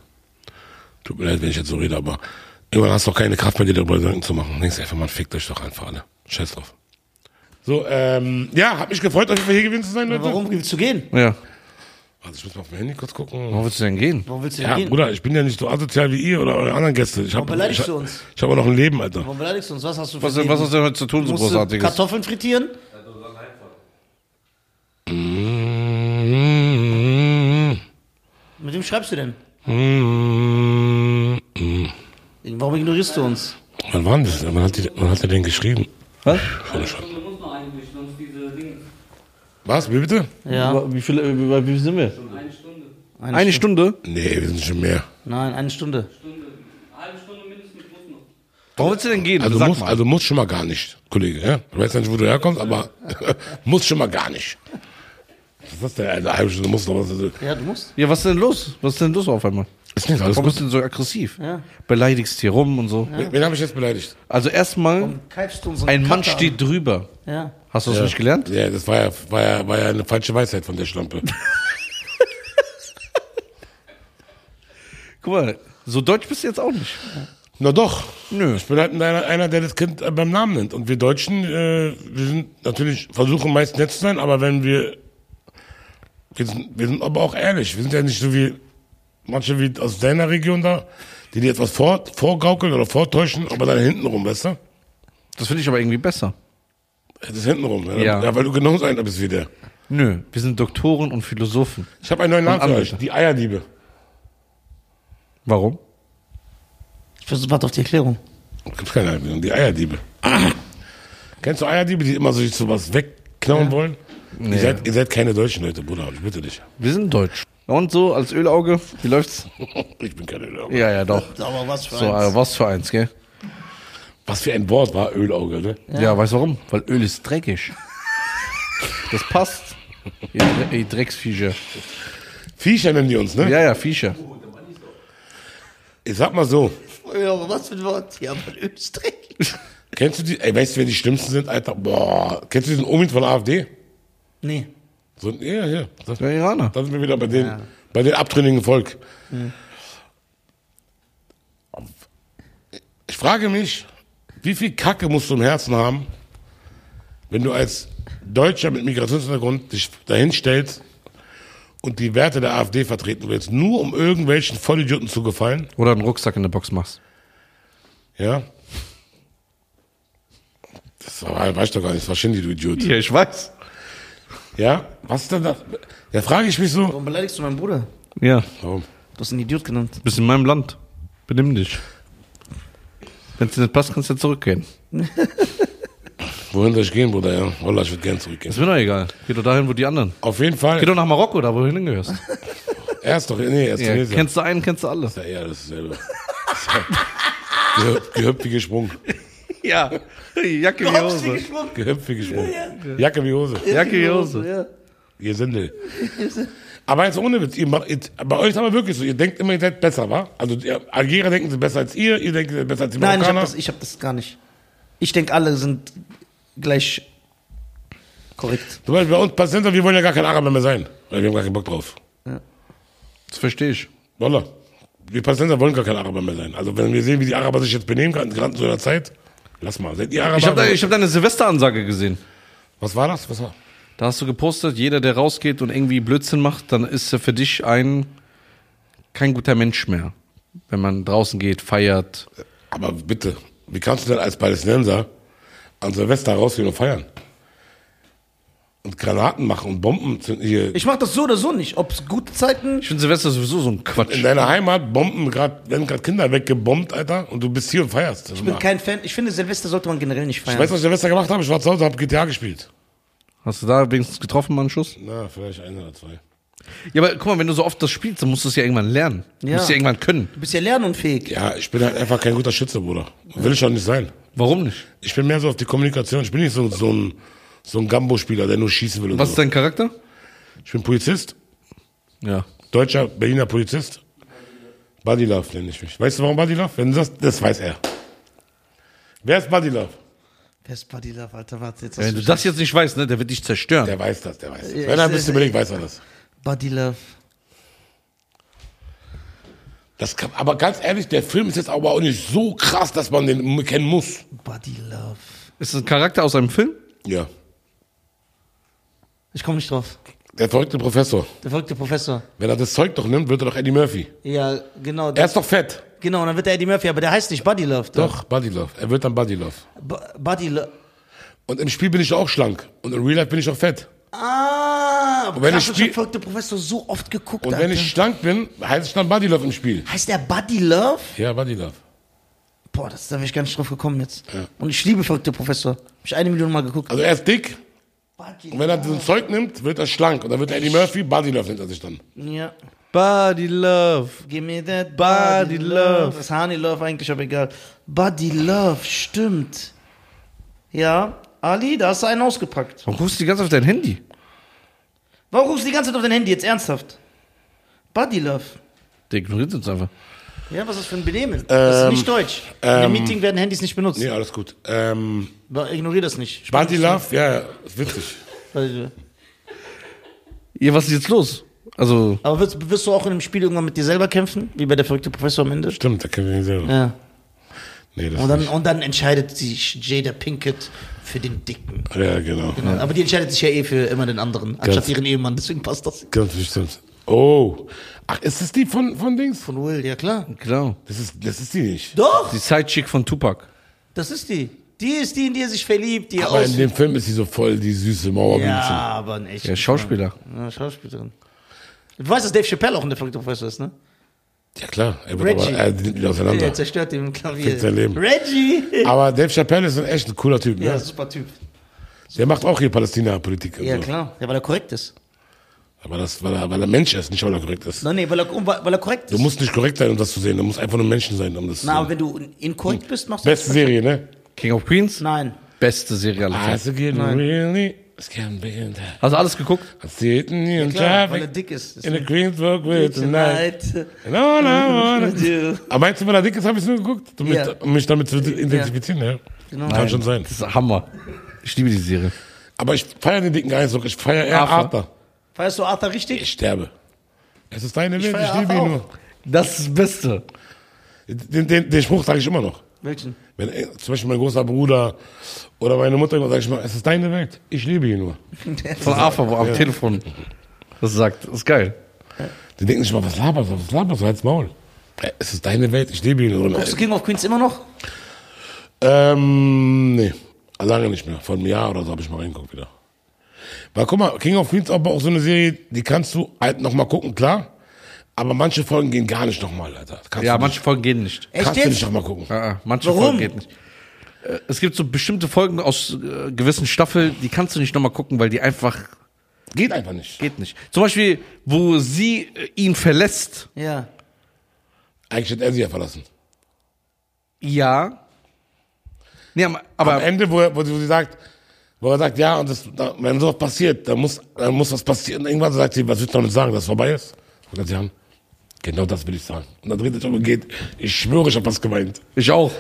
S3: Tut mir leid, wenn ich jetzt so rede, aber irgendwann hast du auch keine Kraft mehr, dir darüber Gedanken zu machen. Denkst einfach, man fickt euch doch einfach alle. Scheiß drauf. So, ähm, ja, hab mich gefreut, euch hier gewesen zu sein, Leute.
S1: Warum willst du gehen?
S2: Ja.
S3: Also, ich muss mal auf mein Handy kurz gucken.
S2: Warum willst du denn gehen?
S1: Warum willst du denn
S3: Ja,
S1: gehen?
S3: Bruder, ich bin ja nicht so asozial wie ihr oder eure anderen Gäste. Ich hab,
S1: Warum beleidigst
S3: ich,
S1: du uns?
S3: Ich habe auch noch ein Leben, Alter.
S1: Warum beleidigst du uns? Was hast du für
S2: Was, denn-
S1: Leben?
S2: was hast du denn heute zu tun, so
S1: Musst du
S2: großartiges?
S1: Kartoffeln frittieren?
S5: Er hat uns dann einfach.
S1: Mit wem schreibst du denn?
S3: Mm, mm.
S1: Warum ignorierst du uns?
S3: Wann war denn das? Wann hat, die, wann hat er denn geschrieben?
S2: Was?
S3: Schon, schon.
S6: Du musst noch eine mischen, sonst diese Dinge.
S3: Was, wie bitte?
S1: Ja.
S2: Wie, viel, äh, wie, wie viel sind wir?
S6: Eine Stunde,
S2: Eine Stunde?
S3: Nee, wir sind schon mehr.
S1: Nein, eine Stunde.
S6: Stunde, eine halbe Stunde mindestens muss noch.
S2: Warum willst du denn gehen?
S3: Also
S2: Sag
S3: muss,
S2: mal.
S3: also muss schon mal gar nicht, Kollege. Ja? Ich weiß ja nicht, wo du herkommst, aber muss schon mal gar nicht. Was ist das denn? Eine halbe Stunde muss doch was.
S1: Ja, du musst.
S2: ja, was ist denn los? Was ist denn los auf einmal?
S3: Ist nicht alles
S2: Warum bist
S3: gut.
S2: du denn so aggressiv?
S1: Ja.
S2: Beleidigst hier rum und so.
S3: Also Wen habe ich jetzt beleidigt?
S2: Also erstmal,
S1: Keifst du unseren
S2: ein Mann
S1: Cutter an?
S2: steht drüber.
S1: Ja.
S2: Hast du das nicht gelernt?
S3: Ja, das war ja, war ja, war ja eine falsche Weisheit von der Schlampe.
S2: Guck mal, so deutsch bist du jetzt auch nicht.
S3: Na doch.
S2: Nö.
S3: Ich bin halt einer, einer, der das Kind äh, beim Namen nennt. Und wir Deutschen, äh, wir sind natürlich, versuchen meist nett zu sein, aber wenn wir, wir sind, wir sind aber auch ehrlich. Wir sind ja nicht so wie manche wie aus deiner Region da, die dir etwas vor, vorgaukeln oder vortäuschen, aber dann hintenrum, weißt du?
S2: Das finde ich aber irgendwie besser.
S3: Das ist hintenrum. Ne?
S2: Ja.
S3: ja, weil du genauso einer bist wie der.
S2: Nö, wir sind Doktoren und Philosophen.
S3: Ich habe einen neuen Namen für
S2: andere.
S3: euch, die Eierdiebe.
S2: Warum?
S1: Ich versuche, warte auf die Erklärung.
S3: Gibt's keine Eierdiebe, die Eierdiebe. Kennst du Eierdiebe, die immer so sich so was wegknauen wollen? Ihr, seid, ihr seid keine deutschen Leute, Bruder, ich bitte dich.
S2: Wir sind Deutsch. Und so, als Ölauge, wie läuft's?
S3: Ich bin keine Öl.
S2: Ja, ja, doch.
S1: Aber was für
S2: So, aber was für eins, gell?
S3: Was für ein Wort war Ölauge, ne?
S2: Ja, weißt du warum? Weil Öl ist dreckig. Das passt. Ihr, Dre ihr Drecksviecher.
S3: Viecher nennen die uns, ne?
S2: Ja, ja, Viecher.
S3: Ich sag mal so.
S1: Ja, aber was für ein Wort? Ja, aber Österreich.
S3: Kennst du die, ey, weißt du, wer die Schlimmsten sind, Alter? Boah, kennst du diesen Omid von der AfD?
S1: Nee.
S3: So, ja, ja. Das,
S2: Der Iraner.
S3: Da sind wir wieder bei den, bei den abtrünnigen Volk. Ich frage mich, wie viel Kacke musst du im Herzen haben, wenn du als Deutscher mit Migrationshintergrund dich dahin stellst und die Werte der AfD vertreten willst, nur um irgendwelchen Vollidioten zu gefallen?
S2: Oder einen Rucksack in der Box machst.
S3: Ja? Das war, weiß ich doch gar nicht, das war Shindy, du Idiot. Ja?
S2: ich weiß.
S3: Was ist denn das? Da frage ich mich so.
S1: Warum beleidigst du meinen Bruder?
S2: Ja,
S3: Warum?
S1: Du hast ihn Idiot genannt.
S2: bist in meinem Land. Benimm dich. Wenn es dir nicht passt, kannst du ja zurückgehen.
S3: Wohin soll ich gehen, Bruder? Ja? Wallah, ich würde gern zurückgehen.
S2: Ist mir doch egal. Geh doch dahin, wo die anderen.
S3: Auf jeden Fall.
S2: Geh
S1: Genau.
S2: doch nach Marokko, da wo du hingehörst.
S3: Er ist doch, nee, er ist
S2: Ja,
S3: Tunesier.
S2: kennst du einen, kennst du alle.
S3: ja, ja, das ist selber. Gehüpft, gehüpft wie gesprungen.
S2: Ja, Jacke wie Hose.
S1: geschwommen?
S3: Gehüpft wie gesprungen. Jacke wie Hose.
S2: Jacke wie Hose.
S1: Ja.
S3: Ihr Sindel. Aber jetzt ohne Witz. Ihr, macht- ihr, bei euch ist aber wirklich so. Ihr denkt immer, ihr seid besser, wa? Also, ihr, Algerer denken, sie sind besser als ihr. Ihr denkt, ihr seid besser als die
S1: Nein, ich hab,
S3: Marokkaner.
S1: das, ich hab das gar nicht. Ich denke, alle sind gleich korrekt.
S3: Zum Beispiel bei uns Patienten, wir wollen ja gar kein Araber mehr sein. Weil wir haben gar keinen Bock drauf.
S2: Das verstehe ich.
S3: Wallah. Wir Palästinenser wollen gar kein Araber mehr sein. Also, wenn wir sehen, wie die Araber sich jetzt benehmen, gerade gerade zu einer Zeit, lass mal. Seid ihr Araber?
S2: Ich habe da, ich hab deine Silvesteransage gesehen.
S3: Was war das? Was war?
S2: Da hast du gepostet, jeder, der rausgeht und irgendwie Blödsinn macht, dann ist er für dich ein kein guter Mensch mehr. Wenn man draußen geht, feiert.
S3: Aber bitte, wie kannst du denn als Palästinenser an Silvester rausgehen und feiern? Und Granaten machen und Bomben zünden hier.
S1: Ich mach das so oder so nicht. Ob es gute Zeiten.
S2: Ich finde Silvester sowieso so ein
S3: in
S2: Quatsch.
S3: deiner Heimat bomben grad, werden gerade Kinder weggebombt, Alter, und du bist hier und feierst.
S1: Ich bin kein Fan. Ich finde, Silvester sollte man generell nicht feiern.
S3: weißt du, was ich Silvester gemacht habe? Ich war zu Hause, habe GTA gespielt.
S2: Hast du da wenigstens getroffen mal einen Schuss?
S3: Na, vielleicht ein oder zwei.
S2: Ja, aber guck mal, wenn du so oft das spielst, dann musst du es ja irgendwann lernen. Du
S1: Ja.
S2: musst ja irgendwann können.
S1: du bist ja lernunfähig.
S3: Ja, ich bin halt einfach kein guter Schütze, Bruder. Will ich auch nicht sein.
S2: Warum nicht?
S3: Ich bin mehr so auf die Kommunikation. Ich bin nicht so, so ein, so ein Gambo-Spieler, der nur schießen will und
S2: Was ist
S3: so.
S2: dein Charakter?
S3: Ich bin Polizist.
S2: Ja.
S3: deutscher Berliner Polizist. Buddy Love nenne ich mich. Weißt du, warum Buddy Love? Wenn du das, das weiß er. Wer ist Buddy Love?
S1: Wer ist Buddy Love, Alter? Warte, jetzt
S2: Wenn du das jetzt nicht weißt, ne, der wird dich zerstören.
S3: Der weiß das, der weiß das.
S1: Ja,
S3: Wenn er ein
S1: es ist-
S3: bisschen überlegt, weiß er das.
S1: Buddy Love.
S3: das kann, aber ganz ehrlich, der Film ist jetzt aber auch nicht so krass, dass man den kennen muss.
S1: Buddy Love.
S2: Ist das ein Charakter aus einem Film?
S3: Ja.
S1: Ich komme nicht drauf.
S3: Der verrückte Professor.
S1: Der verrückte Professor.
S3: Wenn er das Zeug doch nimmt, wird er doch Eddie Murphy.
S1: Ja, genau.
S3: Er ist doch fett.
S1: genau, und dann wird der Eddie Murphy, aber der heißt nicht Buddy Love. der-
S3: Doch, Buddy Love. Er wird dann Buddy Love.
S1: Bu- Buddy Love.
S3: Und im Spiel bin ich auch schlank. Und im Real Life bin ich auch fett.
S1: Ah,
S3: Und wenn
S1: krass,
S3: ich
S1: ich
S3: spiel-
S1: hab verrückte Professor so oft geguckt,
S3: Und
S1: Alter.
S3: wenn ich schlank bin, heißt ich dann Buddy Love im Spiel.
S1: heißt der Buddy Love?
S3: Ja, Buddy Love.
S1: Boah, das, da bin ich gar nicht drauf gekommen jetzt. Und ich liebe verrückte Professor. Hab ich eine Million Mal geguckt.
S3: Also er ist dick,
S1: Buddy
S3: Und wenn er so Zeug nimmt, wird er schlank. Und dann wird Eddie Murphy Buddy Love nennt er sich dann.
S1: Ja.
S2: Body Love.
S1: Give me that Buddy,
S2: Buddy Love.
S1: Love. Das ist Honey Love eigentlich, aber egal. Buddy Love, stimmt. Ja, Ali, da hast du einen ausgepackt.
S2: Warum guckst du die ganze Zeit auf dein Handy?
S1: Warum guckst du die ganze Zeit auf dein Handy jetzt ernsthaft? Buddy Love.
S2: Der ignoriert uns einfach.
S1: Ja, was ist das für ein Benehmen? das ist nicht deutsch. In einem Meeting werden Handys nicht benutzt.
S3: Nee, alles gut. Ähm,
S1: Ba- Ignorier das nicht. Ich
S3: Buddy Love, ja, ist witzig.
S1: Buddy-
S2: Ja, was ist jetzt los? Also,
S1: Aber wirst, wirst du auch in einem Spiel irgendwann mit dir selber kämpfen? Wie bei der verrückte Professor am Ende?
S3: Stimmt, da kennen wir ihn selber.
S1: Ja.
S3: Nee, das
S1: Und dann,
S3: nicht.
S1: und dann entscheidet sich Jada Pinkett für den Dicken.
S3: Ja, genau.
S1: Genau. Aber die entscheidet sich ja eh für immer den anderen, anstatt ihren Ehemann. Deswegen passt das.
S3: Ganz bestimmt. Oh. Ach, ist das die von, von Dings?
S1: Von Will, ja klar.
S2: Genau.
S3: Das ist, das ist die nicht.
S1: Doch,
S2: Die Sidechick von Tupac.
S1: das ist die. Die ist die, in die er sich verliebt, die er
S3: Aber in
S1: aus...
S3: dem Film ist sie so voll die süße Mauerblümchen.
S1: Ja, aber ein echt.
S2: Der Schauspieler.
S1: Ja, Schauspielerin. Du weißt, dass Dave Chappelle auch in der Verrückten Professor ist, ne?
S3: Ja, klar. Er wird aber,
S1: Reggie.
S3: er nimmt ihn
S1: Der
S3: auseinander.
S1: zerstört ihm ein Klavier.
S3: Fickt sein Leben. Ah,
S1: Reggie!
S3: Aber Dave Chappelle ist ein echt ein cooler Typ. Ne?
S1: Ja, super Typ.
S3: Der macht auch hier Palästina-Politik. und
S1: Ja,
S3: so.
S1: klar. Ja, weil er korrekt ist.
S3: Aber das, weil er, weil er Mensch ist, nicht weil er korrekt ist.
S1: Nein, nee, weil er, um, weil er korrekt
S3: Du
S1: ist.
S3: musst nicht korrekt sein, um das zu sehen. Du musst einfach nur ein Menschen sein, um das
S1: Na, aber
S3: zu sehen.
S1: wenn du inkorrekt bist, machst du
S3: Beste Serie, ne?
S2: King of Queens?
S1: Nein.
S2: Beste Serie aller Zeiten.
S3: Also getting really scared being there.
S2: Hast du alles geguckt?
S3: I'm sitting in
S1: Klar, weil er
S3: traffic
S1: dick ist.
S3: in the Queensburg with tonight.
S1: Tonight.
S3: And all I wanna
S1: Do.
S3: Aber meinst du, weil er dick ist, habe ich nur geguckt, um,
S1: Ja.
S3: mich, um mich damit zu identifizieren, ja.
S1: Genau.
S3: Kann schon sein.
S2: Das ist Hammer. Ich liebe die Serie.
S3: Aber ich feiere den dicken Eindruck, ich feiere eher
S2: Arthur.
S3: Arthur.
S1: Feierst du Arthur richtig?
S3: Ich sterbe. Es ist deine Welt, ich
S1: feier
S3: liebe ihn
S1: Arthur
S3: nur.
S2: Das ist das Beste.
S3: Den, den, den Spruch sage ich immer noch.
S1: Welchen?
S3: Wenn äh, zum Beispiel mein großer Bruder oder meine Mutter sagt ich mal, es ist deine Welt, ich liebe ihn nur.
S2: Von Arthur, wo am Telefon das sagt. Das ist geil.
S3: Die denken sich mal, was laberst du, was laberst du, halt's Maul. Äh, Es ist deine Welt, ich liebe ihn nur.
S1: Guckst du King of Queens immer noch?
S3: Ähm, nee, lange nicht mehr. Vor einem Jahr oder so habe ich mal reingeguckt wieder. Weil guck mal, King of Queens aber auch so eine Serie, die kannst du halt nochmal gucken, klar. Aber manche Folgen gehen gar nicht nochmal, Alter. Kannst
S2: Ja,
S3: du nicht,
S2: manche Folgen gehen nicht.
S1: Echt
S3: kannst du
S1: jetzt?
S3: nicht nochmal gucken.
S2: Ah, ah, manche
S1: Warum?
S2: Folgen gehen nicht. Äh, Es gibt so bestimmte Folgen aus äh, gewissen Staffeln, die kannst du nicht nochmal gucken, weil die einfach
S3: Geht einfach nicht.
S2: geht nicht. Zum Beispiel, wo sie äh, ihn verlässt.
S1: Ja.
S3: Eigentlich hätte er sie ja verlassen.
S2: Ja. Nee, am-
S3: Am
S2: aber
S3: Ende, wo, er, wo, sie, wo sie sagt, wo er sagt, ja, und das, da, wenn sowas passiert, dann muss, dann muss was passieren. Irgendwann sagt sie, was willst du damit sagen, dass es vorbei ist? Und dann sie an, genau das will ich sagen. Und dann dreht er sich um und geht, ich schwöre, ich habe was gemeint.
S2: ich auch.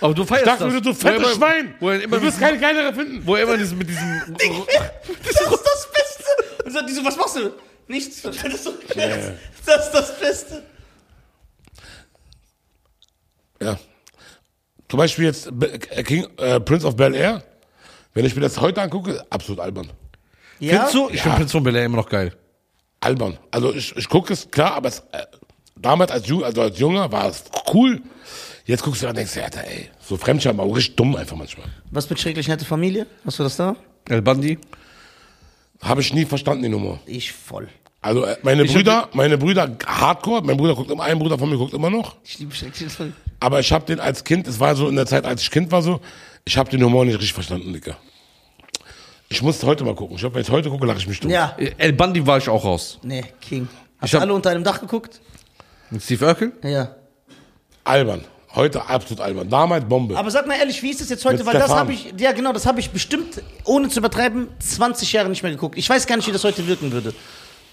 S2: Aber du feierst
S3: Ich dachte
S2: das.
S3: mir, du fettes
S2: Wo er
S3: Schwein,
S2: wo er immer
S3: du wirst
S2: diesen-
S3: keine kleinere finden.
S2: Wo er immer diesen- mit diesem
S1: Das ist das Beste. Und sagt die so, was machst du? Nichts. Das ist, so das, ist das Beste.
S3: Ja. Zum Beispiel jetzt Be- äh, King, äh, Prince of Bel Air. Wenn ich mir das heute angucke, absolut albern.
S1: Ja?
S2: Findest du? Ich finde Prinz von Bel Air immer noch geil.
S3: Albern. Also ich, ich gucke es, klar, aber es, äh, damals als, Ju- also als Junger war es cool. Jetzt guckst du an und denkst, dir, Alter, ey, so Fremdscham, aber richtig dumm einfach manchmal.
S1: Was mit schrecklich nette Familie? Hast du das da?
S2: El Bandi.
S3: Habe ich nie verstanden, die Nummer.
S1: Ich voll.
S3: Also äh, meine
S2: Ich hab
S3: Brüder, meine Brüder hardcore, mein Bruder guckt immer, ein Bruder von mir guckt immer noch.
S1: Ich liebe schrecklich nette Familie.
S3: Aber ich habe den als Kind, es war so in der Zeit, als ich Kind war so, ich habe den Humor nicht richtig verstanden, Dicker. Ich muss heute mal gucken. Ich glaube, wenn ich heute gucke, lache ich mich dumm.
S1: Ja.
S2: Äh, El Bandi war ich auch raus.
S1: Nee, King. Hast
S2: Ich
S1: du
S2: hab-
S1: alle unter einem Dach geguckt?
S2: Mit Steve Urkel?
S1: Ja.
S3: Albern. Heute absolut albern. Damals Bombe.
S1: Aber sag mal ehrlich, wie ist das jetzt heute?
S3: Mit
S1: Weil das
S3: Stefan.
S1: habe ich, ja genau, das habe ich bestimmt, ohne zu übertreiben, 20 Jahre nicht mehr geguckt. Ich weiß gar nicht, wie das heute wirken würde.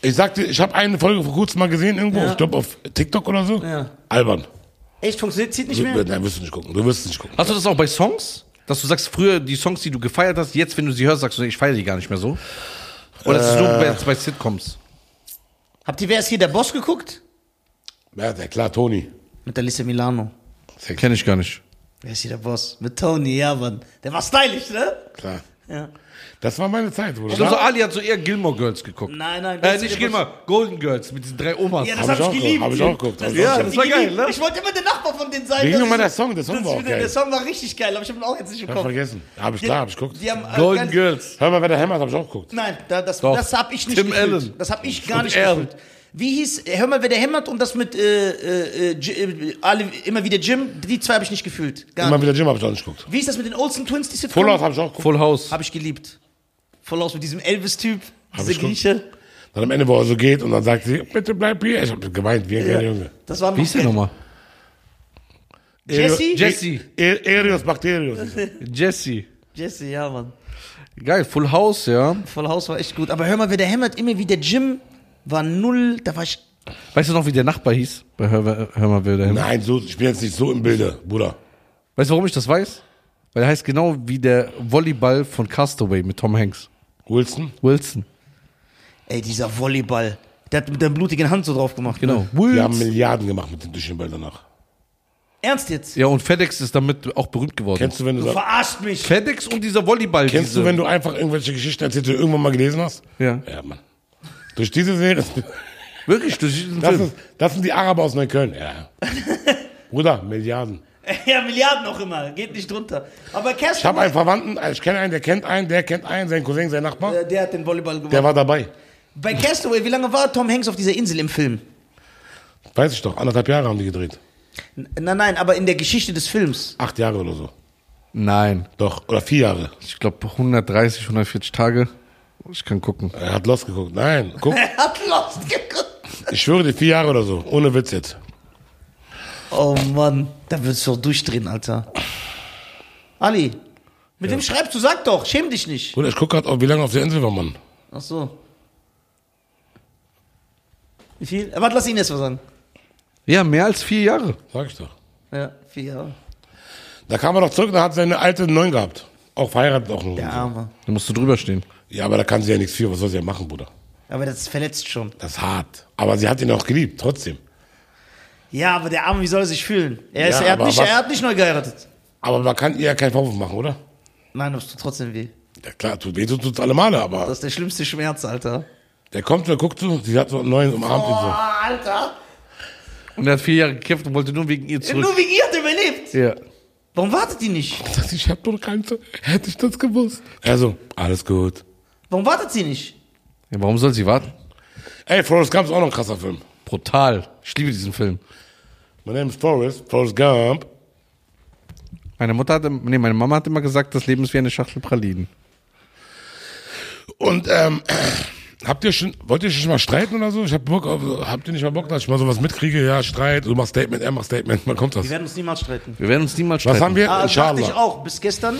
S3: ich sagte, ich habe eine Folge vor kurzem mal gesehen irgendwo,
S1: Ja.
S3: ich glaube auf TikTok oder so.
S1: Ja.
S3: Albern.
S1: Echt, funktioniert, zieht nicht
S3: Du,
S1: mehr?
S3: nein, wirst du nicht gucken. Du wirst es nicht gucken.
S2: Hast du das auch bei Songs? Dass du sagst, früher die Songs, die du gefeiert hast, jetzt, wenn du sie hörst, sagst du, nee, ich feiere die gar nicht mehr so? Oder ist es nur bei, bei Sitcoms?
S1: Habt ihr, wer ist hier der Boss geguckt?
S3: Ja, ja klar, Toni.
S1: Mit Alice Milano.
S2: Kenne ich gar nicht.
S1: Wer ist hier der Boss? Mit Tony, ja, Mann. Der war stylisch, ne?
S3: Klar.
S1: Ja.
S3: Das war meine Zeit, Bruder.
S2: Ich glaube, so
S3: Da-
S2: Ali hat so eher Gilmore Girls geguckt.
S1: Nein, nein,
S2: Äh,
S1: das
S2: nicht
S1: ist-
S2: Gilmore, Golden Girls mit diesen drei Omas.
S1: Ja, das
S3: Hab
S1: habe
S3: ich
S1: ich,
S3: auch geguckt,
S1: geliebt.
S3: hab ich auch geguckt.
S1: Das,
S3: Hab
S1: das,
S3: ich auch
S1: hab
S2: geguckt.
S1: ich
S2: Ja, das war
S1: geliebt.
S2: geil, ne?
S1: Ich wollte immer der Nachbar von denen sein.
S3: Wegen
S1: das
S3: nur
S1: ist-
S3: mal der Song, der Song
S1: das
S3: war auch
S1: ist-
S3: geil.
S1: Der Song war richtig geil, aber ich habe ihn auch jetzt nicht
S3: Hab ich
S1: geguckt.
S3: vergessen. Hab ich
S1: Die-
S3: klar, hab ich geguckt.
S1: Die haben alle
S2: Golden
S1: ganz-
S2: Girls.
S3: Hör mal, wer der Hammer hab ich auch geguckt.
S1: Nein, da, das,
S2: Doch.
S1: das habe ich nicht
S2: Tim
S1: gefühlt.
S2: Allen.
S1: Das habe ich gar nicht
S2: Allen.
S1: gefühlt. Wie hieß, hör mal, wer der hämmert und das mit äh, äh, J- äh, alle, immer wieder Jim, die zwei habe ich nicht gefühlt. Gar
S3: Immer
S1: nicht.
S3: wieder Jim hab ich auch nicht geguckt.
S1: Wie ist das mit den Olsen Twins, die Sitcom?
S3: Full Out hab ich auch geguckt.
S2: Full House.
S1: Habe ich geliebt. Full House mit diesem Elvis-Typ, diese
S3: ich geguckt.
S1: Grieche.
S3: Dann am Ende, wo er so geht und dann sagt sie, bitte bleib hier. Ich hab geweint, wie ein kleiner Junge.
S1: Das war
S2: Wie hieß der nochmal?
S1: Jesse?
S2: Jesse.
S3: E- Erios Bakterios.
S2: Jesse.
S1: Jesse, ja, Mann.
S2: Geil, Full House, ja.
S1: Full House war echt gut. Aber hör mal, wer der hämmert, immer wieder Jim war null. Da war ich.
S2: Weißt du noch, wie der Nachbar hieß? Bei Hör, hör mal, wer der
S3: Nein, so, ich bin jetzt nicht so im Bilde, Bruder.
S2: Weißt du, warum ich das weiß? Weil er heißt genau wie der Volleyball von Castaway mit Tom Hanks.
S3: Wilson?
S2: Wilson.
S1: Ey, dieser Volleyball. Der hat mit der blutigen Hand so drauf gemacht.
S2: Genau.
S1: Ne?
S3: Die
S2: Wilson.
S3: haben Milliarden gemacht mit den Duschenball danach.
S1: Ernst jetzt?
S2: Ja, und FedEx ist damit auch berühmt geworden.
S3: Kennst du, wenn du
S1: Du
S3: sagst,
S1: verarscht mich.
S2: FedEx und dieser Volleyball.
S3: kennst
S2: diese,
S3: du, wenn du einfach irgendwelche Geschichten erzählst, die du irgendwann mal gelesen hast?
S2: Ja.
S3: Ja, Mann. Durch diese Serie.
S2: Wirklich, durch diesen
S3: Das,
S2: Film.
S3: ist, das sind die Araber aus Neukölln. Ja. Bruder, Milliarden.
S1: Ja, Milliarden auch immer. Geht nicht drunter. Aber Kerstin,
S3: Ich habe einen Verwandten, also ich kenne einen, der kennt einen, der kennt einen, sein Cousin, sein Nachbar.
S1: äh, der hat den Volleyball
S3: Der
S1: gewonnen.
S3: war dabei.
S1: Bei Castaway, wie lange war Tom Hanks auf dieser Insel im Film?
S3: Weiß ich doch, anderthalb Jahre haben die gedreht.
S1: N- Nein, nein, aber in der Geschichte des Films.
S3: Acht Jahre oder so.
S2: Nein,
S3: Doch, oder vier Jahre.
S2: ich glaube 130, 140 Tage. Ich kann gucken.
S3: Er hat Lost geguckt. Nein, guck,
S1: Er hat Lost geguckt.
S3: ich schwöre dir, vier Jahre oder so. Ohne Witz jetzt.
S1: Oh Mann, da würdest du doch durchdrehen, Alter. Ali, mit dem schreibst du, sag doch, schäm dich nicht.
S3: Bruder, ich gucke gerade, wie lange auf der Insel war man.
S1: Ach so. Wie viel? Äh, Warte, lass ihn erst mal sagen.
S2: Ja, mehr als vier Jahre.
S3: Sag ich doch.
S1: Ja, vier Jahre.
S3: Da kam er doch zurück, da hat seine alte einen neuen gehabt. Auch verheiratet auch nur.
S1: Der
S3: Ja.
S1: Arme.
S2: Da musst du drüber stehen.
S3: aber da kann sie ja nichts für. Was soll sie ja machen, Bruder?
S1: Aber das verletzt schon.
S3: Das ist hart. Aber sie hat ihn auch geliebt, trotzdem.
S1: Ja, aber der Arme, wie soll er sich fühlen? Er, ist,
S3: Ja,
S1: er, hat,
S3: aber
S1: nicht,
S3: was-
S1: er hat nicht neu geheiratet.
S3: Aber man kann ihr ja keinen Vorwurf machen, oder?
S1: Nein, das tut trotzdem weh.
S3: Ja klar, tut weh, tut es alle Male, aber
S1: Das ist der schlimmste Schmerz, Alter. Ah,
S3: der kommt und guckt so, sie hat so einen neuen umarmt ihn so.
S1: Alter.
S2: Und er hat vier Jahre gekämpft und wollte nur wegen ihr zurück.
S1: Nur wegen ihr hat er überlebt.
S2: Ja.
S1: Warum wartet die nicht?
S3: Das, ich hab doch keinen, hätte ich das gewusst. Also, alles gut.
S1: Warum wartet sie nicht?
S2: ja. Warum soll sie warten?
S3: Ey, Forrest Gump ist auch noch ein krasser Film.
S2: Brutal. Ich liebe diesen Film.
S3: My name is Forrest, Forrest Gump.
S2: Meine Mutter hat, im- nee, meine Mama hat immer gesagt, das Leben ist wie eine Schachtel Pralinen.
S3: Und ähm, habt ihr schon, wollt ihr schon mal streiten oder so? Ich hab Bock, auf, habt ihr nicht mal Bock, dass ich mal sowas mitkriege? Ja, Streit, du machst Statement, er macht Statement, man kommt das.
S1: Wir werden uns niemals streiten.
S2: Wir werden uns niemals streiten.
S3: Was haben wir?
S1: Ah, dachte ich
S3: Inshallah.
S1: auch, bis gestern.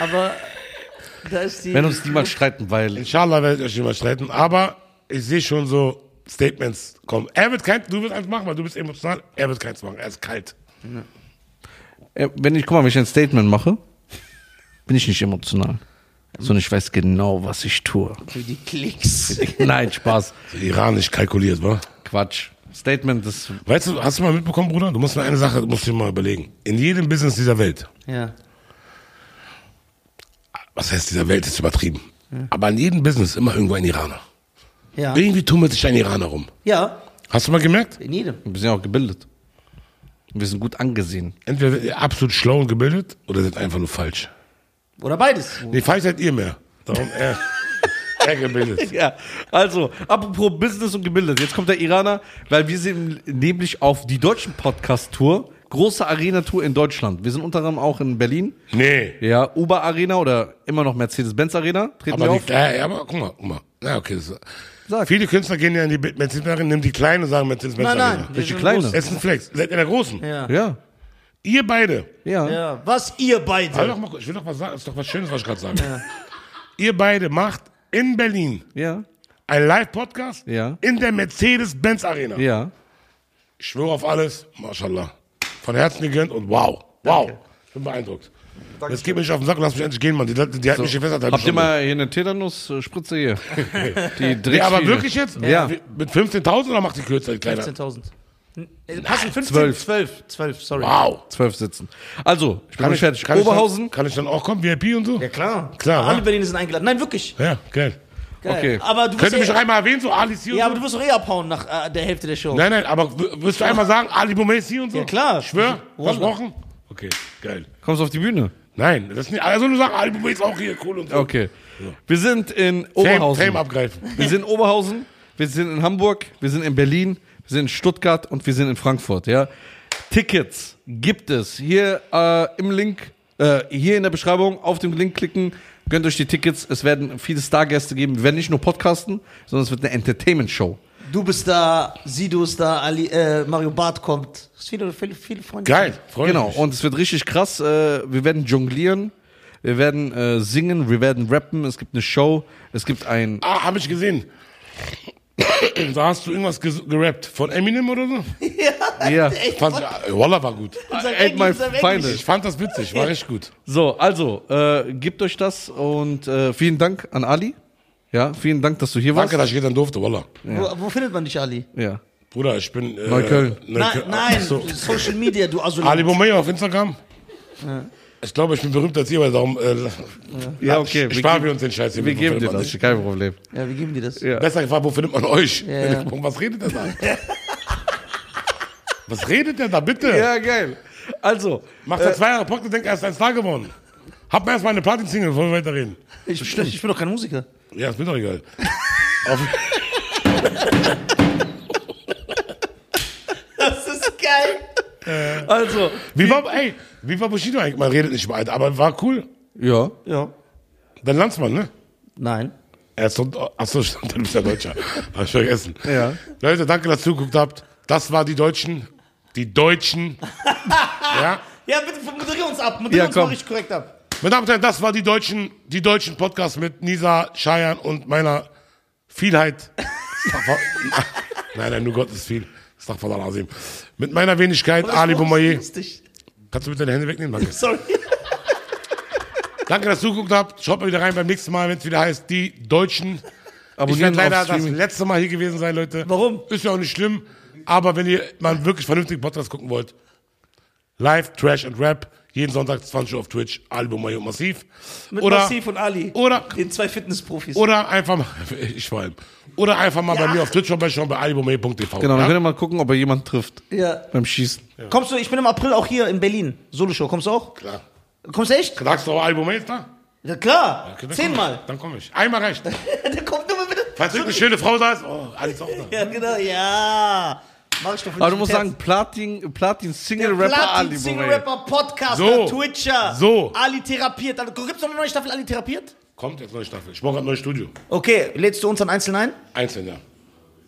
S1: Aber da ist die.
S2: Wir werden uns niemals streiten, weil
S3: Inshallah werdet ihr euch nicht mal streiten, aber ich sehe schon so Statements kommen. Er wird kein, du wirst eins machen, weil du bist emotional, er wird keins machen, er ist kalt.
S2: äh, wenn ich guck mal, wenn ich ein Statement mache, bin ich nicht emotional, sondern ich weiß genau, was ich tue.
S1: Für die Klicks.
S2: Nein, Spaß,
S3: Iranisch kalkuliert, wa?
S2: Quatsch. Statement ist
S3: Weißt du, hast du mal mitbekommen, Bruder? Du musst nur eine Sache, du musst dir mal überlegen. In jedem Business dieser Welt,
S1: Ja.
S3: was heißt dieser Welt, ist übertrieben. Aber in jedem Business immer irgendwo ein Iraner.
S1: Ja.
S3: Irgendwie tummelt sich ein Iraner rum.
S1: Ja,
S3: Hast du mal gemerkt?
S1: in jedem.
S2: wir sind ja auch gebildet. Wir sind gut angesehen.
S3: Entweder seid ihr absolut schlau und gebildet oder seid einfach nur falsch.
S1: Oder beides.
S3: Nee, falsch seid ihr mehr. Darum er, er gebildet.
S2: Ja, also, apropos Business und gebildet. Jetzt kommt der Iraner, weil wir sind nämlich auf die deutschen Podcast-Tour, große Arena-Tour in Deutschland. Wir sind unter anderem auch in Berlin.
S3: Nee.
S2: Ja, Uber Arena oder immer noch Mercedes-Benz Arena. Treten wir
S3: Aber,
S2: auf.
S3: die, äh, aber guck mal, guck mal. Na, okay. Das ist,
S2: Sag.
S3: Viele Künstler gehen ja in die Benzinbärin, nehmen die kleine und sagen Benzinbärin.
S1: Nein, nein. wir
S2: Welche
S1: sind
S2: kleine?
S1: groß.
S3: Es ist ein Flex. Seid ihr der Großen?
S1: Ja.
S2: Ja,
S3: Ihr beide.
S2: ja.
S1: ja. Was ihr
S3: Hör
S1: beide?
S3: doch mal, ich will doch was sagen. Das ist doch was Schönes, was ich gerade sage. Ihr beide macht in Berlin
S2: Ja,
S3: einen Live-Podcast
S2: Ja.
S3: in der Mercedes-Benz Arena.
S2: ja.
S3: Ich schwöre auf alles. Mashallah. Von Herzen gegönnt und wow. Wow. Ich bin beeindruckt. Jetzt geht mir nicht auf den Sack, lass mich endlich gehen, Mann. Die, die, die hat mich hier festgehalten. eine
S2: Habt ihr
S3: Stunde.
S2: mal hier eine Tetanus-Spritze hier? Die
S3: Nee,
S2: Drecksfiege.
S3: aber wirklich jetzt?
S2: Ja.
S3: Wie- Mit 15.000 oder macht die kürzer, die Kleine?
S1: 15.000. Äh, Passen 15?
S2: zwölf.
S1: 12. 12, sorry.
S3: Wow.
S2: Zwölf sitzen. Also, ich bin noch nicht fertig.
S3: Kann
S2: Oberhausen.
S3: Ich dann, kann ich dann auch kommen, VIP und so?
S1: Ja, klar.
S3: Klar,
S1: Alle
S3: wa?
S1: Berliner sind eingeladen. Nein, wirklich.
S3: Ja, geil.
S2: Okay.
S1: Aber du
S3: Könnt ihr
S1: wirst
S3: mich
S1: eh-
S3: noch einmal erwähnen, so Alice hier
S1: Ja,
S3: und
S1: aber
S3: so?
S1: du wirst doch eh abhauen nach äh, der Hälfte der Show.
S3: Nein, nein, aber w- wirst du einmal sagen, Ali Boumez hier und so?
S1: Ja, klar.
S3: Schwör?
S1: Wallah.
S3: Versprochen? Okay, geil.
S2: Kommst du auf die Bühne?
S3: Nein, das ist nicht, also nur sagen, Ali Boumez ist auch hier, cool und so.
S2: Okay. Wir sind in
S3: Fame,
S2: Oberhausen.
S3: Fame abgreifen.
S2: Wir sind in Oberhausen, wir sind in Hamburg, wir sind in Berlin, wir sind in Stuttgart und wir sind in Frankfurt, ja. Tickets gibt es hier äh, im Link, äh, hier in der Beschreibung, auf den Link klicken, gönnt euch die Tickets. Es werden viele Stargäste geben. Wir werden nicht nur podcasten, sondern es wird eine Entertainment-Show.
S1: Du bist da, Sido ist da, Ali, äh, Mario Barth kommt. Es sind viele, viele, viele Freunde.
S3: Geil, freu
S2: Genau,
S3: mich.
S2: und es wird richtig krass. Äh, wir werden jonglieren, wir werden äh, singen, wir werden rappen, es gibt eine Show, es gibt ein...
S3: Ah, hab ich gesehen. da hast du irgendwas ges- gerappt. Von Eminem oder so?
S2: Ja,
S3: Fand, äh, Walla war gut.
S1: Unser
S2: Ain't my
S1: Englisch, unser Englisch.
S2: finest.
S3: Ich fand das witzig, war echt gut.
S2: So, also, äh, gebt euch das und äh, vielen Dank an Ali. Ja, vielen Dank, dass du hier
S3: Danke,
S2: warst.
S3: dass ich hier dann durfte, Walla.
S1: Wo, wo findet man dich, Ali?
S2: Ja.
S3: Bruder, ich bin. Äh,
S2: Neukölln.
S1: Nein, nein,
S3: Ach So.
S1: Social Media, du also.
S3: Ali Boumaier auf Instagram. Ich glaube, ich bin berühmter als ihr, weil darum äh,
S2: Ja, okay. Wir,
S3: sparen
S2: geben-
S3: wir uns den Scheiß hier.
S2: wir
S3: wo
S2: geben dir
S3: findet man
S2: das.
S3: dich?
S2: Kein Problem.
S1: Ja, wir geben dir das.
S2: Ja.
S3: Besser gefragt, wo findet man euch?
S1: Ja.
S3: Was redet der da? Was redet der da, bitte?
S2: Ja, geil. Also,
S3: Macht er zwei Jahre Podcast und denkt, er ist ein Star geworden. Hab mir erstmal eine Platin-Single, bevor wir weiterreden.
S1: Ich, ich bin doch kein Musiker.
S3: Ja, ist mir doch egal. Auf,
S1: Das ist geil. Äh.
S2: also.
S3: wie, war, ey, wie war Bushido eigentlich? Man redet nicht mal, Alter, aber war cool.
S2: Ja.
S1: Ja.
S3: Dein Landsmann, ne?
S1: Nein.
S3: Er ist doch, achso, stimmt, du bist ja Deutscher. Hab ich vergessen.
S2: Ja.
S3: Leute, danke, dass ihr zugeguckt habt. Das war die Deutschen. Die Deutschen. ja.
S1: Ja, bitte moderier uns ab. Moderier
S2: Ja,
S1: uns
S2: komm.
S1: mal richtig korrekt ab.
S3: Meine Damen und Herren, das war die Deutschen, die Deutschen Podcast mit Nisa, Scheiern und meiner Vielheit. nein, nein, nur Gott ist viel. Astaghfirullah Azim. Mit meiner Wenigkeit, Ali Boumaier.
S1: Lustig.
S3: Kannst du bitte deine Hände wegnehmen? Danke.
S1: Sorry.
S3: Danke, dass ihr zugeguckt habt. Schaut mal wieder rein beim nächsten Mal, wenn es wieder heißt, die Deutschen. ich
S2: Abonnieren
S3: werde leider
S2: auf
S3: das
S2: Streaming.
S3: letzte Mal hier gewesen sein, Leute.
S1: Warum?
S3: Ist ja auch nicht schlimm. Aber wenn ihr mal einen wirklich vernünftigen Podcast gucken wollt, live, Trash and Rap, jeden Sonntag 20 Uhr auf Twitch, Ali Boumaier und Massiv.
S1: Mit
S3: oder,
S1: Massiv und Ali.
S3: oder-
S1: Den zwei Fitnessprofis.
S3: Oder einfach mal, ich vor allem, oder einfach mal bei mir auf Twitch vorbeischauen bei alibomay.tv.
S2: Genau, wir
S3: ja?
S2: können mal gucken, ob er jemanden trifft.
S1: Ja.
S2: Beim Schießen.
S1: Kommst du, ich bin im April auch hier in Berlin. Solo-Show. Kommst du auch?
S3: Klar.
S1: Kommst du echt?
S3: Sagst du, Alibomay ist da?
S1: Ja, genau. klar.
S3: Okay, ne? dann komm
S1: Zehnmal.
S3: ich. Dann komme ich. Einmal recht.
S1: Der kommt nur mit.
S3: Falls irgendeine schöne Frau da ist, oh, alles auch da.
S1: Ja, genau. Ja. Mach ich doch für
S2: Aber
S1: dich
S2: du musst
S1: mit
S2: sagen, Platin, Platin Single
S1: Herz.
S2: Rapper Ali
S1: Platin, Single
S2: Boumaier.
S1: Rapper, Podcaster,
S3: So.
S1: Twitcher.
S3: So.
S1: Ali therapiert. Also, Gibt's noch eine neue Staffel Ali therapiert?
S3: Kommt jetzt neue Staffel. Ich brauche ein neues Studio.
S1: Okay, lädst du uns dann einzeln ein?
S3: Einzeln, ja.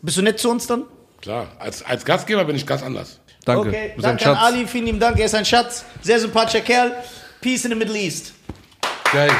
S1: Bist du nett zu uns dann?
S3: Klar. Als, als Gastgeber bin ich ganz anders.
S2: Danke.
S1: Okay,
S2: Bis dann,
S1: danke an
S2: Schatz.
S1: Ali, vielen lieben Dank, er ist ein Schatz, sehr sympathischer Kerl. Peace in the Middle East.
S2: Geil.